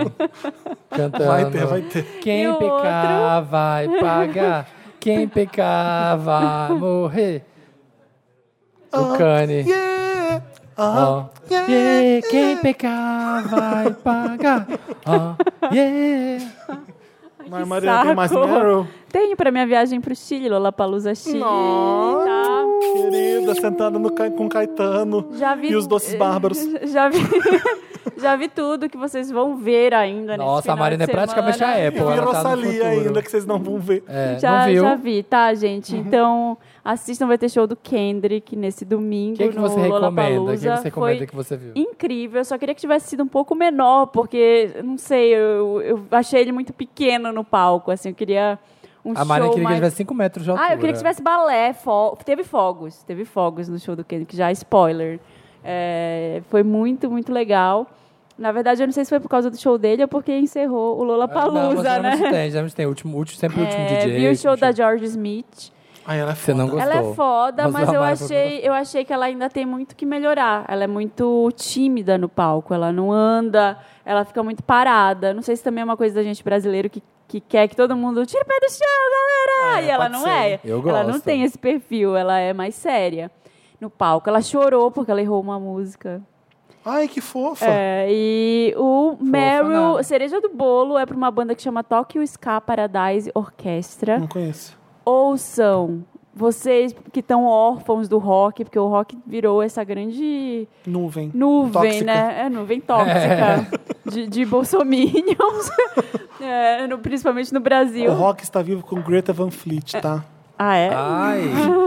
Speaker 2: Cantando.
Speaker 1: Vai ter, vai ter.
Speaker 2: Quem
Speaker 3: E o
Speaker 2: pecar vai pagar. Quem pecar vai morrer. O Cane.
Speaker 1: Yeah! Ah,
Speaker 2: Ó. Oh, Yeah, quem pecar vai pagar. Ó, yeah.
Speaker 1: Mas é Maria tem mais
Speaker 3: saco.
Speaker 1: Meryl?
Speaker 3: Tenho pra minha viagem pro Chile, tá? Lollapalooza Chile.
Speaker 1: Nossa.
Speaker 3: Tá?
Speaker 1: Querida, sentada no, Ca- com Caetano.
Speaker 3: Já vi,
Speaker 1: E os doces bárbaros.
Speaker 3: Já vi, já vi tudo que vocês vão ver ainda nesse
Speaker 2: Nossa, a
Speaker 3: final
Speaker 2: Marina é
Speaker 3: de semana.
Speaker 2: praticamente a
Speaker 1: E
Speaker 2: Apple.
Speaker 1: vi
Speaker 2: ela tá no
Speaker 1: Rosalia
Speaker 2: futuro.
Speaker 1: ainda, que vocês não vão ver.
Speaker 2: É,
Speaker 3: Já,
Speaker 2: não viu? Uhum.
Speaker 3: já vi, tá, gente? Então, assistam, vai ter show do Kendrick nesse domingo
Speaker 2: O que, é que
Speaker 3: no
Speaker 2: você recomenda? O que
Speaker 3: Lollapalooza.
Speaker 2: você
Speaker 3: Foi um
Speaker 2: recomenda que você viu?
Speaker 3: incrível. Eu só queria que tivesse sido um pouco menor, porque, não sei, eu, eu achei ele muito pequeno no palco, assim, eu queria um
Speaker 2: A Marina queria
Speaker 3: show
Speaker 2: que ele
Speaker 3: mais...
Speaker 2: tivesse 5 metros de altura.
Speaker 3: Ah, eu queria que tivesse balé, fo- teve fogos, teve fogos no show do Kendrick, já spoiler. É, foi muito, muito legal. Na verdade, eu não sei se foi por causa do show dele ou porque encerrou o Lola
Speaker 2: Ah, Não, mas
Speaker 3: Palusa, né?
Speaker 2: Geralmente tem, geralmente tem. Último, último, sempre o último
Speaker 3: É,
Speaker 2: DJ.
Speaker 3: vi o show
Speaker 2: último
Speaker 3: da George Smith.
Speaker 1: Ai, ela é
Speaker 2: Você não
Speaker 1: foda.
Speaker 2: gostou?
Speaker 3: Ela é foda,
Speaker 2: Mas
Speaker 3: mas,
Speaker 2: a
Speaker 3: eu,
Speaker 2: Mara foi
Speaker 3: achei, eu achei que ela ainda tem muito que melhorar. Ela é muito tímida no palco, ela não anda, ela fica muito parada. Não sei se também é uma coisa da gente brasileiro que, que quer que todo mundo tire o pé do chão, galera!
Speaker 1: É,
Speaker 3: e ela
Speaker 1: pode
Speaker 3: não
Speaker 1: ser.
Speaker 3: é.
Speaker 2: Eu
Speaker 3: Ela
Speaker 2: gosto.
Speaker 3: não tem esse perfil, ela é mais séria no palco. Ela chorou porque ela errou uma música.
Speaker 1: Ai, que fofa.
Speaker 3: É, e o Meryl,
Speaker 2: nada.
Speaker 3: Cereja do Bolo, é pra uma banda que chama Tokyo Ska Paradise Orquestra
Speaker 1: Não conheço.
Speaker 3: ouçam vocês que estão órfãos do rock, porque o rock virou essa grande
Speaker 1: Nuvem.
Speaker 3: nuvem,
Speaker 1: Tóxica.
Speaker 3: né? É, nuvem tóxica de, de bolsominions, É, no- principalmente no Brasil.
Speaker 1: O Rock está vivo com Greta Van Fleet, tá?
Speaker 3: Ah, é?
Speaker 2: Ai,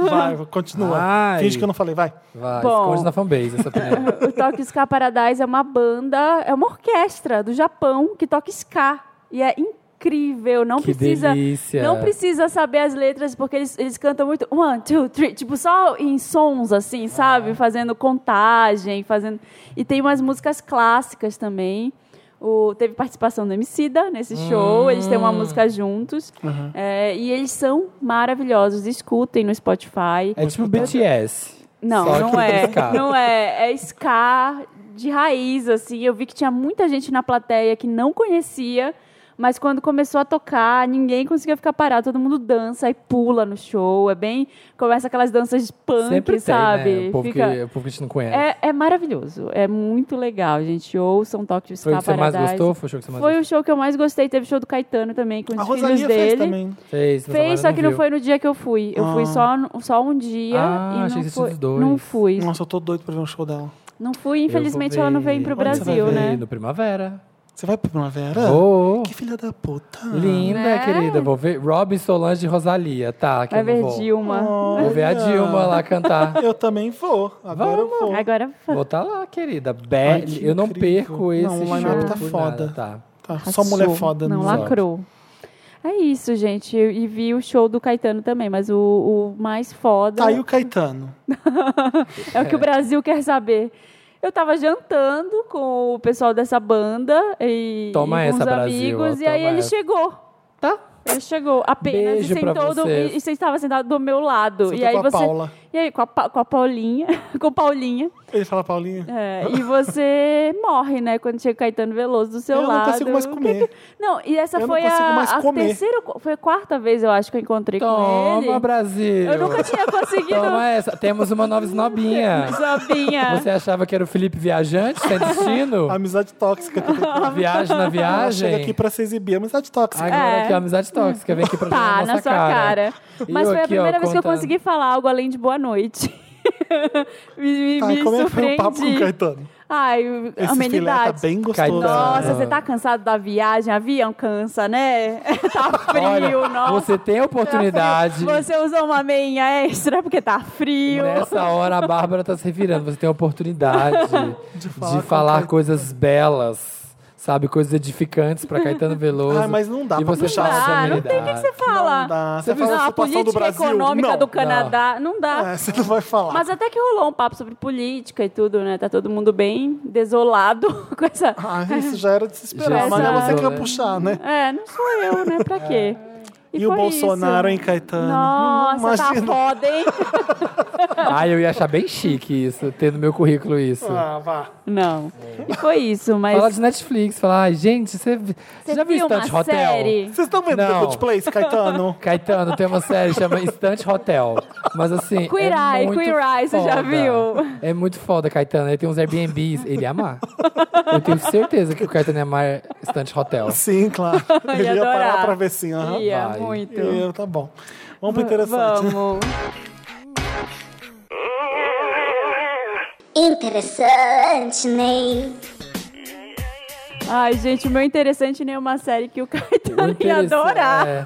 Speaker 1: Vai, continua.
Speaker 2: Ai.
Speaker 1: Finge que eu não falei, vai.
Speaker 2: vai,
Speaker 3: Bom.
Speaker 2: esconde na fanbase essa opinião.
Speaker 3: O Toque Ska Paradise é uma banda, é uma orquestra do Japão que toca ska. E é incrível, não
Speaker 2: que
Speaker 3: precisa...
Speaker 2: delícia.
Speaker 3: Não precisa saber as letras, porque eles, eles cantam muito one, two, three, tipo, só em sons,
Speaker 2: Ah.
Speaker 3: assim, sabe? Fazendo contagem, fazendo... E tem umas músicas clássicas também. O, teve participação do Emicida nesse show, eles têm uma
Speaker 2: Hum.
Speaker 3: música juntos. É, e eles são maravilhosos, escutem no Spotify.
Speaker 2: É tipo BTS.
Speaker 3: Não,
Speaker 2: Só que
Speaker 3: não é.
Speaker 2: ska.
Speaker 3: Não é. É ska de raiz, assim. Eu vi que tinha muita gente na plateia que não conhecia, mas quando começou a tocar, ninguém conseguia ficar parado. Todo mundo dança e pula no show. É bem. Começa aquelas danças de punk,
Speaker 2: Sempre
Speaker 3: sabe?
Speaker 2: tem, né? O povo,
Speaker 3: Fica-
Speaker 2: que, o povo que a gente não conhece.
Speaker 3: é, é maravilhoso. É muito legal, gente. Ouçam Tóquio Ska
Speaker 2: Foi o que você mais
Speaker 3: Paradise.
Speaker 2: gostou? Foi o show que você mais
Speaker 3: Foi
Speaker 2: gostou?
Speaker 3: o show que eu mais gostei. Teve show do Caetano também, com os
Speaker 1: A
Speaker 3: filhos
Speaker 1: Rosalia
Speaker 3: dele.
Speaker 1: fez também.
Speaker 2: Fez, mas a Mara
Speaker 3: Fez, só que não
Speaker 2: viu.
Speaker 3: foi no dia que eu fui. Eu fui
Speaker 1: Ah.
Speaker 3: só, no- só um dia.
Speaker 2: Ah,
Speaker 3: e não
Speaker 2: achei que você
Speaker 3: fui,
Speaker 2: tinha os dois.
Speaker 3: Não fui.
Speaker 1: Nossa, eu tô doido pra ver um show dela.
Speaker 3: Não fui,
Speaker 2: Eu vou
Speaker 3: infelizmente ela não
Speaker 2: ver.
Speaker 3: vem pro
Speaker 2: Onde você tá vai
Speaker 3: Brasil,
Speaker 2: ver?
Speaker 3: né? Ah,
Speaker 2: No Primavera.
Speaker 1: Você vai pra Primavera?
Speaker 2: Vou.
Speaker 1: Que filha da puta.
Speaker 2: Linda,
Speaker 3: Né?
Speaker 2: querida. Vou ver Robin Solange e Rosalia. Tá, que
Speaker 3: Vai
Speaker 2: eu não
Speaker 3: ver
Speaker 2: vou.
Speaker 3: Dilma.
Speaker 2: Vou ver a
Speaker 1: Olha.
Speaker 2: Dilma lá cantar.
Speaker 1: Eu também vou. Agora eu vou.
Speaker 3: Agora
Speaker 2: Vou estar lá, querida. Be-
Speaker 1: Ai, que
Speaker 2: eu não
Speaker 1: incrível.
Speaker 2: perco esse
Speaker 1: Não, o
Speaker 2: show.
Speaker 1: line-up tá
Speaker 2: por
Speaker 1: foda.
Speaker 2: nada, tá.
Speaker 1: Tá, Só
Speaker 3: passou.
Speaker 1: mulher foda.
Speaker 3: Não,
Speaker 1: no-
Speaker 2: lá-
Speaker 3: lacrou. É isso, gente. E e vi o show do Caetano também, mas o, o mais foda
Speaker 1: Tá aí o Caetano.
Speaker 3: é o que o Brasil quer saber. Eu tava jantando com o pessoal dessa banda e,
Speaker 2: Toma
Speaker 3: e com
Speaker 2: essa,
Speaker 3: os
Speaker 2: Brasil,
Speaker 3: amigos,
Speaker 2: ó,
Speaker 3: e aí
Speaker 2: toma
Speaker 3: ele
Speaker 2: essa.
Speaker 3: chegou. Tá? Ele chegou apenas
Speaker 2: Beijo
Speaker 3: e
Speaker 2: pra
Speaker 3: sentou do,
Speaker 2: vocês. tá
Speaker 3: e, e você estava sentado do meu lado.
Speaker 1: Você
Speaker 3: e aí
Speaker 1: com a
Speaker 3: você.
Speaker 1: Paula.
Speaker 3: E aí, com a, Pa- com a Paulinha, com Paulinha.
Speaker 1: Ele fala, Paulinha.
Speaker 3: É, e você morre, né? Quando chega o Caetano Veloso do seu
Speaker 1: eu
Speaker 3: lado.
Speaker 1: não consigo mais comer.
Speaker 3: Não, e essa
Speaker 1: Eu não
Speaker 3: foi
Speaker 1: consigo
Speaker 3: a,
Speaker 1: mais
Speaker 3: a
Speaker 1: comer.
Speaker 3: terceira, foi a quarta vez, eu acho, que eu encontrei com ele.
Speaker 2: Toma, Brasil!
Speaker 3: Eu nunca tinha conseguido.
Speaker 2: Toma essa. Temos uma nova
Speaker 1: é.
Speaker 2: snobinha.
Speaker 3: Zabinha.
Speaker 2: Você achava que era o Felipe Viajante, sem destino?
Speaker 1: Amizade tóxica. que eu tenho.
Speaker 2: Viagem na
Speaker 1: Ela
Speaker 2: viagem?
Speaker 1: chega aqui pra se exibir. Amizade tóxica.
Speaker 2: Agora
Speaker 3: É.
Speaker 2: aqui, ó, amizade tóxica. Vem aqui pra jogar
Speaker 3: Tá,
Speaker 2: nossa
Speaker 3: na sua cara.
Speaker 2: E
Speaker 3: Mas
Speaker 2: eu
Speaker 3: foi a
Speaker 2: aqui, ó,
Speaker 3: primeira vez que eu
Speaker 2: contando.
Speaker 3: consegui falar algo além de boa noite. me me,
Speaker 1: tá,
Speaker 3: me
Speaker 1: e como é que foi o papo com o
Speaker 3: surpreendi.
Speaker 1: Caetano?
Speaker 3: Ai,
Speaker 1: Esse filé tá
Speaker 3: amenidade.
Speaker 1: bem gostoso.
Speaker 3: Nossa,
Speaker 2: Caetano.
Speaker 1: né?
Speaker 3: você tá cansado da viagem? Avião cansa, né? tá frio,
Speaker 2: Olha,
Speaker 3: nossa.
Speaker 2: você tem a oportunidade.
Speaker 3: Você usou uma meinha extra porque tá frio.
Speaker 2: Nessa hora a Bárbara tá se revirando. Você tem a oportunidade de
Speaker 1: falar
Speaker 2: falar,
Speaker 1: com Caetano.
Speaker 2: coisas belas, sabe? Coisas edificantes pra Caetano Veloso.
Speaker 1: Ai, mas não dá
Speaker 2: e
Speaker 1: pra
Speaker 2: você
Speaker 1: puxar
Speaker 2: fala
Speaker 1: essa
Speaker 3: Ah, não
Speaker 2: amenidade.
Speaker 3: tem o que que você
Speaker 1: Não
Speaker 3: fala.
Speaker 1: dá.
Speaker 2: Você
Speaker 1: Você fala
Speaker 2: viu
Speaker 1: da
Speaker 3: a
Speaker 1: situação do
Speaker 3: política
Speaker 1: Brasil.
Speaker 3: econômica
Speaker 1: não.
Speaker 3: do Canadá não, dá.
Speaker 1: É, você não vai falar.
Speaker 3: Mas até que rolou um papo sobre política e tudo, né? Tá todo mundo bem desolado com essa.
Speaker 1: Ah, isso já era de se esperar.
Speaker 2: Já
Speaker 1: mas é
Speaker 3: era.
Speaker 1: você que vai
Speaker 2: É.
Speaker 1: puxar, né?
Speaker 3: É, não sou eu, né? Pra quê?
Speaker 1: É. E, o
Speaker 3: foi
Speaker 1: Bolsonaro, hein,
Speaker 3: isso.
Speaker 1: Caetano? não
Speaker 3: Nossa, tá
Speaker 1: imagina.
Speaker 3: foda, hein?
Speaker 2: Ah, eu ia achar bem chique isso, ter no meu currículo isso.
Speaker 1: Ah, vá.
Speaker 3: Não. E foi isso, mas.
Speaker 2: Falar de Netflix, falar, ai, gente, você,
Speaker 3: Você
Speaker 2: já viu
Speaker 3: viu uma
Speaker 2: Instante Hotel?
Speaker 3: série?
Speaker 1: Vocês estão vendo
Speaker 2: Não.
Speaker 1: The Good Place, Caetano?
Speaker 2: Caetano, tem uma série que chama Instante Hotel. Mas assim.
Speaker 3: Queer
Speaker 2: é
Speaker 3: Eye,
Speaker 2: muito
Speaker 3: Queer Eye, você já
Speaker 2: foda.
Speaker 3: viu?
Speaker 2: É muito foda, Caetano. Ele tem uns Airbnbs, ele ia amar. Eu tenho certeza que o Caetano ia amar Instante Hotel.
Speaker 1: Sim, claro. Ele ia parar
Speaker 3: adorar.
Speaker 1: pra ver sim. aham.
Speaker 3: Ia,
Speaker 2: vai.
Speaker 3: muito.
Speaker 1: Eu, tá bom. Vamos pro interessante.
Speaker 3: Vamos.
Speaker 5: Interessante, Ney.
Speaker 3: Ai, gente, o meu interessante nem é uma série que o Caetano ia
Speaker 2: Interessa-
Speaker 3: adorar.
Speaker 2: é.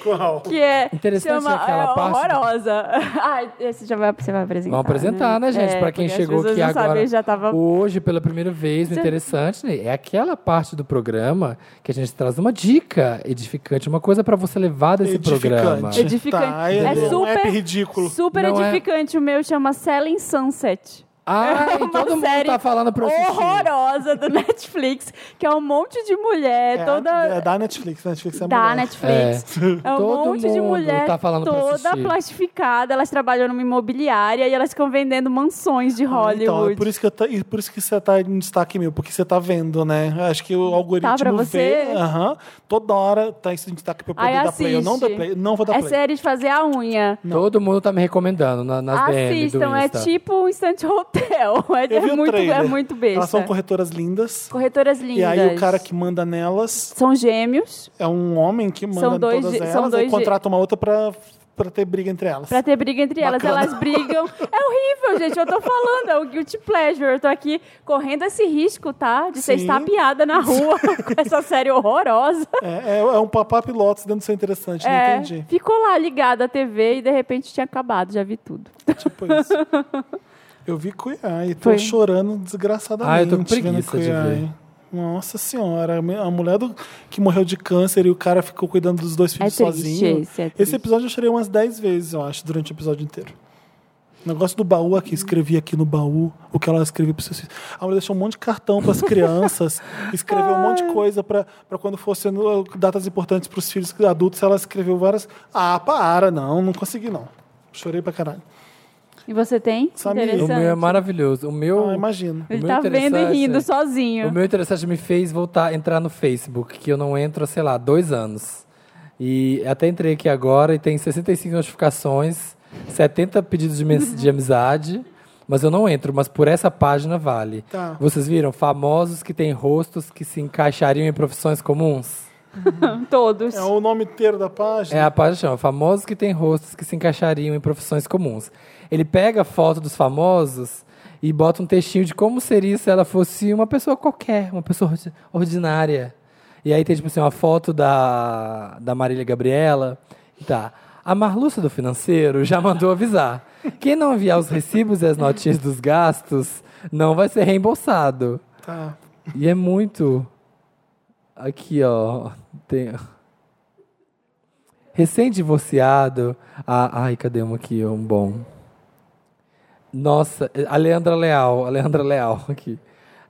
Speaker 1: Qual?
Speaker 3: Que é.
Speaker 2: Interessante
Speaker 3: chama,
Speaker 2: é aquela
Speaker 3: é,
Speaker 2: parte-
Speaker 3: horrorosa. Ai, esse já vai, você vai apresentar.
Speaker 2: Vamos apresentar, né, gente?
Speaker 3: É,
Speaker 2: pra quem
Speaker 3: porque as
Speaker 2: chegou
Speaker 3: pessoas
Speaker 2: aqui
Speaker 3: não
Speaker 2: agora.
Speaker 3: sabem, já tava.
Speaker 2: Hoje, pela primeira vez, no
Speaker 3: Sim.
Speaker 2: interessante, né? é aquela parte do programa que a gente traz uma dica edificante, uma coisa pra você levar desse programa.
Speaker 1: Edificante.
Speaker 3: Edificante.
Speaker 1: Tá,
Speaker 2: É
Speaker 1: é, um
Speaker 3: super-
Speaker 1: app ridículo.
Speaker 3: Super
Speaker 2: Não é-
Speaker 3: edificante. O meu chama Selling Sunset.
Speaker 2: Ah,
Speaker 3: uma
Speaker 2: todo mundo
Speaker 3: série
Speaker 2: tá falando pra eu assistir.
Speaker 3: Horrorosa do Netflix, que é um monte de mulher,
Speaker 1: É,
Speaker 3: toda.
Speaker 1: é da Netflix. Netflix é
Speaker 3: da
Speaker 1: mulher.
Speaker 3: Netflix. É, um
Speaker 2: Todo
Speaker 3: monte de
Speaker 2: mundo
Speaker 3: mulher
Speaker 2: tá falando pra
Speaker 3: toda
Speaker 2: assistir.
Speaker 3: plastificada. Elas trabalham numa imobiliária e elas ficam vendendo mansões de Hollywood.
Speaker 1: Então, é por isso que, eu tá- e por isso que você tá em destaque meu, porque você tá vendo, né? Acho que o algoritmo
Speaker 3: Tá pra você?
Speaker 1: vê. aham, toda hora tá isso em destaque pra eu poder
Speaker 3: Aí
Speaker 1: dar play. Eu não dou
Speaker 3: assiste.
Speaker 1: play. Não vou dar
Speaker 3: é
Speaker 1: play.
Speaker 3: série de fazer a unha.
Speaker 2: Todo mundo tá me recomendando na, nas DM do
Speaker 3: Assistam, é
Speaker 2: Insta.
Speaker 3: tipo um instante hotel. É,
Speaker 1: Eu vi
Speaker 3: é
Speaker 1: um
Speaker 3: muito,
Speaker 1: trailer.
Speaker 3: é muito besta.
Speaker 1: Elas são corretoras lindas.
Speaker 3: Corretoras lindas.
Speaker 1: E aí o cara que manda nelas
Speaker 3: São gêmeos,
Speaker 1: é um homem que manda
Speaker 3: São dois
Speaker 1: todas
Speaker 3: de-
Speaker 1: elas
Speaker 3: são dois
Speaker 1: e
Speaker 3: de-
Speaker 1: contrata uma outra pra, pra ter briga entre elas.
Speaker 3: pra ter briga entre
Speaker 1: Bacana.
Speaker 3: elas. Elas brigam. É horrível, gente. Eu tô falando, é o guilty pleasure. Eu tô aqui correndo esse risco, tá? De ser
Speaker 1: Sim.
Speaker 3: estapeada na rua com essa série horrorosa.
Speaker 1: É, é, é um papá pilotos dentro do seu interessante,
Speaker 3: É,
Speaker 1: não entendi.
Speaker 3: ficou lá ligada a TV e de repente tinha acabado, já vi tudo.
Speaker 1: Tipo isso. Eu vi Cuiá e tô
Speaker 3: Foi.
Speaker 1: chorando desgraçadamente.
Speaker 2: Ah, eu tô com
Speaker 1: vendo
Speaker 2: preguiça de
Speaker 1: Cuiá.
Speaker 2: ver.
Speaker 1: Nossa senhora, a mulher do- que morreu de câncer e o cara ficou cuidando dos dois filhos
Speaker 3: triste
Speaker 1: sozinho.
Speaker 3: esse, é triste.
Speaker 1: episódio eu chorei umas 10 vezes, eu acho, durante o episódio inteiro. O negócio do baú aqui, escrevi aqui no baú o que ela escreveu para seus filhos. A mulher deixou um monte de cartão para as crianças, escreveu um monte de coisa para quando fosse no- datas importantes para os filhos adultos, ela escreveu várias. Ah, para, não, não consegui não. Chorei pra caralho.
Speaker 3: E você tem?
Speaker 1: Sabe,
Speaker 2: O meu é maravilhoso. O meu.
Speaker 1: Ah, imagino.
Speaker 2: meu
Speaker 3: Ele tá vendo e
Speaker 2: interessante-
Speaker 3: rindo
Speaker 2: O
Speaker 3: sozinho.
Speaker 2: meu interessante me fez voltar, entrar no Facebook, que eu não entro, há, sei lá, dois anos. E até entrei aqui agora e tem 65 notificações, 70 pedidos de, mens- de amizade, mas eu não entro, mas por essa página vale.
Speaker 1: Tá.
Speaker 2: Vocês viram? Famosos que têm rostos que se encaixariam em profissões comuns.
Speaker 3: Todos.
Speaker 1: É o nome inteiro da página.
Speaker 2: É a página chama Famosos que têm rostos que se encaixariam em profissões comuns. Ele pega a foto dos famosos e bota um textinho de como seria se ela fosse uma pessoa qualquer, uma pessoa ordi- ordinária. E aí tem, tipo assim, uma foto da, da Marília Gabriela. Tá. A Marluça do Financeiro já mandou avisar. Quem não enviar os recibos e as notinhas dos gastos não vai ser reembolsado.
Speaker 1: Tá.
Speaker 2: E é muito. Aqui, ó. Tem... Recém-divorciado. Ah, ai, cadê um aqui? Um bom. Nossa, a Leandra Leal. A Leandra Leal aqui.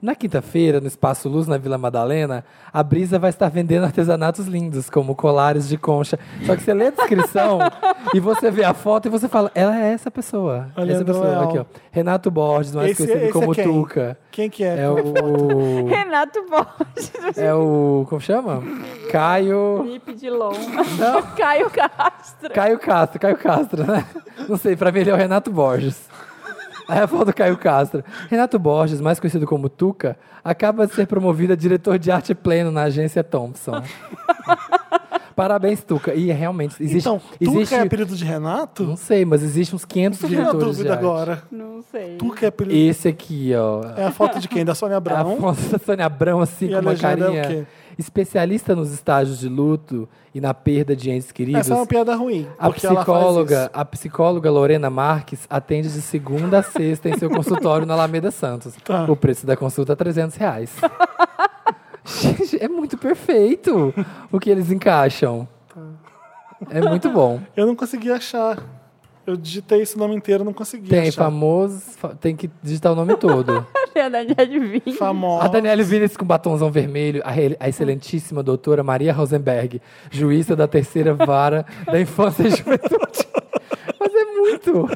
Speaker 2: Na quinta-feira, no Espaço Luz, na Vila Madalena, a Brisa vai estar vendendo artesanatos lindos, como colares de concha. Só que você lê a descrição e você vê a foto e você fala, ela é essa pessoa.
Speaker 1: A
Speaker 2: essa
Speaker 1: Leandra
Speaker 2: pessoa.
Speaker 1: Leal.
Speaker 2: Aqui, ó. Renato Borges, mais
Speaker 1: Esse-
Speaker 2: conhecido
Speaker 1: esse é
Speaker 2: como
Speaker 1: quem?
Speaker 2: Tuca.
Speaker 1: Quem que é?
Speaker 2: É o.
Speaker 3: Renato Borges,
Speaker 2: É o. Como chama? Caio.
Speaker 3: Felipe Dilon, Caio Castro.
Speaker 2: Caio Castro, Caio Castro, né? Não sei, pra mim ele é o Renato Borges. Aí a foto do Caio Castro. Renato Borges, mais conhecido como Tuca, acaba de ser promovido a diretor de arte pleno na agência Thompson. Parabéns, Tuca. E realmente, existe.
Speaker 1: então, Tuca
Speaker 2: existe
Speaker 1: é apelido de Renato?
Speaker 2: Não sei, mas existem uns 500
Speaker 1: Tô na
Speaker 2: diretores de
Speaker 1: dúvida
Speaker 2: arte.
Speaker 1: agora.
Speaker 3: Não sei.
Speaker 1: Tuca é apelido.
Speaker 2: Esse aqui, ó.
Speaker 1: É a foto de quem? Da Sônia
Speaker 2: É A
Speaker 1: Abrão?
Speaker 2: Afonso da Sônia Abrão, assim,
Speaker 1: E
Speaker 2: com
Speaker 1: a
Speaker 2: uma
Speaker 1: legenda é o
Speaker 2: carinha.
Speaker 1: quê?
Speaker 2: Especialista nos estágios de luto e na perda de entes queridos.
Speaker 1: Essa é uma piada ruim.
Speaker 2: A
Speaker 1: porque ela faz
Speaker 2: psicóloga, a psicóloga Lorena Marques atende de segunda a sexta em seu consultório na Alameda Santos.
Speaker 1: Tá.
Speaker 2: O preço da consulta é 300 reais. Gente, é muito perfeito o que eles encaixam.
Speaker 1: Tá.
Speaker 2: É muito bom.
Speaker 1: isso. Eu não consegui achar. Eu digitei esse nome inteiro, não consegui
Speaker 2: Tem
Speaker 1: achar.
Speaker 2: famosos, fa- tem que digitar o nome todo.
Speaker 3: A Daniela adivinha.
Speaker 1: Famosa.
Speaker 2: A Daniele Vinicius com batonzão vermelho, a, re- a excelentíssima doutora Maria Rosenberg, juíza da terceira vara da infância e juventude. Mas é muito.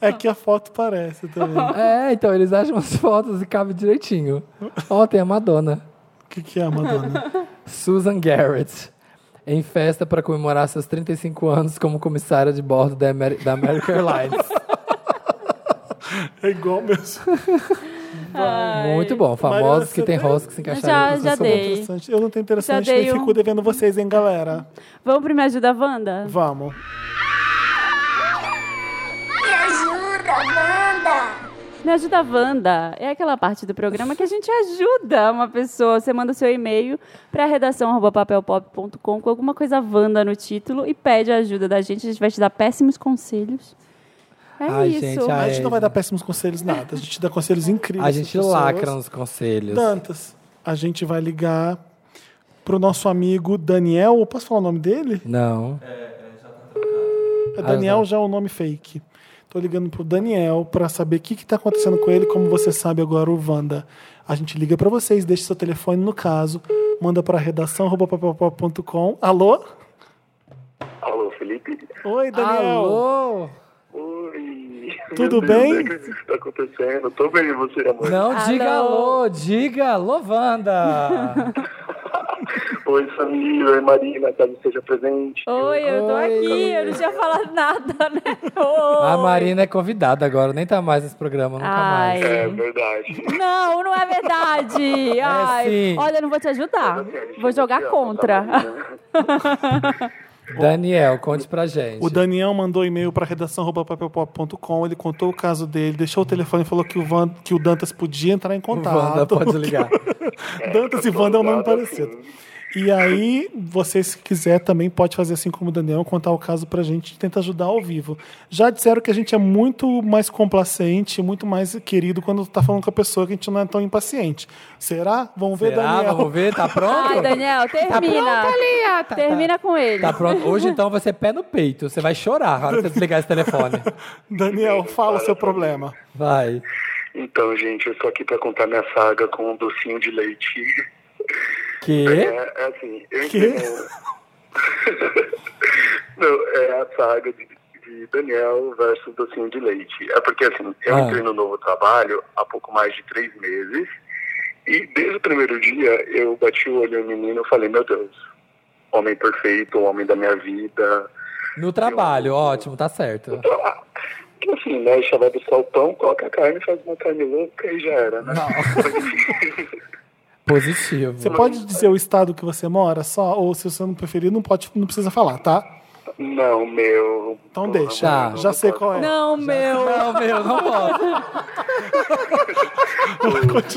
Speaker 1: É que a foto parece também. O
Speaker 2: É, então eles acham as fotos e cabe direitinho. Ó, tem a Madonna.
Speaker 1: que, que é a Madonna?
Speaker 2: Susan Garrett. Em festa para comemorar seus 35 anos como comissária de bordo da, Amer- da American Airlines.
Speaker 1: É igual mesmo.
Speaker 2: Muito bom.
Speaker 1: Mariana,
Speaker 2: Famosos
Speaker 1: você
Speaker 2: que tem
Speaker 1: tem-
Speaker 2: rosto que se
Speaker 3: Já-
Speaker 2: encaixaram.
Speaker 3: já dei.
Speaker 1: Interessante. Eu não tenho interessante
Speaker 3: Já dei
Speaker 1: e
Speaker 3: um.
Speaker 1: fico devendo vocês, hein, galera?
Speaker 3: Vamos pro Me Ajuda Wanda?
Speaker 1: Vamos.
Speaker 5: Me ajuda, Wanda.
Speaker 3: Me ajuda a Wanda. É aquela parte do programa que a gente ajuda uma pessoa. Você manda seu e-mail para redação@papelpop.com com alguma coisa Wanda no título e pede a ajuda da gente. A gente vai te dar péssimos conselhos. É
Speaker 2: Ai,
Speaker 3: isso.
Speaker 2: gente,
Speaker 1: A
Speaker 2: ai.
Speaker 1: gente não vai dar péssimos conselhos nada. A gente dá conselhos incríveis.
Speaker 2: A
Speaker 1: às
Speaker 2: gente
Speaker 1: pessoas.
Speaker 2: lacra nos conselhos.
Speaker 1: Tantas. A gente vai ligar pro nosso amigo Daniel. Posso falar o nome dele?
Speaker 2: Não.
Speaker 1: É
Speaker 2: Ah,
Speaker 1: Daniel
Speaker 2: não.
Speaker 1: já é o nome fake. Tô ligando pro Daniel pra saber o que, que tá acontecendo com ele. Como você sabe agora, o Wanda. A gente liga pra vocês, deixa seu telefone no caso, manda pra redação arroba papelpop.com. Alô?
Speaker 6: Alô, Felipe?
Speaker 1: Oi, Daniel.
Speaker 2: Alô?
Speaker 6: Oi.
Speaker 1: Tudo
Speaker 6: Meu Deus,
Speaker 1: bem?
Speaker 6: não acredito que Tá acontecendo? Tô bem, e você, amor?
Speaker 2: Não
Speaker 3: Alô?
Speaker 2: diga alô, diga Lovanda.
Speaker 6: Oi, família. Oi, Marina. Caso seja presente.
Speaker 3: Oi, eu tô
Speaker 2: Oi.
Speaker 3: aqui. Eu não tinha falado nada, né? Oi.
Speaker 2: a Marina é convidada agora, nem tá mais nesse programa, nunca
Speaker 3: Ai.
Speaker 2: mais.
Speaker 6: É verdade.
Speaker 3: Não, não é verdade. Ai,
Speaker 2: É sim. Tá
Speaker 3: olha, eu não vou te ajudar.
Speaker 6: É,
Speaker 3: Vou jogar
Speaker 6: tá,
Speaker 3: contra.
Speaker 2: Daniel, conte pra gente.
Speaker 1: O Daniel mandou e-mail para redação@papelpop.com. Ele contou o caso dele, deixou o telefone e falou que o, Van, que o Dantas podia entrar em
Speaker 2: O
Speaker 1: contato.
Speaker 2: Tá, Wanda pode ligar.
Speaker 1: Dantas e Wanda é um nome parecido. E aí, você, se quiser, também pode fazer assim como o Daniel, contar o caso pra gente e tenta ajudar ao vivo. Já disseram que a gente é muito mais complacente, muito mais querido quando tá falando com a pessoa que a gente não é tão impaciente. Será? Vamos ver,
Speaker 2: Será?
Speaker 1: Daniel.
Speaker 2: Vamos ver, tá pronto?
Speaker 3: Ai, Daniel, termina. termina com ele.
Speaker 2: Tá pronto. Hoje então vai ser pé no peito. Você vai chorar na hora que você desligar esse telefone.
Speaker 1: Daniel, fala o seu problema.
Speaker 2: Vai.
Speaker 6: Então, gente, eu estou aqui pra contar minha saga com um docinho de leite.
Speaker 2: Que?
Speaker 6: É, é assim, eu
Speaker 1: Que?
Speaker 6: entendo. Não, é a saga de, de Daniel versus docinho de leite. É porque, assim, eu
Speaker 2: Ah.
Speaker 6: entrei no novo trabalho há pouco mais de três meses. E desde o primeiro dia, eu bati o olho no menino e falei: Meu Deus, homem perfeito, homem da minha vida.
Speaker 2: No trabalho, ótimo, tá certo.
Speaker 6: Que assim, né? Chamado só o pão, coloca a carne, faz uma carne louca e já era, né?
Speaker 2: Positivo.
Speaker 1: Você pode dizer o estado que você mora só? Ou se você não preferir, não, pode, não precisa falar, tá?
Speaker 6: Não, meu.
Speaker 1: Então
Speaker 6: Porra,
Speaker 1: deixa.
Speaker 2: Tá.
Speaker 1: Já sei qual é.
Speaker 3: Não, meu.
Speaker 2: Não, meu, não posso.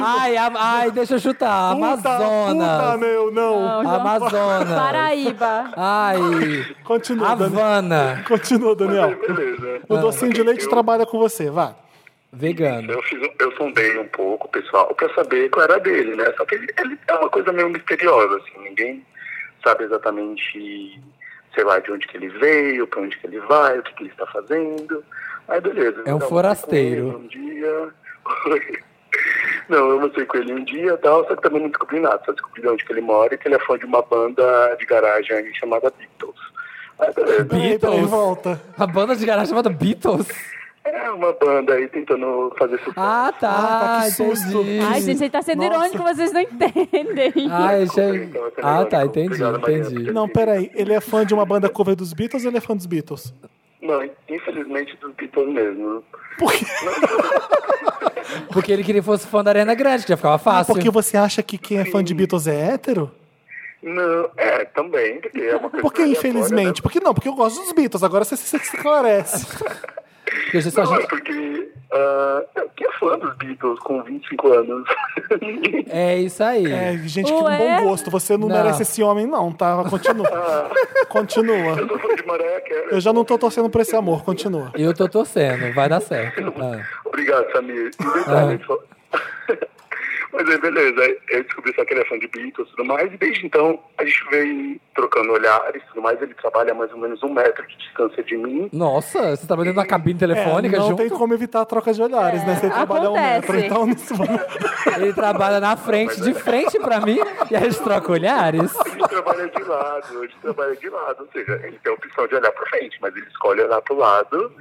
Speaker 2: Ai, a- ai, deixa eu chutar.
Speaker 1: Puta, Puta,
Speaker 2: Amazonas.
Speaker 1: meu, não.
Speaker 3: Não, João.
Speaker 2: Amazonas.
Speaker 3: Paraíba.
Speaker 2: Ai.
Speaker 1: Continua, Daniel.
Speaker 2: Havana.
Speaker 1: Continua, Daniel.
Speaker 6: Beleza.
Speaker 1: O docinho de leite
Speaker 6: Eu-
Speaker 1: trabalha com você, vai.
Speaker 2: Vegano.
Speaker 6: Eu, fiz, um- eu sondei um pouco, pessoal, pra saber qual era dele, né? Só que ele, ele é uma coisa meio misteriosa, assim, ninguém sabe exatamente, sei lá, de onde que ele veio, pra onde que ele vai, o que, que ele está fazendo. Aí beleza.
Speaker 2: É um
Speaker 6: Então, eu
Speaker 2: forasteiro.
Speaker 6: fui com ele Um dia. Não, eu almocei com ele um dia e tal, só que também não descobri nada, só descobri de onde que ele mora e que ele é fã de uma banda de garagem aí chamada Beatles. Aí beleza.
Speaker 1: Peraí, peraí,
Speaker 2: Beatles.
Speaker 1: volta.
Speaker 2: A banda de garagem chamada Beatles.
Speaker 6: É uma banda aí tentando fazer sucesso.
Speaker 2: Ah, tá.
Speaker 1: Ah, tá, que susto.
Speaker 2: entendi.
Speaker 3: Ai, gente, ele tá sendo
Speaker 1: Nossa.
Speaker 3: irônico, vocês não entendem.
Speaker 2: Ai, gente.
Speaker 6: Então, esse
Speaker 2: Ah, tá,
Speaker 6: negócio-
Speaker 2: entendi,
Speaker 6: Obrigado, Mariana,
Speaker 2: entendi.
Speaker 6: porque-
Speaker 1: Não, peraí. Ele é fã de uma banda cover dos Beatles ou ele é fã dos Beatles?
Speaker 6: Não, infelizmente dos Beatles mesmo.
Speaker 2: Porque ele queria que fosse fã da Arena Grande, que já ficava fácil.
Speaker 1: Porque você acha que quem é fã de Beatles é hétero?
Speaker 6: Não, é, também, porque é uma coisa.
Speaker 1: Por que
Speaker 6: aleatória,
Speaker 3: né?
Speaker 1: infelizmente? Porque não, porque eu gosto dos Beatles. Agora você se esclarece.
Speaker 2: Porque a gente só-
Speaker 6: Né? Não, é porque. ah, é, quem é fã dos Beatles com 25 anos?
Speaker 2: É isso aí.
Speaker 1: É, gente, que
Speaker 3: Ué?
Speaker 1: bom gosto. Você não,
Speaker 2: Não.
Speaker 1: merece esse homem, não, tá? Continua.
Speaker 6: Eu
Speaker 1: Continua.
Speaker 6: sou fã de Mariah Carey.
Speaker 1: Eu já não tô torcendo pra esse amor. Continua.
Speaker 2: Eu tô torcendo, vai dar certo. Ah.
Speaker 6: Obrigado, Samir. E detalhe, só- Mas aí, beleza. aí Eu descobri só que ele é fã de Beatles e tudo mais. E desde então, a gente vem trocando olhares e tudo mais. Ele trabalha a mais ou menos um metro de distância de mim.
Speaker 2: Nossa, você tá dentro da cabine telefônica
Speaker 1: É, não
Speaker 2: junto?
Speaker 1: tem como evitar a troca de olhares, né? Você trabalha um
Speaker 3: acontece.
Speaker 1: metro, então não se vamos-
Speaker 2: Ele trabalha na
Speaker 6: é-
Speaker 2: frente, de frente pra mim, e a gente troca olhares.
Speaker 6: A gente trabalha de lado, a gente trabalha de lado. Ou seja, ele tem a opção de olhar pra frente, mas ele escolhe olhar pro lado.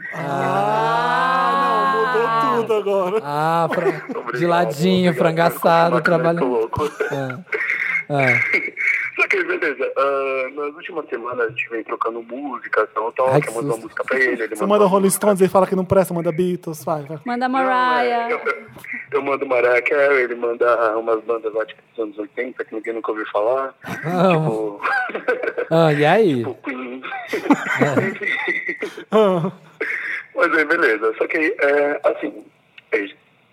Speaker 1: Ah, não, mudou tudo agora.
Speaker 2: Ah, fra- de ladinho,
Speaker 6: obrigado. é
Speaker 2: frangaçado,
Speaker 6: Continua
Speaker 2: trabalhando.
Speaker 6: louco.
Speaker 2: Ah.
Speaker 6: Só que, beleza, ah, nas últimas semanas a gente vem trocando música, então, tal,
Speaker 2: Ai,
Speaker 6: que
Speaker 2: que
Speaker 6: eu mando uma
Speaker 2: susto.
Speaker 6: música pra ele. ele
Speaker 1: Você manda
Speaker 6: uma
Speaker 1: Rolling Stones, ele fala que não presta, manda Beatles, vai, vai.
Speaker 3: Manda
Speaker 6: Eu,
Speaker 3: Mariah.
Speaker 6: eu- eu mando Mariah Carey, ele manda umas bandas lá tipo, dos anos 80 que ninguém nunca ouviu falar. Tipo,
Speaker 2: Ah, e aí?
Speaker 6: tipo Queen.
Speaker 1: Ah.
Speaker 6: Mas aí, beleza. Só que, é, assim, é,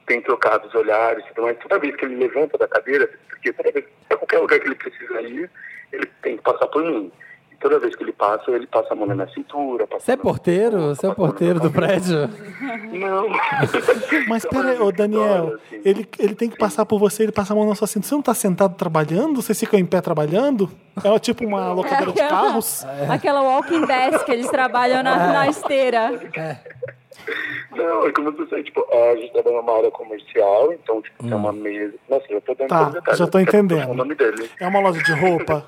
Speaker 6: tem trocado os olhares, e tudo mais. toda vez que ele levanta da cadeira, porque toda vez, a qualquer lugar que ele precisa ir, ele tem que passar por mim. E toda vez que ele passa, ele passa a mão na minha cintura. passa
Speaker 2: Você é
Speaker 6: na-
Speaker 2: porteiro? Você é o porteiro do prédio?
Speaker 6: Não.
Speaker 1: Mas peraí, ô Daniel,
Speaker 6: assim.
Speaker 1: ele, ele tem que passar por você, ele passa a mão na sua cinta. Você não tá sentado trabalhando? Vocês ficam em pé trabalhando? É tipo uma locadora de carros?
Speaker 3: Aquela walking desk, eles trabalham na, na esteira.
Speaker 6: Não, é como você sabe, tipo, a gente tá dando uma área comercial, então, tipo, tem uma mesa. Nossa, eu tô dando
Speaker 1: Hum. Tá,
Speaker 6: todos os detalhes,
Speaker 1: já tô
Speaker 6: eu quero
Speaker 1: entendendo.
Speaker 6: falar O nome dele.
Speaker 1: É uma loja de roupa?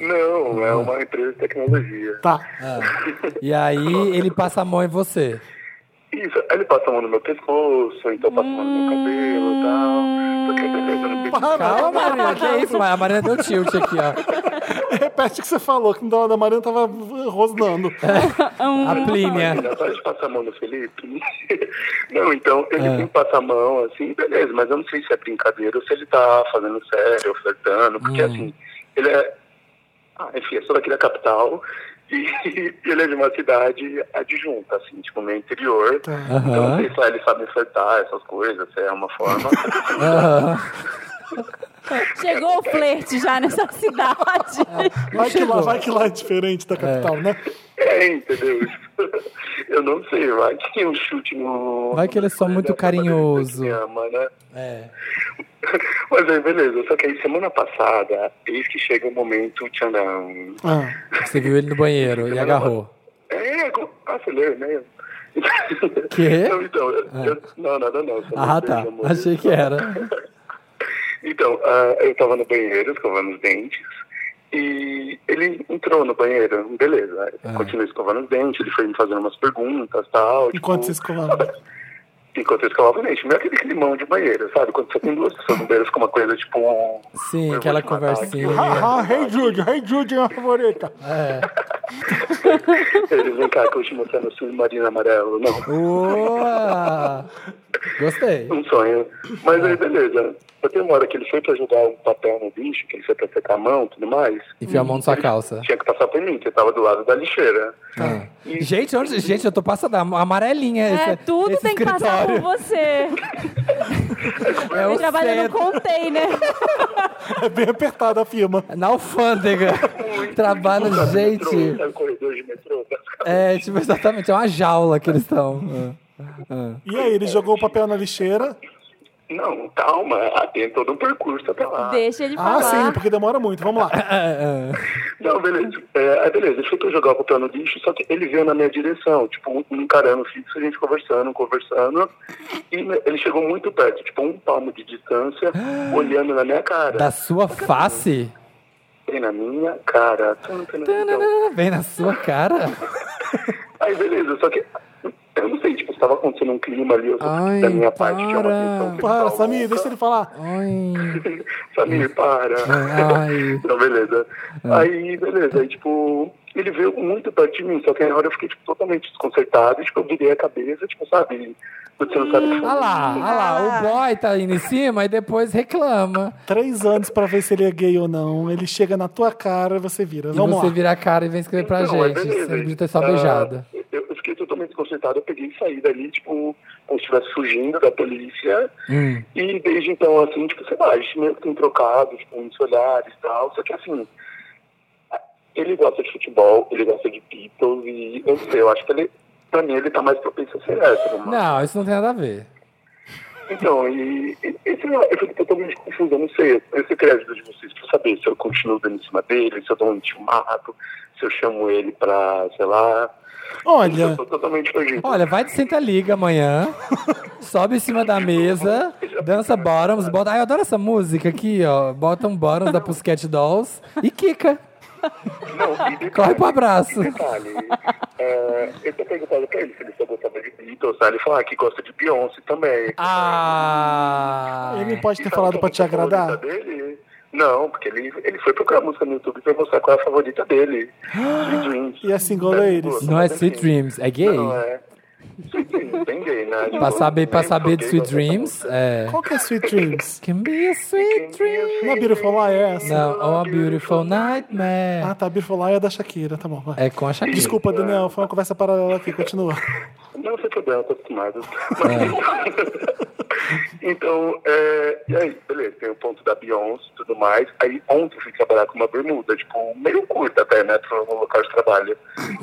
Speaker 6: Não, é uma empresa de tecnologia.
Speaker 1: Tá.
Speaker 2: E aí ele passa a mão em você.
Speaker 6: Isso, aí ele passa a mão no meu pescoço, então passa a mão no meu cabelo e tal. Porque beleza, não tem
Speaker 2: Calma, Marina, que é isso? A Marina deu tilt aqui, ó.
Speaker 1: Repete o É que você falou, que não, a Mariana tava rosnando.
Speaker 2: É, A Plínia.
Speaker 6: Imagina, só de passar a mão no Felipe. Não, então ele tem que passar a mão, assim, beleza, mas eu não sei se é brincadeira ou se ele tá fazendo sério, flertando, porque assim, ele é. Ah, enfim, eu sou daqui da capital e ele é de uma cidade adjunta, assim, tipo, meio interior. Então não sei se lá ele sabe flertar, essas coisas, se é uma forma.
Speaker 3: Chegou o flerte já nessa cidade.
Speaker 1: Vai que lá, vai que lá é diferente da capital, né?
Speaker 6: é, entendeu? Eu não sei, vai que tem um chute no.
Speaker 2: Vai que ele é só muito carinhoso.
Speaker 6: Ele ama, né?
Speaker 2: É.
Speaker 6: Mas aí, beleza. Só que aí, semana passada, eis que chega o momento tchandam.
Speaker 1: Ah,
Speaker 2: Você viu ele no banheiro e agarrou.
Speaker 6: É, co- ah, você leu né?
Speaker 2: Quê?
Speaker 6: Não, então, eu- eu- não, nada não. só
Speaker 2: Ah,
Speaker 6: você,
Speaker 2: tá.
Speaker 6: meu amor.
Speaker 2: Achei que era.
Speaker 6: Então, ah, eu tava no banheiro, escovando os dentes, e ele entrou no banheiro, beleza. Eu
Speaker 2: Ah.
Speaker 6: Continuei escovando os dentes, ele foi me fazendo umas perguntas e tal.
Speaker 1: enquanto
Speaker 6: tipo,
Speaker 1: você escovava.
Speaker 2: É.
Speaker 6: Enquanto eu escovava o dente. Não é aquele climão de banheiro, sabe? Quando você tem duas pessoas no banheiro, fica uma coisa tipo.
Speaker 2: Sim, aquela conversinha.
Speaker 1: Ah, ah, hey Jude, hey Jude é minha favorita.
Speaker 6: Eles vem cá que eu vou te mostrar meu submarino amarelo. Não.
Speaker 2: Boa! Gostei.
Speaker 6: um sonho. Mas aí, beleza. Eu tenho uma hora que ele foi pra jogar um papel no lixo, que ele foi pra secar a mão e tudo mais.
Speaker 2: Enfiou a mão na sua calça.
Speaker 6: Tinha que passar por mim, que eu tava do lado da lixeira.
Speaker 2: Ah. Gente, onde, gente, eu tô passando a amarelinha. Esse,
Speaker 3: É, tudo
Speaker 2: esse
Speaker 3: tem que passar por
Speaker 2: escritório.
Speaker 3: você.
Speaker 2: É
Speaker 3: Ele
Speaker 2: o
Speaker 3: trabalha no
Speaker 2: centro,
Speaker 3: container.
Speaker 1: É bem apertada a firma.
Speaker 2: na alfândega. Trabalha, gente.
Speaker 6: Metrô, sabe, corredor de metrô.
Speaker 2: É, tipo, exatamente, é uma jaula que eles estão.
Speaker 1: E aí, ele jogou o papel na lixeira.
Speaker 6: Não, calma. Ah, Tem todo um percurso até lá.
Speaker 3: Deixa ele
Speaker 1: Ah, sim,
Speaker 3: falar.
Speaker 1: porque demora muito. Vamos lá.
Speaker 6: Não, beleza. É, aí, beleza. Ele foi pra jogar o papel no lixo, só que ele veio na minha direção. Tipo, um encarando fixo, a gente conversando, conversando. E ele chegou muito perto, tipo, um palmo de distância, olhando na minha cara.
Speaker 2: Da sua face?
Speaker 6: Bem na minha cara. Tum, tum, tum, tum.
Speaker 2: Tananana, Vem na sua cara?
Speaker 6: Aí beleza, só que eu não sei, tipo, estava acontecendo um clima ali, eu só-
Speaker 2: Ai,
Speaker 6: da minha parte tinha uma
Speaker 2: para.
Speaker 6: tensão sexual
Speaker 1: Para, Samir,
Speaker 6: louca.
Speaker 1: deixa ele falar.
Speaker 2: Ai.
Speaker 6: Samir, para.
Speaker 2: Ai.
Speaker 6: Então, beleza. Aí, beleza, aí, tipo, ele veio muito perto de mim, só que na hora eu fiquei, tipo, totalmente desconcertado, tipo, eu virei a cabeça, tipo, sabe, você não sabe o que
Speaker 2: Olha
Speaker 6: fazer.
Speaker 2: lá, olha lá, o boy tá indo em cima e depois reclama.
Speaker 1: Três anos pra ver se ele é gay ou não. Ele chega na tua cara e você vira.
Speaker 2: E
Speaker 1: Vamos
Speaker 2: você
Speaker 1: lá.
Speaker 2: vira a cara e vem escrever pra
Speaker 6: Não,
Speaker 2: gente. Você não podia ter só
Speaker 6: Ah,
Speaker 2: beijado.
Speaker 6: eu eu fiquei totalmente desconcertado, eu peguei e saí dali, tipo, como se estivesse fugindo da polícia.
Speaker 2: Hum.
Speaker 6: E desde então, assim, tipo, sei lá, a gente meio que tem trocado, tipo, muitos olhares e tal. Só que assim, ele gosta de futebol, ele gosta de Beatles e eu não sei, eu acho que ele, pra mim, ele tá mais propenso a ser hétero, mano.
Speaker 2: Não, isso não tem nada a ver.
Speaker 6: Então, e, e, e sei lá, eu fico totalmente confuso, eu não sei. Eu sei que ajuda de vocês pra saber se eu continuo dando em cima dele, se eu dou um intimado, se eu chamo ele pra, sei lá. Eu
Speaker 1: Olha,
Speaker 6: tô totalmente perdido.
Speaker 2: Olha, vai de senta liga amanhã, sobe em cima da mesa, dança bottoms, bota. Ai, eu adoro essa música aqui, ó. Bota um bottoms da Pussycat Dolls e quica.
Speaker 6: Não, e detalhe,
Speaker 2: Corre pro abraço.
Speaker 6: e detalhe, é, eu tô perguntando pra ele se ele só gostava de Beatles, tá? Ele falou ah, que gosta de Beyoncé também.
Speaker 2: Ah!
Speaker 1: ele não pode
Speaker 6: E
Speaker 1: ter
Speaker 6: sabe
Speaker 1: falado
Speaker 6: qual
Speaker 1: pra
Speaker 6: é a
Speaker 1: te agradar.
Speaker 6: favorita dele? Não, porque ele, ele foi procurar música no YouTube pra mostrar qual é a favorita dele. Sweet Dreams.
Speaker 1: E assim, goleiros.
Speaker 2: Não é Sweet Dreams, é gay?
Speaker 6: assim? Não é. Sweet Dreams, bem gay, né?
Speaker 2: Pra saber, pra
Speaker 6: Nem
Speaker 2: saber de
Speaker 6: sou gay,
Speaker 2: Sweet
Speaker 6: gosto
Speaker 2: Dreams,
Speaker 6: dessa
Speaker 2: é.
Speaker 1: Qual que é Sweet Dreams?
Speaker 2: Can be a sweet dream.
Speaker 1: Não é Beautiful Lie, é essa?
Speaker 2: Não, oh, a beautiful
Speaker 1: Ah,
Speaker 2: nightmare.
Speaker 1: tá, Beautiful Lie é da Shakira, tá bom, vai.
Speaker 2: É com a Shakira.
Speaker 1: Desculpa, Daniel, foi uma conversa paralela aqui, continua.
Speaker 6: Não sei que bem, eu tô acostumado. Mas, então, é, e aí, beleza, tem o ponto da Beyoncé e tudo mais. Aí ontem eu fui trabalhar com uma bermuda, tipo, meio curta até, né, pro meu local de trabalho.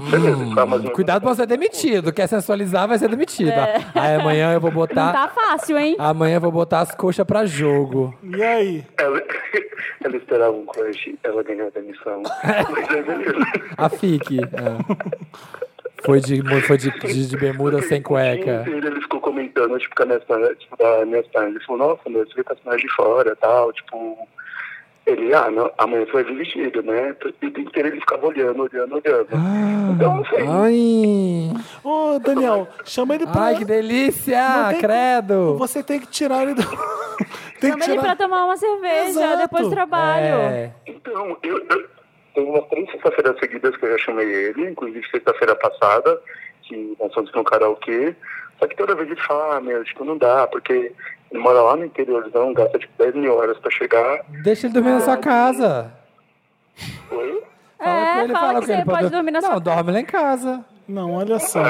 Speaker 6: Beleza, tá, mas eu-
Speaker 2: Cuidado pra não ser demitido. Quer sensualizar, vai ser demitido. Aí amanhã eu vou
Speaker 3: É. Não
Speaker 2: botar.
Speaker 3: tá fácil, hein?
Speaker 2: Amanhã eu vou botar as coxas pra jogo.
Speaker 1: E aí?
Speaker 6: Ela, ela esperava um crush, ela ganhou a demissão. Mas aí, beleza.
Speaker 2: A FIC. é. Foi, de, foi de, de- de bermuda sem
Speaker 6: Sim,
Speaker 2: cueca.
Speaker 6: Ele, ele ficou comentando, tipo, com a minha pernas, tipo, da minha pernas. Ele falou, nossa, meu, você vê com as pernas de fora tal, tipo... Ele, ah, não, amanhã você vai vir vestido, né? E o dia inteiro ele ficava olhando, olhando, olhando.
Speaker 2: Ah.
Speaker 6: então, não sei.
Speaker 2: Ai,
Speaker 1: Ô, Daniel, chama ele pra.
Speaker 2: ai que
Speaker 1: Não
Speaker 2: delícia!
Speaker 1: tem-
Speaker 2: Credo!
Speaker 1: Você tem que tirar ele do. tem
Speaker 3: Chama ele pra tomar uma cerveja
Speaker 1: Exato.
Speaker 3: depois do trabalho.
Speaker 2: É,
Speaker 6: Então, eu, eu tem umas três sextas-feiras seguidas que eu já chamei ele, inclusive sexta-feira passada, que nós fomos no karaokê. Só que toda vez ele fala, ah, meu, tipo, não dá, porque ele mora lá no interiorzão, gasta tipo 10 mil horas pra chegar.
Speaker 2: deixa ele dormir na sua casa.
Speaker 6: Oi?
Speaker 2: Fala
Speaker 3: É,
Speaker 2: com ele,
Speaker 3: fala
Speaker 2: fala
Speaker 3: que
Speaker 2: com ele.
Speaker 3: você pode dormir na
Speaker 2: não,
Speaker 3: sua
Speaker 2: dorme lá em casa.
Speaker 1: Não, olha só.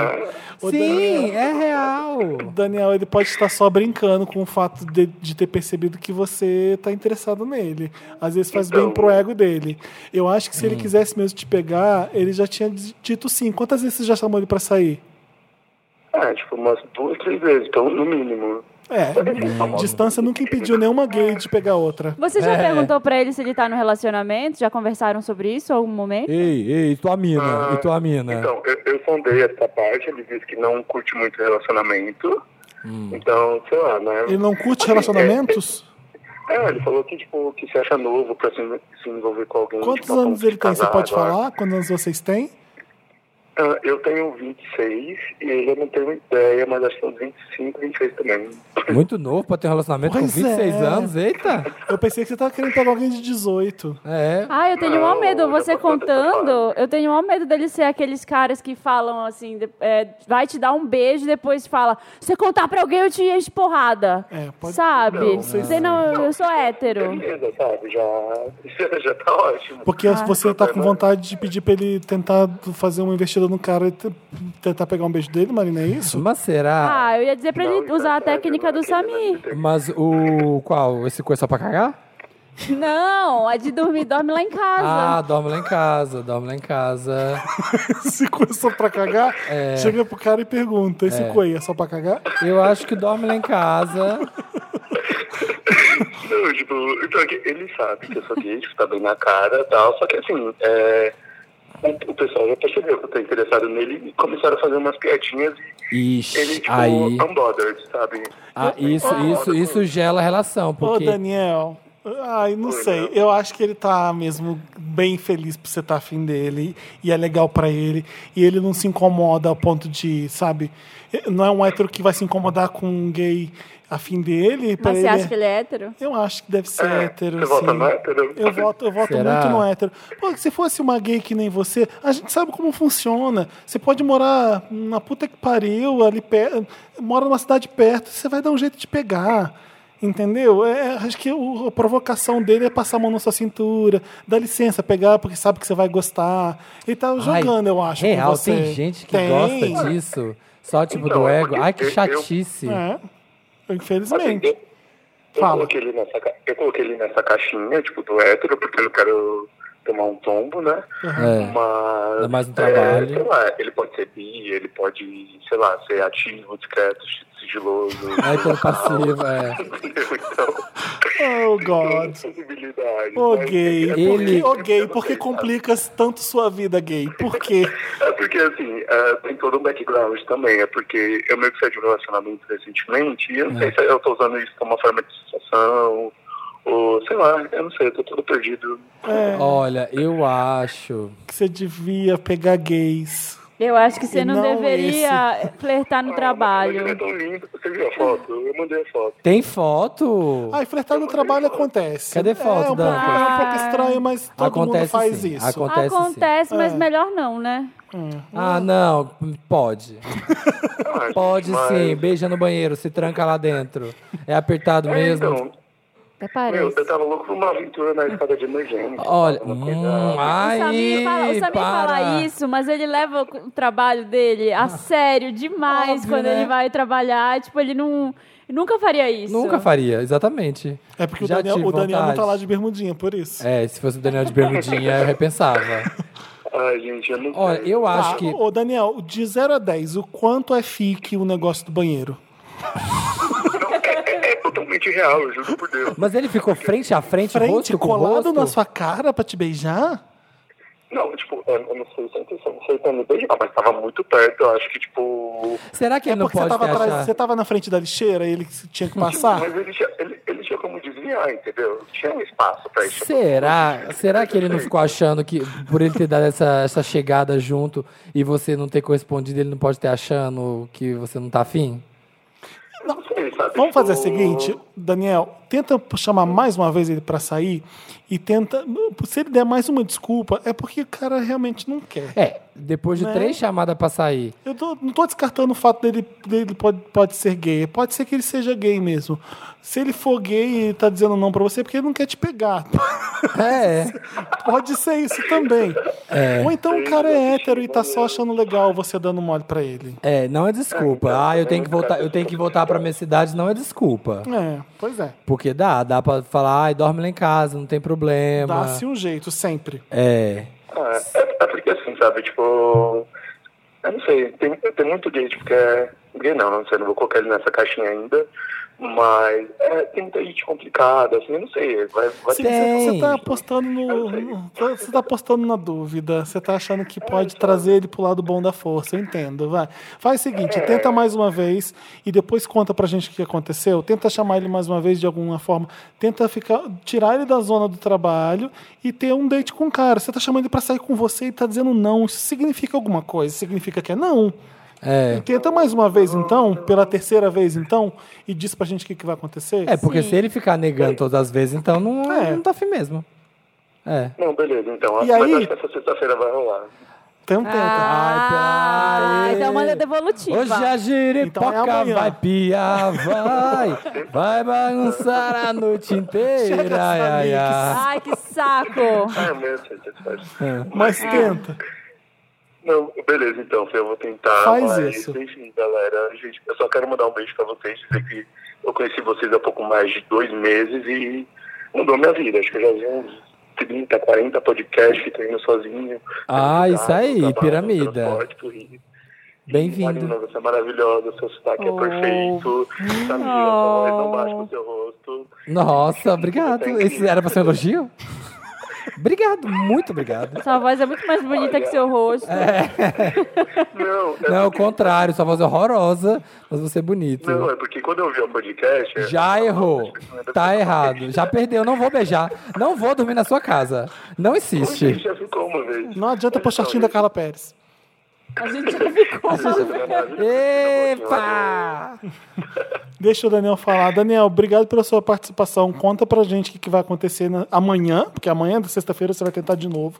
Speaker 1: Ô,
Speaker 2: Sim, é real.
Speaker 1: Daniel, ele pode estar só brincando com o fato de, de ter percebido que você tá interessado nele. Às vezes faz
Speaker 6: Então.
Speaker 1: bem pro ego dele. Eu acho que se
Speaker 2: Hum.
Speaker 1: ele quisesse mesmo te pegar, ele já tinha d- dito sim. Quantas vezes você já chamou ele pra sair?
Speaker 6: Ah, tipo, umas duas, três vezes, então, no mínimo.
Speaker 1: É,
Speaker 2: Hum.
Speaker 1: distância nunca impediu nenhuma gay de pegar outra.
Speaker 3: Você já
Speaker 2: É.
Speaker 3: perguntou pra ele se ele tá no relacionamento? Já conversaram sobre isso em algum momento?
Speaker 2: Ei, ei, tua mina,
Speaker 6: Ah,
Speaker 2: e tua
Speaker 3: É.
Speaker 2: mina.
Speaker 6: Então, eu, eu sondei essa parte, ele disse que não curte muito relacionamento.
Speaker 3: Hum.
Speaker 6: Então, sei lá, né?
Speaker 1: Ele não curte relacionamentos?
Speaker 6: É, ele falou que, tipo, que se acha novo pra se, se envolver com alguém.
Speaker 1: Quantos
Speaker 6: tipo, a ponto
Speaker 1: anos
Speaker 6: de
Speaker 1: ele tem? Você
Speaker 6: casar
Speaker 1: pode
Speaker 6: agora.
Speaker 1: falar? Quantos anos vocês têm?
Speaker 6: Ah, Eu tenho 26 e eu não tenho ideia, mas acho que uns 25, 26 também.
Speaker 2: Muito novo pra ter um relacionamento
Speaker 1: Pois
Speaker 2: com 26
Speaker 1: é.
Speaker 2: anos, eita!
Speaker 1: Eu pensei que você tava querendo pegar alguém de 18.
Speaker 2: É.
Speaker 3: Ah, eu tenho um
Speaker 6: Não,
Speaker 3: medo,
Speaker 6: eu
Speaker 3: você
Speaker 6: já vou contar essa
Speaker 3: contando, eu tenho um medo dele ser aqueles caras que falam assim, de- é, vai te dar um beijo e depois fala, se você contar pra alguém eu te encho de porrada.
Speaker 1: É, pode-
Speaker 3: Sabe?
Speaker 6: Não,
Speaker 3: Você não, eu sou hétero.
Speaker 6: Beleza, sabe? Já, já tá ótimo.
Speaker 1: Porque você tá com vontade de pedir pra ele tentar fazer uma investida no cara e t- tentar pegar um beijo dele, Marina, é isso?
Speaker 2: Mas será?
Speaker 3: Ah, eu ia dizer pra
Speaker 6: Não,
Speaker 3: ele
Speaker 6: já
Speaker 3: usar a
Speaker 6: tá,
Speaker 3: técnica
Speaker 6: já
Speaker 3: do
Speaker 6: tá, já tá.
Speaker 3: Samir.
Speaker 2: Mas o. Qual? Esse coisa só pra cagar?
Speaker 3: Não, a de dormir dorme lá em casa.
Speaker 2: Ah, dorme lá em casa, dorme lá em casa.
Speaker 1: Se coisa é só pra cagar, chega pro cara e pergunta: esse coi é só pra cagar?
Speaker 2: Eu acho que dorme lá em casa.
Speaker 6: Não, tipo, então, é que ele sabe que eu sou gay, tipo, tá bem na cara e tal. Só que assim, é, o, o pessoal já percebeu que eu tô interessado nele e começaram a fazer umas piadinhas e ele,
Speaker 2: Ixi,
Speaker 6: tipo,
Speaker 2: aí.
Speaker 6: unbothered, sabe?
Speaker 2: Ah, isso, isso, isso gela a relação,
Speaker 1: Ô,
Speaker 2: porque.
Speaker 1: Daniel. Ai, não sei. Eu acho que ele tá mesmo bem feliz por você estar afim dele. E é legal pra ele. E ele não se incomoda ao ponto de, sabe? Não é um hétero que vai se incomodar com um gay afim dele. pra
Speaker 3: Mas você
Speaker 1: ele
Speaker 3: acha
Speaker 1: é-
Speaker 3: que ele é hétero?
Speaker 1: Eu acho que deve ser
Speaker 6: É,
Speaker 1: hétero.
Speaker 6: você vota
Speaker 1: sim.
Speaker 6: no hétero?
Speaker 1: Eu voto, eu voto
Speaker 2: Será?
Speaker 1: muito no hétero. Pô, se fosse uma gay que nem você, a gente sabe como funciona. Você pode morar na puta que pariu, ali perto, mora numa cidade perto, você vai dar um jeito de pegar. Entendeu? É, acho que o- a provocação dele é passar a mão na sua cintura, dar licença, pegar porque sabe que você vai gostar. Ele tá
Speaker 2: Ai,
Speaker 1: jogando, eu acho. com
Speaker 2: Real,
Speaker 1: você.
Speaker 2: tem gente que
Speaker 1: Tem.
Speaker 2: gosta disso. Só tipo
Speaker 6: Então,
Speaker 2: do
Speaker 6: é
Speaker 2: ego.
Speaker 6: porque
Speaker 2: Ai, que
Speaker 6: eu- eu-
Speaker 2: chatice.
Speaker 1: É,
Speaker 6: Assim,
Speaker 1: infelizmente.
Speaker 6: eu, eu
Speaker 1: Fala.
Speaker 6: coloquei ele nessa, ca- eu coloquei ele nessa caixinha, tipo, do hétero, porque eu não quero tomar um tombo, né?
Speaker 2: É.
Speaker 6: Mas.
Speaker 2: Ainda mais no trabalho.
Speaker 6: sei lá, ele pode ser bi, ele pode, sei lá, ser ativo, discreto, sigiloso.
Speaker 2: Ai, que passivo, é.
Speaker 6: então,
Speaker 1: Oh, God.
Speaker 6: possibilidade.
Speaker 1: Ô gay, por
Speaker 2: Ele-
Speaker 1: que, ô gay, por que complicas tanto sua vida, gay? Por quê?
Speaker 6: É porque, assim, é, tem todo um background também. É porque eu meio que saí de um relacionamento recentemente e eu não
Speaker 2: É.
Speaker 6: sei se eu tô usando isso como uma forma de sensação ou, sei lá, eu não sei, eu tô todo perdido.
Speaker 2: Olha, eu acho.
Speaker 1: Que você devia pegar gays.
Speaker 3: Eu acho que você
Speaker 1: E
Speaker 3: não,
Speaker 1: não
Speaker 3: deveria flertar no
Speaker 6: Ah, mas ele é
Speaker 3: trabalho.
Speaker 6: tão lindo. Você viu a foto? Eu mandei a foto.
Speaker 2: Tem foto?
Speaker 1: Ai, flertar no trabalho acontece.
Speaker 2: Cadê foto,
Speaker 1: é, um pouco,
Speaker 2: Dan?
Speaker 1: é um pouco estranho, mas todo mundo
Speaker 2: Acontece
Speaker 1: faz
Speaker 2: sim,
Speaker 1: isso.
Speaker 2: aconte-
Speaker 3: Acontece,
Speaker 2: Acontece, sim. É.
Speaker 3: mas melhor não, né?
Speaker 2: Ah, não, pode.
Speaker 6: Ah,
Speaker 2: Pode
Speaker 6: mas-
Speaker 2: sim, beija no banheiro, se tranca lá dentro. É apertado
Speaker 6: É,
Speaker 2: mesmo.
Speaker 6: então,
Speaker 3: Até
Speaker 6: Meu,
Speaker 3: parece.
Speaker 6: eu tava louco por uma aventura na escada de emergência.
Speaker 2: Olha,
Speaker 6: uma
Speaker 2: hum, ai,
Speaker 3: o Samir, fala, o Samir
Speaker 2: para. Ah.
Speaker 3: fala isso, mas ele leva o trabalho dele a sério demais
Speaker 2: Óbvio,
Speaker 3: quando
Speaker 2: né?
Speaker 3: ele vai trabalhar. Tipo, ele não, nunca faria isso.
Speaker 2: Nunca faria, exatamente.
Speaker 1: É porque o
Speaker 2: Já
Speaker 1: Daniel,
Speaker 2: tive
Speaker 1: o Daniel não tá
Speaker 2: vontade.
Speaker 1: lá de bermudinha, por isso.
Speaker 2: É, se fosse o Daniel de bermudinha, eu repensava.
Speaker 6: Ai, gente, eu não
Speaker 2: Olha,
Speaker 6: sei.
Speaker 2: eu acho
Speaker 1: Ah,
Speaker 2: que...
Speaker 1: Ô, Daniel, de 0 a 10, o quanto é fique o negócio do banheiro?
Speaker 6: É totalmente real, eu juro por Deus.
Speaker 2: Mas ele ficou frente a frente,
Speaker 1: Frente,
Speaker 2: rosto com rosto?
Speaker 1: colado na sua cara pra te beijar?
Speaker 6: Não, tipo, eu, eu não sei se a intenção foi pra me beijar, mas tava muito perto, eu acho que, tipo...
Speaker 2: Será que
Speaker 1: É
Speaker 2: ele não
Speaker 1: porque você
Speaker 2: pode
Speaker 1: tava,
Speaker 2: ter
Speaker 1: atrás-
Speaker 2: achado-
Speaker 1: você tava na frente da lixeira e ele tinha que passar?
Speaker 6: Mas ele tinha, ele, ele tinha como desviar, entendeu? Tinha um espaço pra isso.
Speaker 2: Será? Será que ele não ficou achando que, por ele ter dado essa, essa chegada junto e você não ter correspondido, ele não pode ter achando que você não tá afim?
Speaker 6: Não sei, sabe?
Speaker 1: Vamos fazer o
Speaker 6: Tipo,
Speaker 1: seguinte, Daniel, tenta chamar mais uma vez ele pra sair e tenta. Se ele der mais uma desculpa, é porque o cara realmente não quer.
Speaker 2: É, depois de
Speaker 1: Né?
Speaker 2: três chamadas pra sair.
Speaker 1: Eu tô- não tô descartando o fato dele, dele pode, pode ser gay. Pode ser que ele seja gay mesmo. Se ele for gay e tá dizendo não pra você, é porque ele não quer te pegar.
Speaker 2: É,
Speaker 1: Pode ser isso também. Ou então o cara é hétero e tá só achando legal você dando mole pra ele.
Speaker 2: é, não é desculpa. Ah, eu tenho que voltar, eu tenho que voltar pra minha cidade, não é desculpa.
Speaker 1: É, pois é.
Speaker 2: Porque dá, dá pra falar, ai, dorme lá em casa, não tem problema.
Speaker 1: Dá-se um jeito, sempre.
Speaker 2: É.
Speaker 6: É, é, é porque assim, sabe? Tipo... Eu não sei, tem, tem muito gay, tipo, que é... Gay não, não sei, não vou colocar ele nessa caixinha ainda. Mas é, tem muita gente complicada, assim, eu não sei. Vai, vai
Speaker 1: Sim,
Speaker 6: ter que ser-
Speaker 1: você
Speaker 2: Tem.
Speaker 1: tá apostando no. no- tá- Você tá apostando na dúvida. Você tá achando que pode trazer ele pro lado bom da força. Eu entendo. Vai. Faz o seguinte, tenta mais uma vez e depois conta pra gente o que aconteceu. Tenta chamar ele mais uma vez de alguma forma. Tenta ficar. tirar ele da zona do trabalho e ter um date com o cara. Você tá chamando ele pra sair com você e tá dizendo não. Isso significa alguma coisa. Significa que é não.
Speaker 2: É.
Speaker 1: Tenta mais uma vez, então, pela terceira vez, então, e diz pra gente o que, que vai acontecer.
Speaker 2: É, porque
Speaker 3: Sim.
Speaker 2: se ele ficar negando todas as vezes, então não,
Speaker 1: É.
Speaker 2: não tá afim mesmo. É.
Speaker 6: Não, beleza, então.
Speaker 1: E
Speaker 6: mas
Speaker 1: aí?
Speaker 6: acho que essa sexta-feira vai rolar.
Speaker 1: Então tenta.
Speaker 2: Ai,
Speaker 3: Ah,
Speaker 2: peraí.
Speaker 3: então manda devolutiva.
Speaker 2: Hoje a
Speaker 1: Então é
Speaker 2: giripoca
Speaker 1: amanhã.
Speaker 2: vai piar, vai, vai bagunçar a noite inteira. Ai, ai, ai.
Speaker 3: Ai, que saco.
Speaker 6: Ah, meu Deus,
Speaker 1: Mas tenta.
Speaker 6: Não, beleza, então, Fê, eu vou tentar.
Speaker 1: Faz
Speaker 6: mas,
Speaker 1: isso.
Speaker 6: Enfim, galera, gente, eu só quero mandar um beijo pra vocês, dizer que eu conheci vocês há pouco mais de dois meses e mudou minha vida. Acho que eu já vi uns 30, 40 podcasts que tô indo sozinho. Tá
Speaker 2: Ah,
Speaker 6: Trabalho,
Speaker 2: isso aí,
Speaker 6: trabalho,
Speaker 2: piramida.
Speaker 6: transporte pro Rio. E,
Speaker 2: Bem-vindo.
Speaker 6: Marina, você é maravilhosa, seu sotaque
Speaker 3: Oh.
Speaker 6: é perfeito. Samira,
Speaker 2: Ah.
Speaker 6: sua voz não baixa o seu rosto.
Speaker 2: Nossa, obrigado. Esse era pra ser um elogio? obrigado, muito obrigado.
Speaker 3: Sua voz é muito mais bonita que seu rosto.
Speaker 6: Não, é
Speaker 2: Não, é o
Speaker 6: porque-
Speaker 2: contrário, sua voz é horrorosa, mas você é bonito.
Speaker 6: Não, é porque quando eu vi o podcast... é eu
Speaker 2: Já
Speaker 6: falava,
Speaker 2: errou.
Speaker 6: "Nossa, isso não é da
Speaker 2: Tá
Speaker 6: minha
Speaker 2: errado.
Speaker 6: cabeça".
Speaker 2: Já perdeu, não vou beijar. Não vou dormir na sua casa. Não
Speaker 6: Hoje
Speaker 2: insiste.
Speaker 6: já ficou uma vez. então,
Speaker 1: Não adianta pôr shortinho da Carla Pérez.
Speaker 3: A gente já
Speaker 6: é né? um
Speaker 3: ficou.
Speaker 2: Epa!
Speaker 1: Deixa o Daniel falar. Daniel, obrigado pela sua participação. Conta pra gente o que, que vai acontecer na- amanhã, porque amanhã, da sexta-feira, você vai tentar de novo.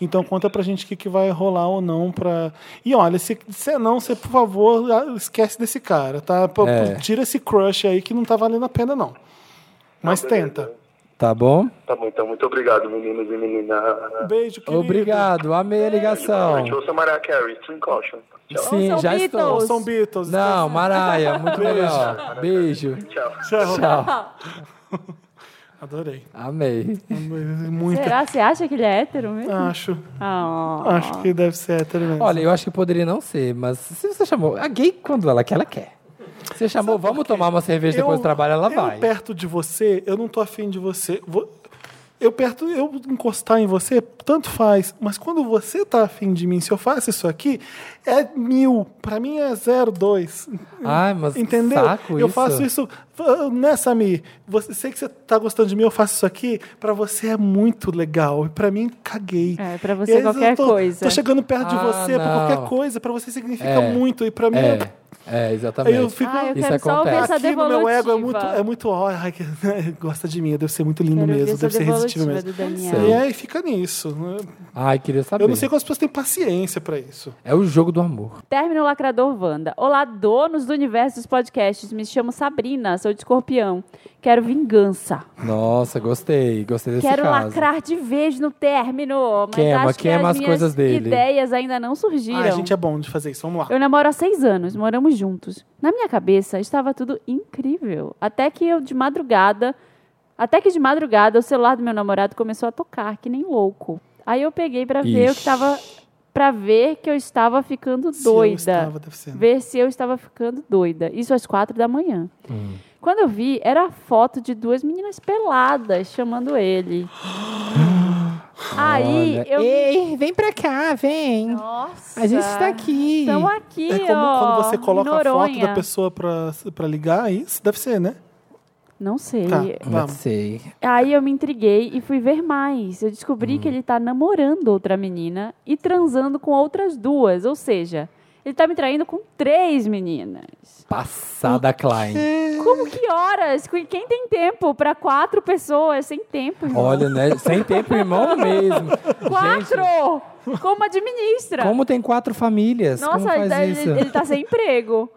Speaker 1: Então conta pra gente o que, que vai rolar ou não pra. E olha, se, se é não, você, por favor, ah, esquece desse cara, tá? Pô,
Speaker 2: É.
Speaker 1: pô, Tira esse crush aí que não tá valendo a pena, não. Mas tenta.
Speaker 2: Tá bom?
Speaker 6: Tá bom, então muito obrigado, meninos e meninas.
Speaker 1: Beijo, querido.
Speaker 2: Obrigado, amei a ligação.
Speaker 6: Eu sou Mariah Carey, Stream Caution. Tchau.
Speaker 2: Sim,
Speaker 3: Ouçam
Speaker 2: já estou.
Speaker 3: Beatles.
Speaker 1: São Beatles.
Speaker 2: Não, Maraia, muito melhor. Beijo.
Speaker 1: Tchau.
Speaker 2: Tchau.
Speaker 1: tá? Adorei.
Speaker 2: Amei.
Speaker 1: Muito.
Speaker 3: Será? Você acha que ele é hétero mesmo?
Speaker 1: Acho.
Speaker 3: Ah,
Speaker 1: Acho que deve ser tá hétero mesmo.
Speaker 2: Olha, eu acho que poderia não ser, mas se você chamou. A gay, quando ela quer, ela quer. Você chamou, vamos tomar uma cerveja depois do trabalho, ela
Speaker 1: eu
Speaker 2: vai.
Speaker 1: perto de você, eu não tô afim de você. Vo- Eu perto, eu encostar em você, tanto faz. Mas quando você tá afim de mim, se eu faço isso aqui, é mil. Pra mim é zero, dois.
Speaker 2: Ai, mas
Speaker 1: Entendeu?
Speaker 2: saco
Speaker 1: eu
Speaker 2: isso.
Speaker 1: faço isso. Né, Samir? Você, sei que você tá gostando de mim, eu faço isso aqui. Pra você é muito legal. E pra mim, caguei.
Speaker 3: É, pra você
Speaker 1: E aí eu
Speaker 3: qualquer
Speaker 1: tô-
Speaker 3: coisa.
Speaker 1: Tô chegando perto de
Speaker 2: Ah,
Speaker 1: você por
Speaker 2: não.
Speaker 1: qualquer coisa. Pra você significa
Speaker 2: É.
Speaker 1: muito. E pra mim
Speaker 2: É. É, exatamente.
Speaker 1: Aí eu fico-
Speaker 3: Ah, eu
Speaker 2: Isso
Speaker 3: quero só ouvir
Speaker 2: acontece.
Speaker 3: essa
Speaker 1: Aqui no meu ego é muito,
Speaker 3: devolutiva.
Speaker 1: é muito ó, ai, que- né, gosta de mim, eu devo ser muito lindo
Speaker 3: Quero ouvir
Speaker 1: mesmo,
Speaker 3: essa
Speaker 1: devo ser irresistível
Speaker 3: devolutiva
Speaker 1: mesmo.
Speaker 3: do Daniel.
Speaker 2: Sei.
Speaker 1: E aí fica nisso. né?
Speaker 2: Ai, queria saber.
Speaker 1: Eu não sei quantas pessoas têm paciência pra isso.
Speaker 2: É o jogo do amor.
Speaker 3: Término Lacrador Wanda. Olá, donos do universo dos podcasts. Me chamo Sabrina, sou de escorpião. Quero vingança.
Speaker 2: Nossa, gostei. Gostei desse
Speaker 3: Quero
Speaker 2: caso.
Speaker 3: lacrar de vez no término. Mas
Speaker 2: Queima,
Speaker 3: acho que
Speaker 2: queima
Speaker 3: as,
Speaker 2: as
Speaker 3: minhas
Speaker 2: coisas dele.
Speaker 3: ideias ainda não surgiram.
Speaker 1: Ai, a gente é bom de fazer isso, vamos lá.
Speaker 3: Eu namoro há seis anos, moramos juntos. Na minha cabeça estava tudo incrível. Até que eu de madrugada. Até que de madrugada o celular do meu namorado começou a tocar, que nem louco. Aí eu peguei pra ver o que
Speaker 2: Ixi.
Speaker 3: tava. Pra ver que eu estava ficando
Speaker 1: Se eu
Speaker 3: doida
Speaker 1: estava, deve ser. né?
Speaker 3: ver se eu estava ficando doida. Isso às quatro da manhã. Quando eu vi, era a foto de duas meninas peladas chamando ele. Aí
Speaker 2: Olha.
Speaker 3: eu.
Speaker 7: Ei, vem pra cá, vem.
Speaker 3: Nossa!
Speaker 7: A gente está aqui.
Speaker 3: Estamos aqui,
Speaker 1: tá É como
Speaker 3: ó,
Speaker 1: quando você coloca a foto
Speaker 3: Noronha.
Speaker 1: da pessoa pra, pra ligar, é isso deve ser, né?
Speaker 3: Não sei.
Speaker 1: Tá.
Speaker 2: Não
Speaker 1: Vamos.
Speaker 2: sei.
Speaker 3: Aí eu me intriguei e fui ver mais. Eu descobri
Speaker 1: Hum.
Speaker 3: que ele tá namorando outra menina e transando com outras duas. Ou seja, ele tá me traindo com três meninas.
Speaker 2: Passada, Klein.
Speaker 3: Como que horas? Quem tem tempo pra quatro pessoas sem tempo? irmão?
Speaker 2: Olha, né? Sem tempo, irmão mesmo.
Speaker 3: Quatro!
Speaker 2: Gente,
Speaker 3: Como administra?
Speaker 2: como tem quatro famílias? como
Speaker 3: Nossa,
Speaker 2: faz
Speaker 3: ele,
Speaker 2: isso?
Speaker 3: ele tá sem emprego.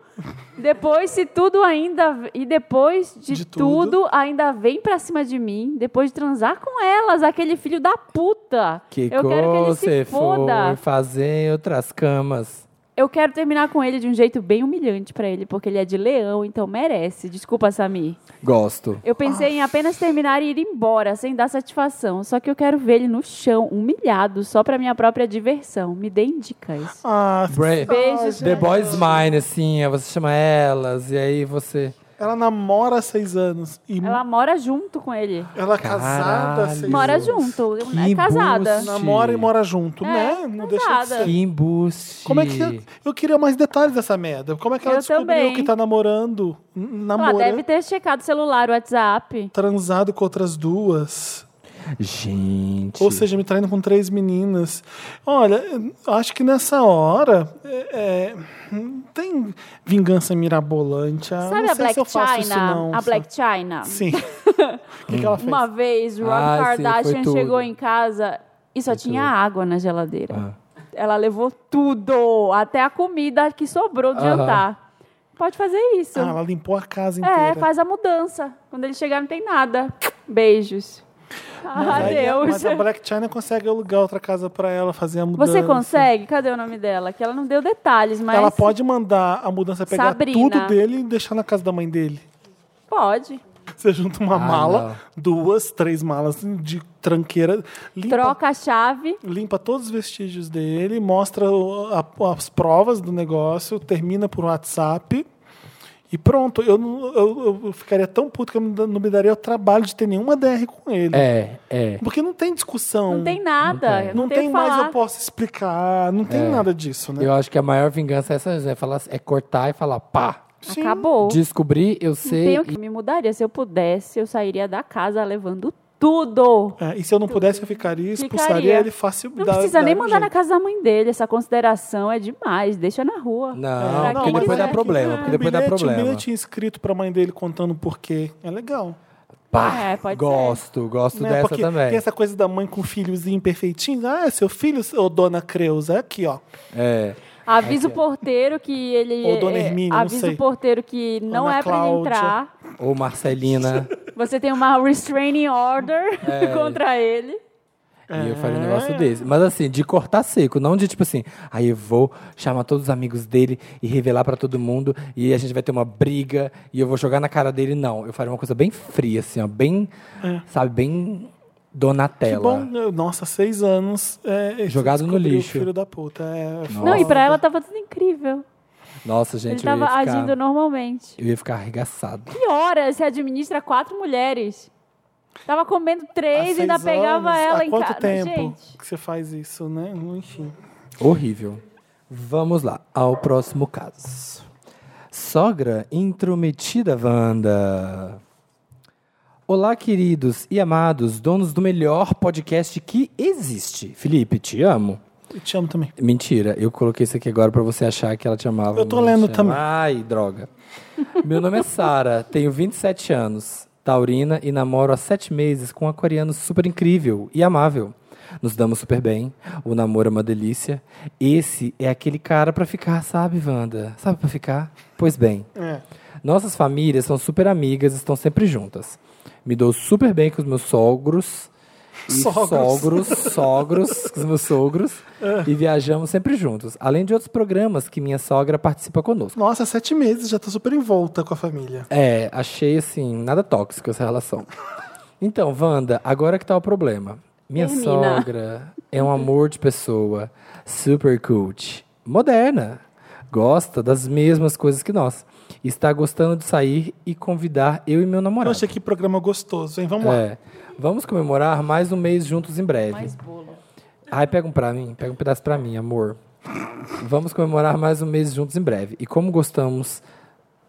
Speaker 3: Depois, se tudo ainda. E depois de,
Speaker 1: De
Speaker 3: tudo,
Speaker 1: tudo.
Speaker 3: ainda vem pra cima de mim, depois de transar com elas, aquele filho da puta.
Speaker 2: Que é
Speaker 3: eu quero que ele
Speaker 2: você
Speaker 3: se foda.
Speaker 2: foi fazer em outras camas.
Speaker 3: Eu quero terminar com ele de um jeito bem humilhante pra ele, porque ele é de leão, então merece. Desculpa, Samir.
Speaker 2: Gosto.
Speaker 3: Eu pensei em apenas terminar e ir embora, sem dar satisfação. Só que eu quero ver ele no chão, humilhado, só pra minha própria diversão. Me deem dicas.
Speaker 1: Ah,
Speaker 2: Bra-
Speaker 3: Beijos.
Speaker 2: The Boys Mine, assim, aí você chama elas, e aí você.
Speaker 1: ela namora há seis anos e
Speaker 3: Ela
Speaker 1: ela,
Speaker 3: mora junto com ele.
Speaker 1: é casada há
Speaker 2: Caralho.
Speaker 1: seis
Speaker 3: Mora
Speaker 1: anos.
Speaker 3: junto.
Speaker 2: Que
Speaker 3: é casada.
Speaker 2: bucha.
Speaker 1: Namora e mora junto,
Speaker 3: É,
Speaker 1: né? Não deixa de
Speaker 3: casada.
Speaker 1: ser.
Speaker 2: Que embuste.
Speaker 1: Como é que. Eu queria mais detalhes dessa merda. Como é que ela
Speaker 3: Eu
Speaker 1: descobriu
Speaker 3: também.
Speaker 1: que tá namorando? n-
Speaker 3: Ela
Speaker 1: Namorando.
Speaker 3: deve ter checado o celular, o WhatsApp.
Speaker 1: Transado com outras duas.
Speaker 2: Gente.
Speaker 1: Ou seja, me traindo com três meninas. Olha, eu acho que nessa hora. é, é, não tem vingança mirabolante. Ah,
Speaker 3: Sabe
Speaker 1: não sei
Speaker 3: a Black
Speaker 1: se eu faço isso,
Speaker 3: China?
Speaker 1: não.
Speaker 3: a
Speaker 1: sabe?
Speaker 3: Black China.
Speaker 1: Sim. O que, que ela fez?
Speaker 3: Uma vez, Rob
Speaker 2: Ah, sim,
Speaker 3: Kardashian
Speaker 2: foi tudo.
Speaker 3: chegou em casa e só tinha água na geladeira.
Speaker 2: Ah.
Speaker 3: Ela levou tudo, até a comida que sobrou do
Speaker 2: Aham.
Speaker 3: jantar. Pode fazer isso.
Speaker 1: Ah, ela limpou a casa inteira.
Speaker 3: é, faz a mudança. Quando ele chegar, não tem nada. Beijos. Ah,
Speaker 1: Mas aí a-
Speaker 3: Adeus.
Speaker 1: Mas a Black China consegue alugar outra casa pra ela fazer a mudança.
Speaker 3: Você consegue? Cadê o nome dela? Que ela não deu detalhes, mas.
Speaker 1: Ela pode mandar a mudança pegar
Speaker 3: Sabrina.
Speaker 1: tudo dele e deixar na casa da mãe dele.
Speaker 3: Pode.
Speaker 1: Você junta uma
Speaker 2: Ah,
Speaker 1: mala, duas, três malas de tranqueira, limpa,
Speaker 3: Troca a chave.
Speaker 1: limpa todos os vestígios dele, mostra o- a- as provas do negócio, termina por WhatsApp e pronto. Eu, não- eu- eu ficaria tão puto que eu não da- não me daria o trabalho de ter nenhuma DR com ele.
Speaker 2: É, é.
Speaker 1: Porque não tem discussão.
Speaker 3: Não tem nada.
Speaker 1: Não tem
Speaker 3: o que
Speaker 1: mais
Speaker 3: falar.
Speaker 1: eu posso explicar, não tem nada disso, né?
Speaker 2: É. Eu acho que a maior vingança é essa, é, falar, é cortar e falar, pá.
Speaker 1: Sim.
Speaker 3: Acabou.
Speaker 2: Descobri, eu
Speaker 3: Não
Speaker 2: sei.
Speaker 3: tem o que me mudaria. Se eu pudesse, eu sairia da casa levando tudo.
Speaker 1: É, e se eu não pudesse, eu ficaria, expulsaria
Speaker 3: Então, Ficaria.
Speaker 1: ele fácil.
Speaker 3: Não
Speaker 1: dá-
Speaker 3: precisa
Speaker 1: dá
Speaker 3: nem
Speaker 1: um
Speaker 3: mandar na
Speaker 1: jeito.
Speaker 3: casa da mãe dele. Essa consideração é demais. Deixa na rua.
Speaker 2: Não,
Speaker 3: Pra
Speaker 2: porque
Speaker 3: quem
Speaker 2: depois dá
Speaker 3: quiser.
Speaker 2: problema. Porque
Speaker 1: Um
Speaker 2: depois dá
Speaker 1: bilhete- Um
Speaker 2: problema.
Speaker 1: bilhete escrito pra mãe dele contando o porquê. É legal.
Speaker 2: Pá,
Speaker 3: É, pode ser.
Speaker 2: gosto, gosto
Speaker 1: né?
Speaker 2: dessa
Speaker 1: Porque
Speaker 2: também.
Speaker 1: tem essa coisa da mãe com o filhozinho perfeitinho. Ah, seu filho, ô dona Creuza, é aqui, ó.
Speaker 2: É.
Speaker 3: Avisa o porteiro que ele.
Speaker 1: Ou Dona
Speaker 3: é,
Speaker 1: Hermínia, não
Speaker 3: avisa
Speaker 1: sei.
Speaker 3: o porteiro que não
Speaker 1: Ana
Speaker 3: é pra ele
Speaker 1: Cláudia.
Speaker 3: entrar.
Speaker 2: Ou Marcelina.
Speaker 3: Você tem uma restraining order contra ele.
Speaker 2: E eu
Speaker 3: É.
Speaker 2: falei um negócio desse. Mas assim, de cortar seco, não de tipo assim, aí eu vou chamar todos os amigos dele e revelar pra todo mundo e a gente vai ter uma briga e eu vou jogar na cara dele. Não, eu faria uma coisa bem fria, assim, ó, bem,
Speaker 3: É.
Speaker 2: sabe, bem
Speaker 1: Que
Speaker 2: Donatella.
Speaker 1: bom. né? Nossa, seis anos. É,
Speaker 2: Jogado no
Speaker 1: descobriu o
Speaker 2: lixo.
Speaker 1: Filho da puta. É,
Speaker 3: Não, e pra ela tava tudo incrível.
Speaker 2: Nossa, gente,
Speaker 3: ele
Speaker 2: eu,
Speaker 3: tava
Speaker 2: ia ficar,
Speaker 3: agindo normalmente.
Speaker 2: eu ia ficar arregaçado.
Speaker 3: Que horas se administra quatro mulheres? Tava comendo
Speaker 1: há
Speaker 3: três e ainda
Speaker 1: seis
Speaker 3: pegava
Speaker 1: anos,
Speaker 3: ela
Speaker 1: Há
Speaker 3: em
Speaker 1: quanto
Speaker 3: casa.
Speaker 1: tempo
Speaker 3: Gente,
Speaker 1: que você faz isso, né? Enfim.
Speaker 2: Horrível. Vamos lá, ao próximo caso. Sogra intrometida Wanda. Olá, queridos e amados, donos do melhor podcast que existe. Felipe, te amo.
Speaker 1: Eu te amo também.
Speaker 2: Mentira, eu coloquei isso aqui agora pra você achar que ela te amava.
Speaker 1: Eu tô
Speaker 2: Não
Speaker 1: lendo
Speaker 2: te
Speaker 1: também.
Speaker 2: ama. Ai, droga. Meu nome é Sara, tenho 27 anos, taurina e namoro há 7 meses com um aquariano super incrível e amável. Nos damos super bem, o namoro é uma delícia. Esse é aquele cara pra ficar, sabe, Wanda? Sabe pra ficar? Pois bem.
Speaker 1: É.
Speaker 2: Nossas famílias são super amigas, estão sempre juntas. Me dou super bem com os meus sogros. E
Speaker 1: Sogros.
Speaker 2: sogros, sogros, com os meus sogros. E viajamos sempre juntos. Além de outros programas que minha sogra participa conosco.
Speaker 1: Nossa, sete meses, já tô super envolta com a família.
Speaker 2: É, achei assim, nada tóxico essa relação. Então, Wanda, agora que tá o problema. Minha
Speaker 3: Termina.
Speaker 2: sogra é um amor de pessoa, super cult, moderna. Gosta das mesmas coisas que nós. Está gostando de sair e convidar eu e meu namorado.
Speaker 1: Poxa, que programa gostoso, hein? Vamos lá.
Speaker 2: É. Vamos comemorar mais um mês juntos em breve.
Speaker 3: Mais bolo.
Speaker 2: Ai, pega um pra mim, pega um pedaço pra mim, amor. Vamos comemorar mais um mês juntos em breve. E como gostamos,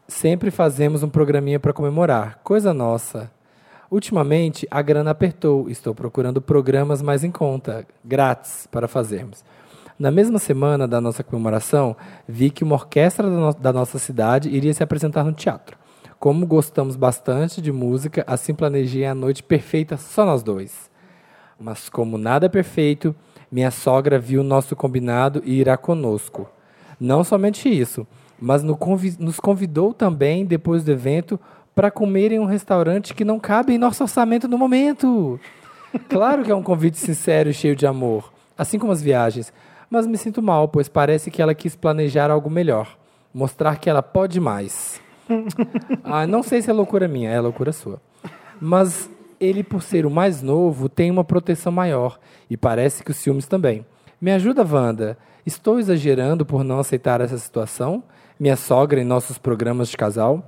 Speaker 2: sempre fazemos um programinha pra comemorar. Coisa nossa. Ultimamente, a grana apertou. Estou procurando programas mais em conta, grátis, para fazermos. Na mesma semana da nossa comemoração, vi que uma orquestra da, no- da nossa cidade iria se apresentar no teatro. Como gostamos bastante de música, assim planejei a noite perfeita só nós dois. Mas como nada é perfeito, minha sogra viu nosso combinado e irá conosco. Não somente isso, mas no convi- nos convidou também, depois do evento, para comer em um restaurante que não cabe em nosso orçamento no momento. Claro que é um convite sincero e cheio de amor, assim como as viagens, mas me sinto mal, pois parece que ela quis planejar algo melhor, mostrar que ela pode mais. Ah, não sei se é loucura minha, é loucura sua. Mas ele, por ser o mais novo, tem uma proteção maior. E parece que os ciúmes também. Me ajuda, Wanda. Estou exagerando por não aceitar essa situação? Minha sogra em nossos programas de casal?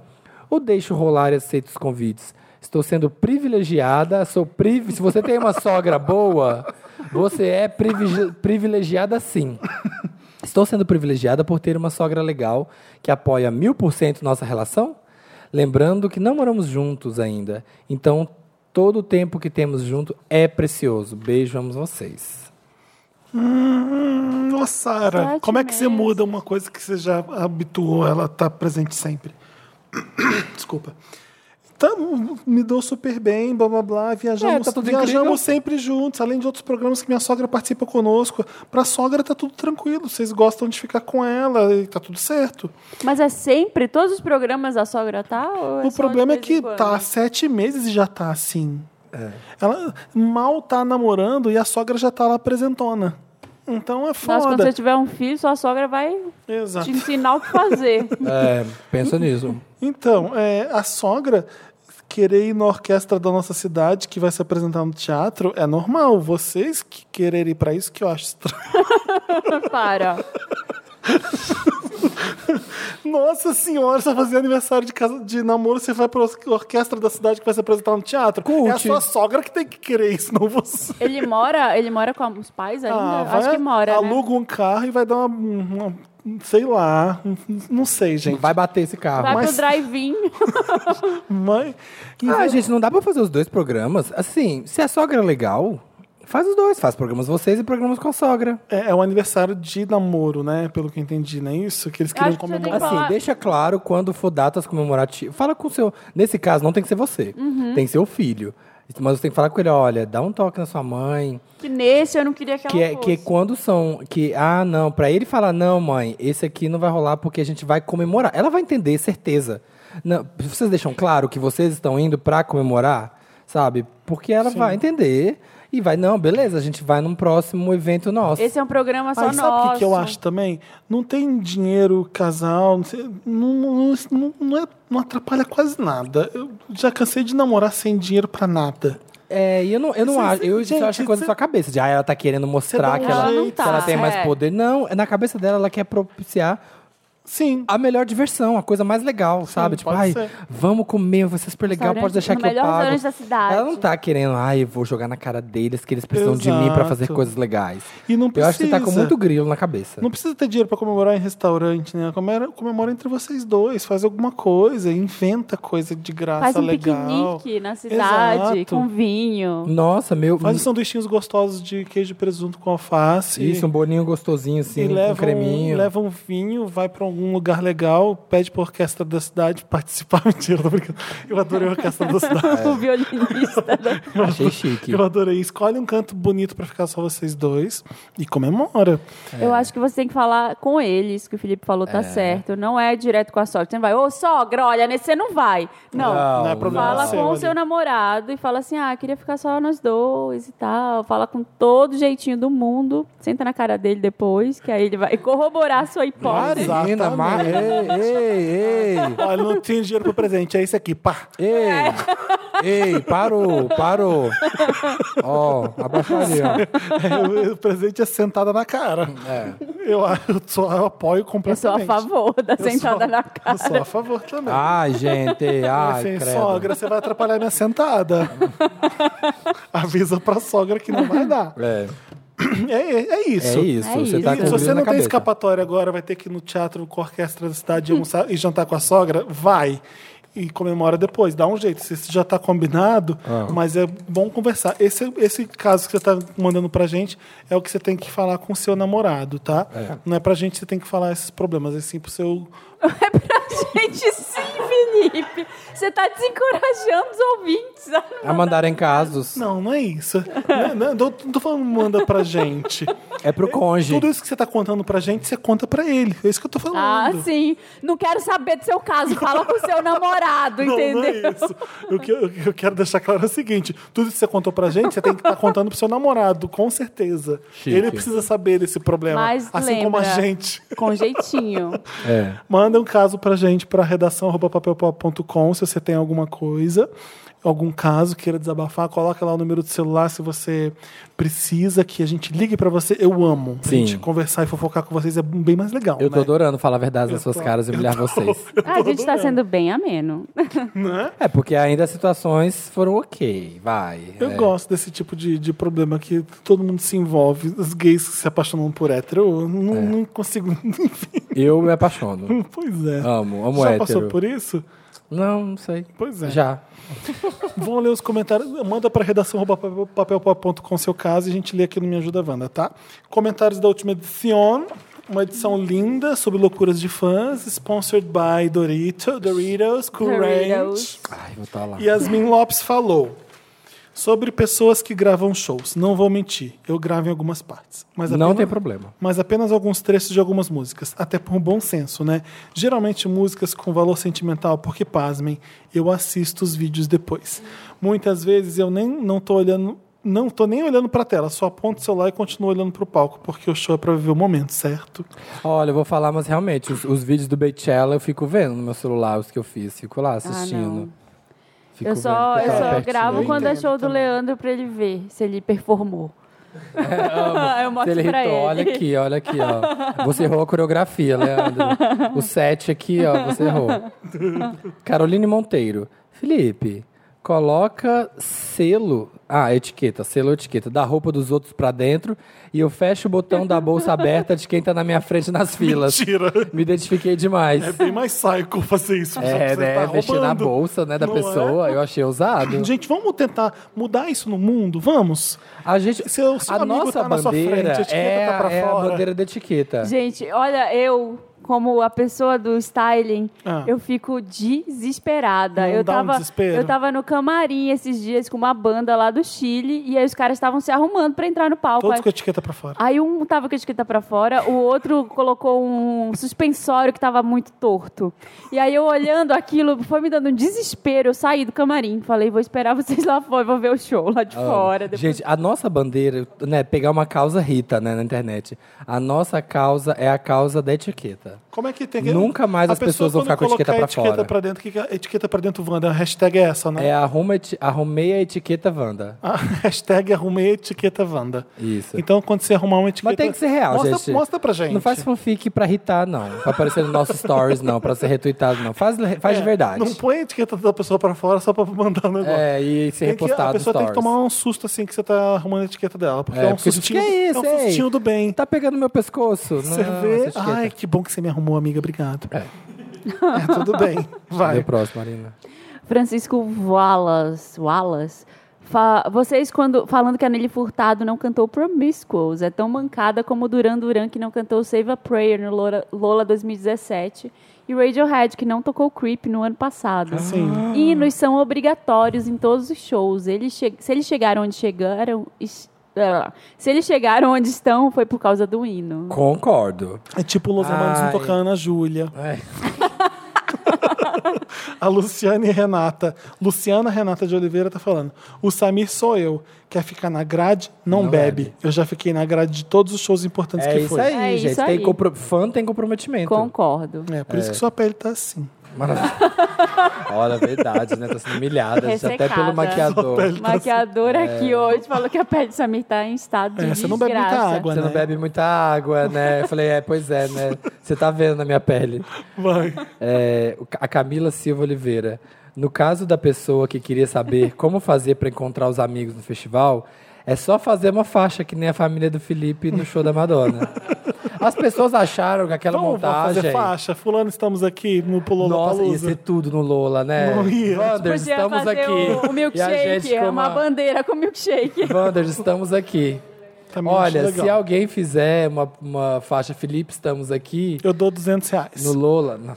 Speaker 2: Ou deixo rolar e aceito os convites? Estou sendo privilegiada, sou privi... Se você tem uma sogra boa, você é privilegi- privilegiada sim. Estou sendo privilegiada por ter uma sogra legal que apoia mil por cento nossa relação? Lembrando que não moramos juntos ainda. Então, todo o tempo que temos junto é precioso. Beijo, amo vocês.
Speaker 1: Hum, nossa, Sara,
Speaker 3: Sete
Speaker 1: como é que você
Speaker 3: meses.
Speaker 1: muda uma coisa que você já habituou, ela tá presente sempre? Desculpa. Então, me dou super bem, blá blá blá. Viajamos,
Speaker 2: É, tá tudo incrível.
Speaker 1: viajamos sempre juntos, além de outros programas que minha sogra participa conosco. Pra sogra tá tudo tranquilo, vocês gostam de ficar com ela e tá tudo certo.
Speaker 3: Mas é sempre? Todos os programas a sogra tá? ou é
Speaker 1: O
Speaker 3: só
Speaker 1: problema é
Speaker 3: de vez
Speaker 1: que
Speaker 3: em quando?
Speaker 1: tá há sete meses e já tá assim. Ela mal tá namorando e a sogra já tá lá presentona. Então é
Speaker 3: Nossa, quando
Speaker 1: foda.
Speaker 3: você tiver um filho, sua sogra vai
Speaker 1: Exato.
Speaker 3: te ensinar o que fazer.
Speaker 2: É, pensa nisso.
Speaker 1: Então, é, a sogra querer ir na orquestra da nossa cidade que vai se apresentar no teatro é normal. Vocês que quererem ir pra isso que eu acho estranho.
Speaker 3: Para.
Speaker 1: Nossa senhora, você vai fazer aniversário de, casa, de namoro, você vai pra orquestra da cidade que vai se apresentar no teatro? É a
Speaker 2: Curte.
Speaker 1: sua sogra que tem que querer isso, não você.
Speaker 3: Ele mora, ele mora com os pais ainda?
Speaker 1: Ah, vai,
Speaker 3: Acho que mora, né?
Speaker 1: aluga um carro e vai dar uma, uma- sei lá, um- não sei, gente.
Speaker 2: Vai bater esse carro.
Speaker 3: Vai
Speaker 1: mas-
Speaker 3: pro drive-in.
Speaker 1: Mas
Speaker 2: Ah, gente, não dá pra fazer os dois programas? Assim, se a sogra é legal, faz os dois. Faz programas vocês e programas com a sogra.
Speaker 1: é, é o aniversário de namoro, né? Pelo que eu entendi, não é isso que eles
Speaker 3: Acho
Speaker 1: queriam
Speaker 3: que você tem
Speaker 1: comemorar.
Speaker 3: que
Speaker 2: Assim,
Speaker 3: falar-
Speaker 2: deixa claro quando for datas comemorativas. Fala com o seu. Nesse caso, não tem que ser você.
Speaker 3: Uhum.
Speaker 2: Tem que ser o filho. Mas você tem que falar com ele, olha, dá um toque na sua mãe.
Speaker 3: Que nesse eu não queria que ela
Speaker 2: Que é, que
Speaker 3: fosse.
Speaker 2: é quando são. Que, ah, não, pra ele falar, não, mãe, esse aqui não vai rolar porque a gente vai comemorar. Ela vai entender, certeza. Não, vocês deixam claro que vocês estão indo pra comemorar, sabe? Porque ela vai entender e vai, não, beleza, a gente vai num próximo evento nosso.
Speaker 3: Esse é um programa só
Speaker 1: Aí
Speaker 3: nosso.
Speaker 1: sabe o que, que eu acho também? Não tem dinheiro, casal, não, sei, não, não, isso não, não é- não atrapalha quase nada. Eu já cansei de namorar sem dinheiro pra nada.
Speaker 2: É, e eu não, eu não
Speaker 1: Cê-
Speaker 2: acho. Eu
Speaker 1: gente,
Speaker 2: só acho coisa
Speaker 1: cê-
Speaker 2: na sua cabeça. De, ah, ela tá querendo
Speaker 1: Cê dá
Speaker 2: mostrar
Speaker 1: um
Speaker 2: que ela, que
Speaker 3: jeito,
Speaker 2: ela tem mais
Speaker 3: é.
Speaker 2: poder. Não, na cabeça dela, ela quer propiciar
Speaker 1: Sim.
Speaker 2: a melhor diversão, a coisa mais legal, sabe? Tipo,
Speaker 1: pode
Speaker 2: ai,
Speaker 1: ser.
Speaker 2: vamos comer, vai ser super legal, pode
Speaker 3: Restaurante-
Speaker 2: deixar
Speaker 3: no
Speaker 2: que eu
Speaker 3: melhor
Speaker 2: pago.
Speaker 3: restaurante da cidade.
Speaker 2: Ela não tá querendo, ai, eu vou jogar na cara deles que eles precisam de mim pra fazer
Speaker 1: Exato.
Speaker 2: coisas legais.
Speaker 1: E não
Speaker 2: Eu acho que você tá com
Speaker 1: precisa.
Speaker 2: muito grilo na cabeça.
Speaker 1: Não precisa ter dinheiro pra comemorar em restaurante, né? Comemora, comemora entre vocês dois, faz alguma coisa, inventa coisa de graça
Speaker 3: Faz um
Speaker 1: legal.
Speaker 3: piquenique na cidade,
Speaker 1: Exato.
Speaker 3: com vinho.
Speaker 2: Nossa, meu. um
Speaker 1: Faz uns sanduichinhos gostosos de queijo e presunto com alface.
Speaker 2: Isso, um bolinho gostosinho,
Speaker 1: e
Speaker 2: assim, com
Speaker 1: leva um,
Speaker 2: creminho.
Speaker 1: leva um vinho, vai pra algum lugar legal, pede pra orquestra da cidade participar. Mentira, tô brincando. Eu adorei a orquestra da cidade.
Speaker 3: O violinista. né?
Speaker 2: É, Achei chique.
Speaker 1: Eu adorei. Escolhe um canto bonito pra ficar só vocês dois e comemora.
Speaker 3: Eu acho que você tem que falar com ele, isso que o Felipe falou tá certo. Não é direto com a sogra. Você não vai, ô sogra, olha, nesse você não vai. Não.
Speaker 1: não é problema
Speaker 3: Fala
Speaker 1: seu
Speaker 3: com o
Speaker 1: ali.
Speaker 3: seu namorado e fala assim: ah, queria ficar só nós dois e tal. Fala com todo jeitinho do mundo. Senta na cara dele depois, que aí ele vai corroborar a sua hipótese.
Speaker 1: Exatamente.
Speaker 2: Menina, ma- ei, ei,
Speaker 1: Olha, não tenho dinheiro pro presente, é isso aqui, pá.
Speaker 2: ei, ei, ei, parou, parou. Ó, abaixaria.
Speaker 1: É, o presente é sentada na cara.
Speaker 2: É.
Speaker 1: Eu, eu, sou, eu apoio
Speaker 3: É. Eu sou a
Speaker 1: completamente.
Speaker 3: favor da
Speaker 1: Eu sou-
Speaker 3: sentada na cara.
Speaker 1: Eu sou a favor também.
Speaker 2: Ai, gente, ai,
Speaker 1: Assim,
Speaker 2: credo.
Speaker 1: sogra, você vai atrapalhar minha sentada. Avisa pra sogra que não vai dar.
Speaker 2: É,
Speaker 1: É, é- é isso.
Speaker 2: é isso,
Speaker 3: É
Speaker 2: você
Speaker 3: isso.
Speaker 2: tá
Speaker 1: E se
Speaker 2: com grilo
Speaker 1: você
Speaker 2: na
Speaker 1: não tem
Speaker 2: cabeça.
Speaker 1: escapatória agora, vai ter que ir no teatro com a orquestra da cidade e almoçar e jantar com a sogra? Vai. E comemora depois, dá um jeito. Se isso já tá combinado,
Speaker 2: Ah.
Speaker 1: mas é bom conversar. Esse, esse caso que você tá mandando pra gente é o que você tem que falar com o seu namorado, tá? Não é pra gente que você tem que falar esses problemas, é sim pro seu.
Speaker 3: É Gente, sim, Felipe. Você tá desencorajando os ouvintes. a não
Speaker 2: A mandarem casos,
Speaker 1: Não, não é isso. não, é, não, não tô falando manda pra gente.
Speaker 2: é pro cônjuge.
Speaker 1: Tudo isso que você tá contando pra gente, você conta pra ele. É isso que eu tô falando.
Speaker 3: Ah, sim. Não quero saber do seu caso. Fala com o seu namorado,
Speaker 1: Não,
Speaker 3: entendeu?
Speaker 1: não é isso. O que eu, o que eu quero deixar claro é o seguinte: tudo isso que você contou pra gente, você tem que estar contando pro seu namorado, com certeza.
Speaker 2: Chique.
Speaker 1: Ele precisa saber desse problema,
Speaker 3: Mas
Speaker 1: assim como a
Speaker 3: lembra.
Speaker 1: gente.
Speaker 3: Com jeitinho.
Speaker 2: É.
Speaker 1: Manda um caso pra gente para redação@papelpop.com, se você tem alguma coisa, algum caso queira desabafar, coloca lá o número do celular se você precisa que a gente ligue pra você. Eu amo. Pra
Speaker 2: Sim.
Speaker 1: gente conversar e fofocar com vocês é bem mais legal,
Speaker 2: Eu tô
Speaker 1: né?
Speaker 2: adorando falar a verdade nas suas
Speaker 1: tô-
Speaker 2: caras e humilhar vocês.
Speaker 3: Ah, a gente tá sendo bem ameno.
Speaker 2: É, porque ainda as situações foram ok, vai.
Speaker 1: Eu
Speaker 2: é.
Speaker 1: gosto desse tipo de, de problema que todo mundo se envolve. Os gays que se apaixonam por hétero, eu
Speaker 2: É.
Speaker 1: não, não consigo. Enfim,
Speaker 2: Eu me apaixono.
Speaker 1: pois é.
Speaker 2: Amo, amo
Speaker 1: Já
Speaker 2: hétero.
Speaker 1: passou por isso?
Speaker 2: Não, não sei.
Speaker 1: Pois é.
Speaker 2: Já.
Speaker 1: Vão ler os comentários. Manda para redação arroba papel- papelpop.com seu caso e a gente lê aqui no Me Ajuda Wanda, tá? Comentários da última edição. Uma edição linda sobre loucuras de fãs, sponsored by Dorito, Doritos, Cool Ranch.
Speaker 3: Doritos.
Speaker 2: Ai, vou estar lá.
Speaker 1: Yasmin Lopes falou sobre pessoas que gravam shows. Não vou mentir, eu gravo em algumas partes. Mas
Speaker 2: Não
Speaker 1: apenas-
Speaker 2: tem problema.
Speaker 1: Mas apenas alguns trechos de algumas músicas, até por bom senso, né? Geralmente músicas com valor sentimental, porque, pasmem, eu assisto os vídeos depois. Muitas vezes eu nem não tô olhando. Não tô nem olhando pra tela, só aponto o celular e continuo olhando pro palco, porque o show é pra viver o momento, certo?
Speaker 2: Olha, eu vou falar, mas realmente, os, os vídeos do Beychella eu fico vendo no meu celular, os que eu fiz. Fico lá assistindo. Fico
Speaker 3: Ah, Eu só,
Speaker 2: vendo,
Speaker 3: eu
Speaker 2: porque tá
Speaker 3: só
Speaker 2: pertinho.
Speaker 3: gravo quando é
Speaker 1: Entendo
Speaker 3: show do
Speaker 1: também.
Speaker 3: Leandro pra ele ver se ele performou.
Speaker 1: É,
Speaker 3: eu
Speaker 2: Se
Speaker 3: mostro
Speaker 2: ele
Speaker 3: pra
Speaker 2: irritou,
Speaker 3: ele.
Speaker 2: olha aqui, olha aqui, ó. Você errou a coreografia, Leandro. O set aqui, ó, você errou. Caroline Monteiro. Felipe, coloca selo, ah, etiqueta, selo ou etiqueta, da roupa dos outros pra dentro e eu fecho o botão da bolsa aberta de quem tá na minha frente nas filas.
Speaker 1: Mentira.
Speaker 2: Me identifiquei demais.
Speaker 1: É bem mais psycho fazer isso.
Speaker 2: É,
Speaker 1: você
Speaker 2: né?
Speaker 1: tá
Speaker 2: mexer na
Speaker 1: roubando.
Speaker 2: bolsa, né, da
Speaker 1: Não é?
Speaker 2: pessoa. Eu achei ousado.
Speaker 1: Gente, vamos tentar mudar isso no mundo? Vamos?
Speaker 2: A gente,
Speaker 1: Seu- seu
Speaker 2: a
Speaker 1: amigo
Speaker 2: nossa
Speaker 1: tá na sua
Speaker 2: bandeira
Speaker 1: frente, a etiqueta
Speaker 2: é,
Speaker 1: tá pra
Speaker 2: é a
Speaker 1: fora.
Speaker 2: bandeira da etiqueta.
Speaker 3: Gente, olha, eu, como a pessoa do styling,
Speaker 1: Ah.
Speaker 3: eu fico desesperada.
Speaker 1: Não
Speaker 3: eu,
Speaker 1: dá um
Speaker 3: tava,
Speaker 1: desespero?
Speaker 3: eu tava no camarim esses dias com uma banda lá do Chile e aí os caras estavam se arrumando pra entrar no palco.
Speaker 1: Todos
Speaker 3: Aí-
Speaker 1: com a etiqueta pra fora.
Speaker 3: Aí um tava com a etiqueta pra fora, o outro colocou um suspensório que tava muito torto. E aí eu olhando aquilo, foi me dando um desespero. Eu saí do camarim, falei, vou esperar vocês lá fora, vou ver o show lá de fora. Depois...
Speaker 2: Gente, a nossa bandeira, né, pegar uma causa Rita, né, na internet. A nossa causa é a causa da etiqueta. nada.
Speaker 1: Como é que tem
Speaker 2: Nunca mais
Speaker 1: A
Speaker 2: as pessoas vão
Speaker 1: quando
Speaker 2: ficar com a
Speaker 1: colocar
Speaker 2: etiqueta pra
Speaker 1: etiqueta
Speaker 2: fora.
Speaker 1: Pra dentro, que que é- etiqueta pra dentro, Wanda. A hashtag é essa, né?
Speaker 2: É arruma, eti- arrumei a etiqueta Wanda.
Speaker 1: A hashtag arrumei a etiqueta Wanda.
Speaker 2: Isso.
Speaker 1: Então, quando você arrumar uma etiqueta.
Speaker 2: Mas tem que ser real,
Speaker 1: mostra,
Speaker 2: gente.
Speaker 1: Mostra pra gente.
Speaker 2: Não faz fanfic pra irritar, não. Pra aparecer no nosso stories, não. Pra ser retweetado, não. Faz, faz
Speaker 1: É,
Speaker 2: de verdade.
Speaker 1: Não põe a etiqueta da pessoa pra fora só pra mandar o negócio.
Speaker 2: É, e ser
Speaker 1: Tem que-
Speaker 2: repostado
Speaker 1: a pessoa
Speaker 2: stories.
Speaker 1: tem que tomar um susto assim que você tá arrumando a etiqueta dela. Porque é,
Speaker 2: É,
Speaker 1: um
Speaker 2: porque, tipo,
Speaker 1: sustinho.
Speaker 2: que é isso,
Speaker 1: um
Speaker 2: ei?
Speaker 1: sustinho do bem.
Speaker 2: Tá pegando meu pescoço?
Speaker 1: Você
Speaker 2: não,
Speaker 1: vê.
Speaker 2: essa etiqueta.
Speaker 1: Ai, que bom que você me arrumou, amiga. Obrigado. É, tudo bem.
Speaker 2: Cadê
Speaker 1: Vai.
Speaker 2: o próximo, Marina?
Speaker 3: Francisco Wallace. Wallace. fa- vocês quando falando que a Nelly Furtado não cantou Promiscuous, é tão mancada como Duran Duran que não cantou Save a Prayer no Lola, Lola 2017 e Radiohead que não tocou Creep no ano passado.
Speaker 1: Sim.
Speaker 3: Hinos são obrigatórios em todos os shows. Eles che- se eles chegaram onde chegaram, es- ah, se eles chegaram onde estão foi por causa do hino.
Speaker 2: Concordo.
Speaker 1: É tipo Los Hermanos não
Speaker 2: Ai.
Speaker 1: tocando a Júlia.
Speaker 2: É.
Speaker 1: A Luciana e Renata. Luciana Renata de Oliveira tá falando. O Samir sou eu. Quer ficar na grade, não,
Speaker 2: Não
Speaker 1: bebe.
Speaker 2: bebe.
Speaker 1: Eu já fiquei na grade de todos os shows importantes
Speaker 2: É
Speaker 1: que
Speaker 2: isso
Speaker 1: foi.
Speaker 2: aí,
Speaker 3: É
Speaker 2: gente.
Speaker 3: isso
Speaker 2: Tem
Speaker 3: aí.
Speaker 2: compro- Fã tem comprometimento.
Speaker 3: Concordo.
Speaker 1: É, por isso que sua pele tá assim.
Speaker 2: Maravilha. Olha, verdade, né? Tá sendo humilhada, gente, até
Speaker 3: Ressecada.
Speaker 2: pelo maquiador.
Speaker 3: Maquiadora aqui hoje falou que a pele do Samir tá em estado de
Speaker 1: É, você não bebe muita
Speaker 3: desgraça.
Speaker 1: água,
Speaker 2: Você
Speaker 1: né?
Speaker 2: não bebe muita água, né? Eu falei, é, pois é, né? Você tá vendo na minha pele.
Speaker 1: Vai.
Speaker 2: É, o Ca- a Camila Silva Oliveira. No caso da pessoa que queria saber como fazer pra encontrar os amigos no festival, é só fazer uma faixa que nem a família do Felipe no show da Madonna. As pessoas acharam que aquela
Speaker 1: Vamos
Speaker 2: montagem.
Speaker 1: fazer faixa. Fulano, estamos aqui no Pulo
Speaker 2: Nossa, ia ser tudo no Lola, né?
Speaker 1: Não ia.
Speaker 2: Wanders,
Speaker 3: Podia
Speaker 2: estamos
Speaker 3: fazer
Speaker 2: aqui.
Speaker 3: O, o
Speaker 2: E a gente
Speaker 3: milkshake, é
Speaker 2: com
Speaker 3: uma
Speaker 2: uma-
Speaker 3: bandeira com milkshake.
Speaker 2: Wanders, estamos aqui.
Speaker 1: Também acho
Speaker 2: Olha,
Speaker 1: Tá legal.
Speaker 2: se alguém fizer uma, uma faixa Felipe, estamos aqui
Speaker 1: Eu dou 200 reais.
Speaker 2: no Lola. Não.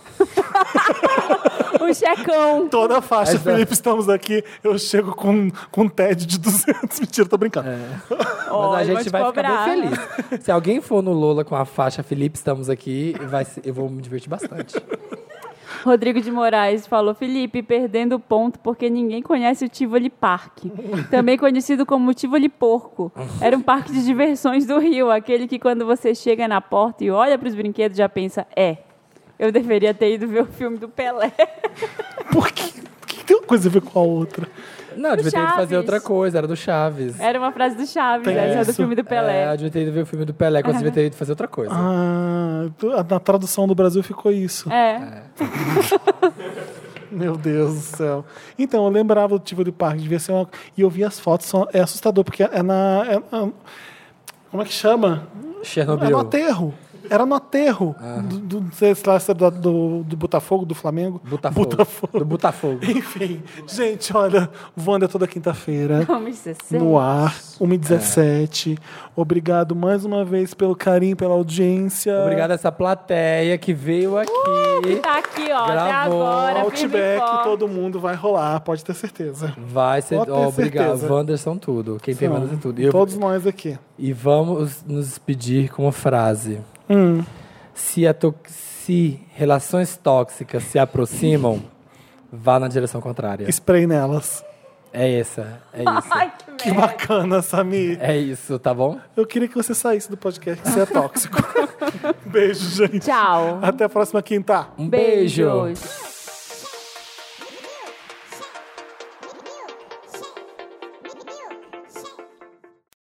Speaker 3: Um checão.
Speaker 1: Toda a faixa,
Speaker 2: Essa-
Speaker 1: Felipe, estamos aqui. Eu chego com, com um TED de 200. Mentira, tô brincando.
Speaker 2: É. Mas
Speaker 3: Olha,
Speaker 2: a
Speaker 3: vou
Speaker 2: gente
Speaker 3: te
Speaker 2: vai
Speaker 3: cobrar.
Speaker 2: ficar bem feliz. Se alguém for no Lola com a faixa Felipe, estamos aqui, vai ser- eu vou me divertir bastante.
Speaker 3: Rodrigo de Moraes falou: Felipe, perdendo o ponto porque ninguém conhece o Tivoli Park, também conhecido como Tivoli Porco. Era um parque de diversões do Rio, aquele que quando você chega na porta e olha para os brinquedos já pensa: é, eu deveria ter ido ver o filme do Pelé.
Speaker 1: Por que, por que tem uma coisa a ver com a outra?
Speaker 2: Não, eu devia ter ido
Speaker 3: Chaves.
Speaker 2: fazer outra coisa, era do Chaves.
Speaker 3: Era uma frase do Chaves,
Speaker 1: Tem
Speaker 3: essa é do
Speaker 1: isso.
Speaker 3: filme do Pelé.
Speaker 2: É, eu devia ter ido ver o filme do Pelé, quando você devia ter ido fazer outra coisa.
Speaker 1: Ah, tu- a- na tradução do Brasil ficou isso.
Speaker 3: É.
Speaker 1: Meu Deus do céu. Então, eu lembrava do Tivoli Park, devia ser uma. E eu vi as fotos, são- é assustador, porque é na. é- é- como é que chama? É no
Speaker 2: Chernobyl.
Speaker 1: aterro. Era no aterro.
Speaker 2: Ah.
Speaker 1: Do, do, não sei se lá se é do, do, do Botafogo, do Flamengo.
Speaker 2: Botafogo. Do Botafogo.
Speaker 1: Enfim, gente, olha, Wanda toda quinta-feira.
Speaker 2: É.
Speaker 3: Vamos dizer.
Speaker 1: no ar, 1h17. Obrigado mais uma vez pelo carinho, pela audiência.
Speaker 2: Obrigado a essa plateia que veio aqui.
Speaker 3: Tá aqui, ó, até
Speaker 2: Gravou.
Speaker 1: O
Speaker 3: agora.
Speaker 1: Outback,
Speaker 3: firme e forte.
Speaker 1: todo mundo vai rolar, pode ter certeza.
Speaker 2: Vai ser.
Speaker 1: Pode ter
Speaker 2: ó, obrigado.
Speaker 1: certeza.
Speaker 2: Wanders são tudo. Quem tem Wanders é tudo. E, eu-
Speaker 1: Então, Todos nós aqui.
Speaker 2: e vamos nos despedir com uma frase.
Speaker 1: Hum.
Speaker 2: Se, a to- se relações tóxicas se aproximam, vá na direção contrária.
Speaker 1: Spray nelas.
Speaker 2: É essa. É isso.
Speaker 3: Ai, que
Speaker 1: Que bacana, Samir.
Speaker 2: É isso, tá bom?
Speaker 1: Eu queria que você saísse do podcast, que você é tóxico. Beijo, gente.
Speaker 3: Tchau.
Speaker 1: Até a próxima quinta.
Speaker 2: Um beijo.
Speaker 3: Beijos.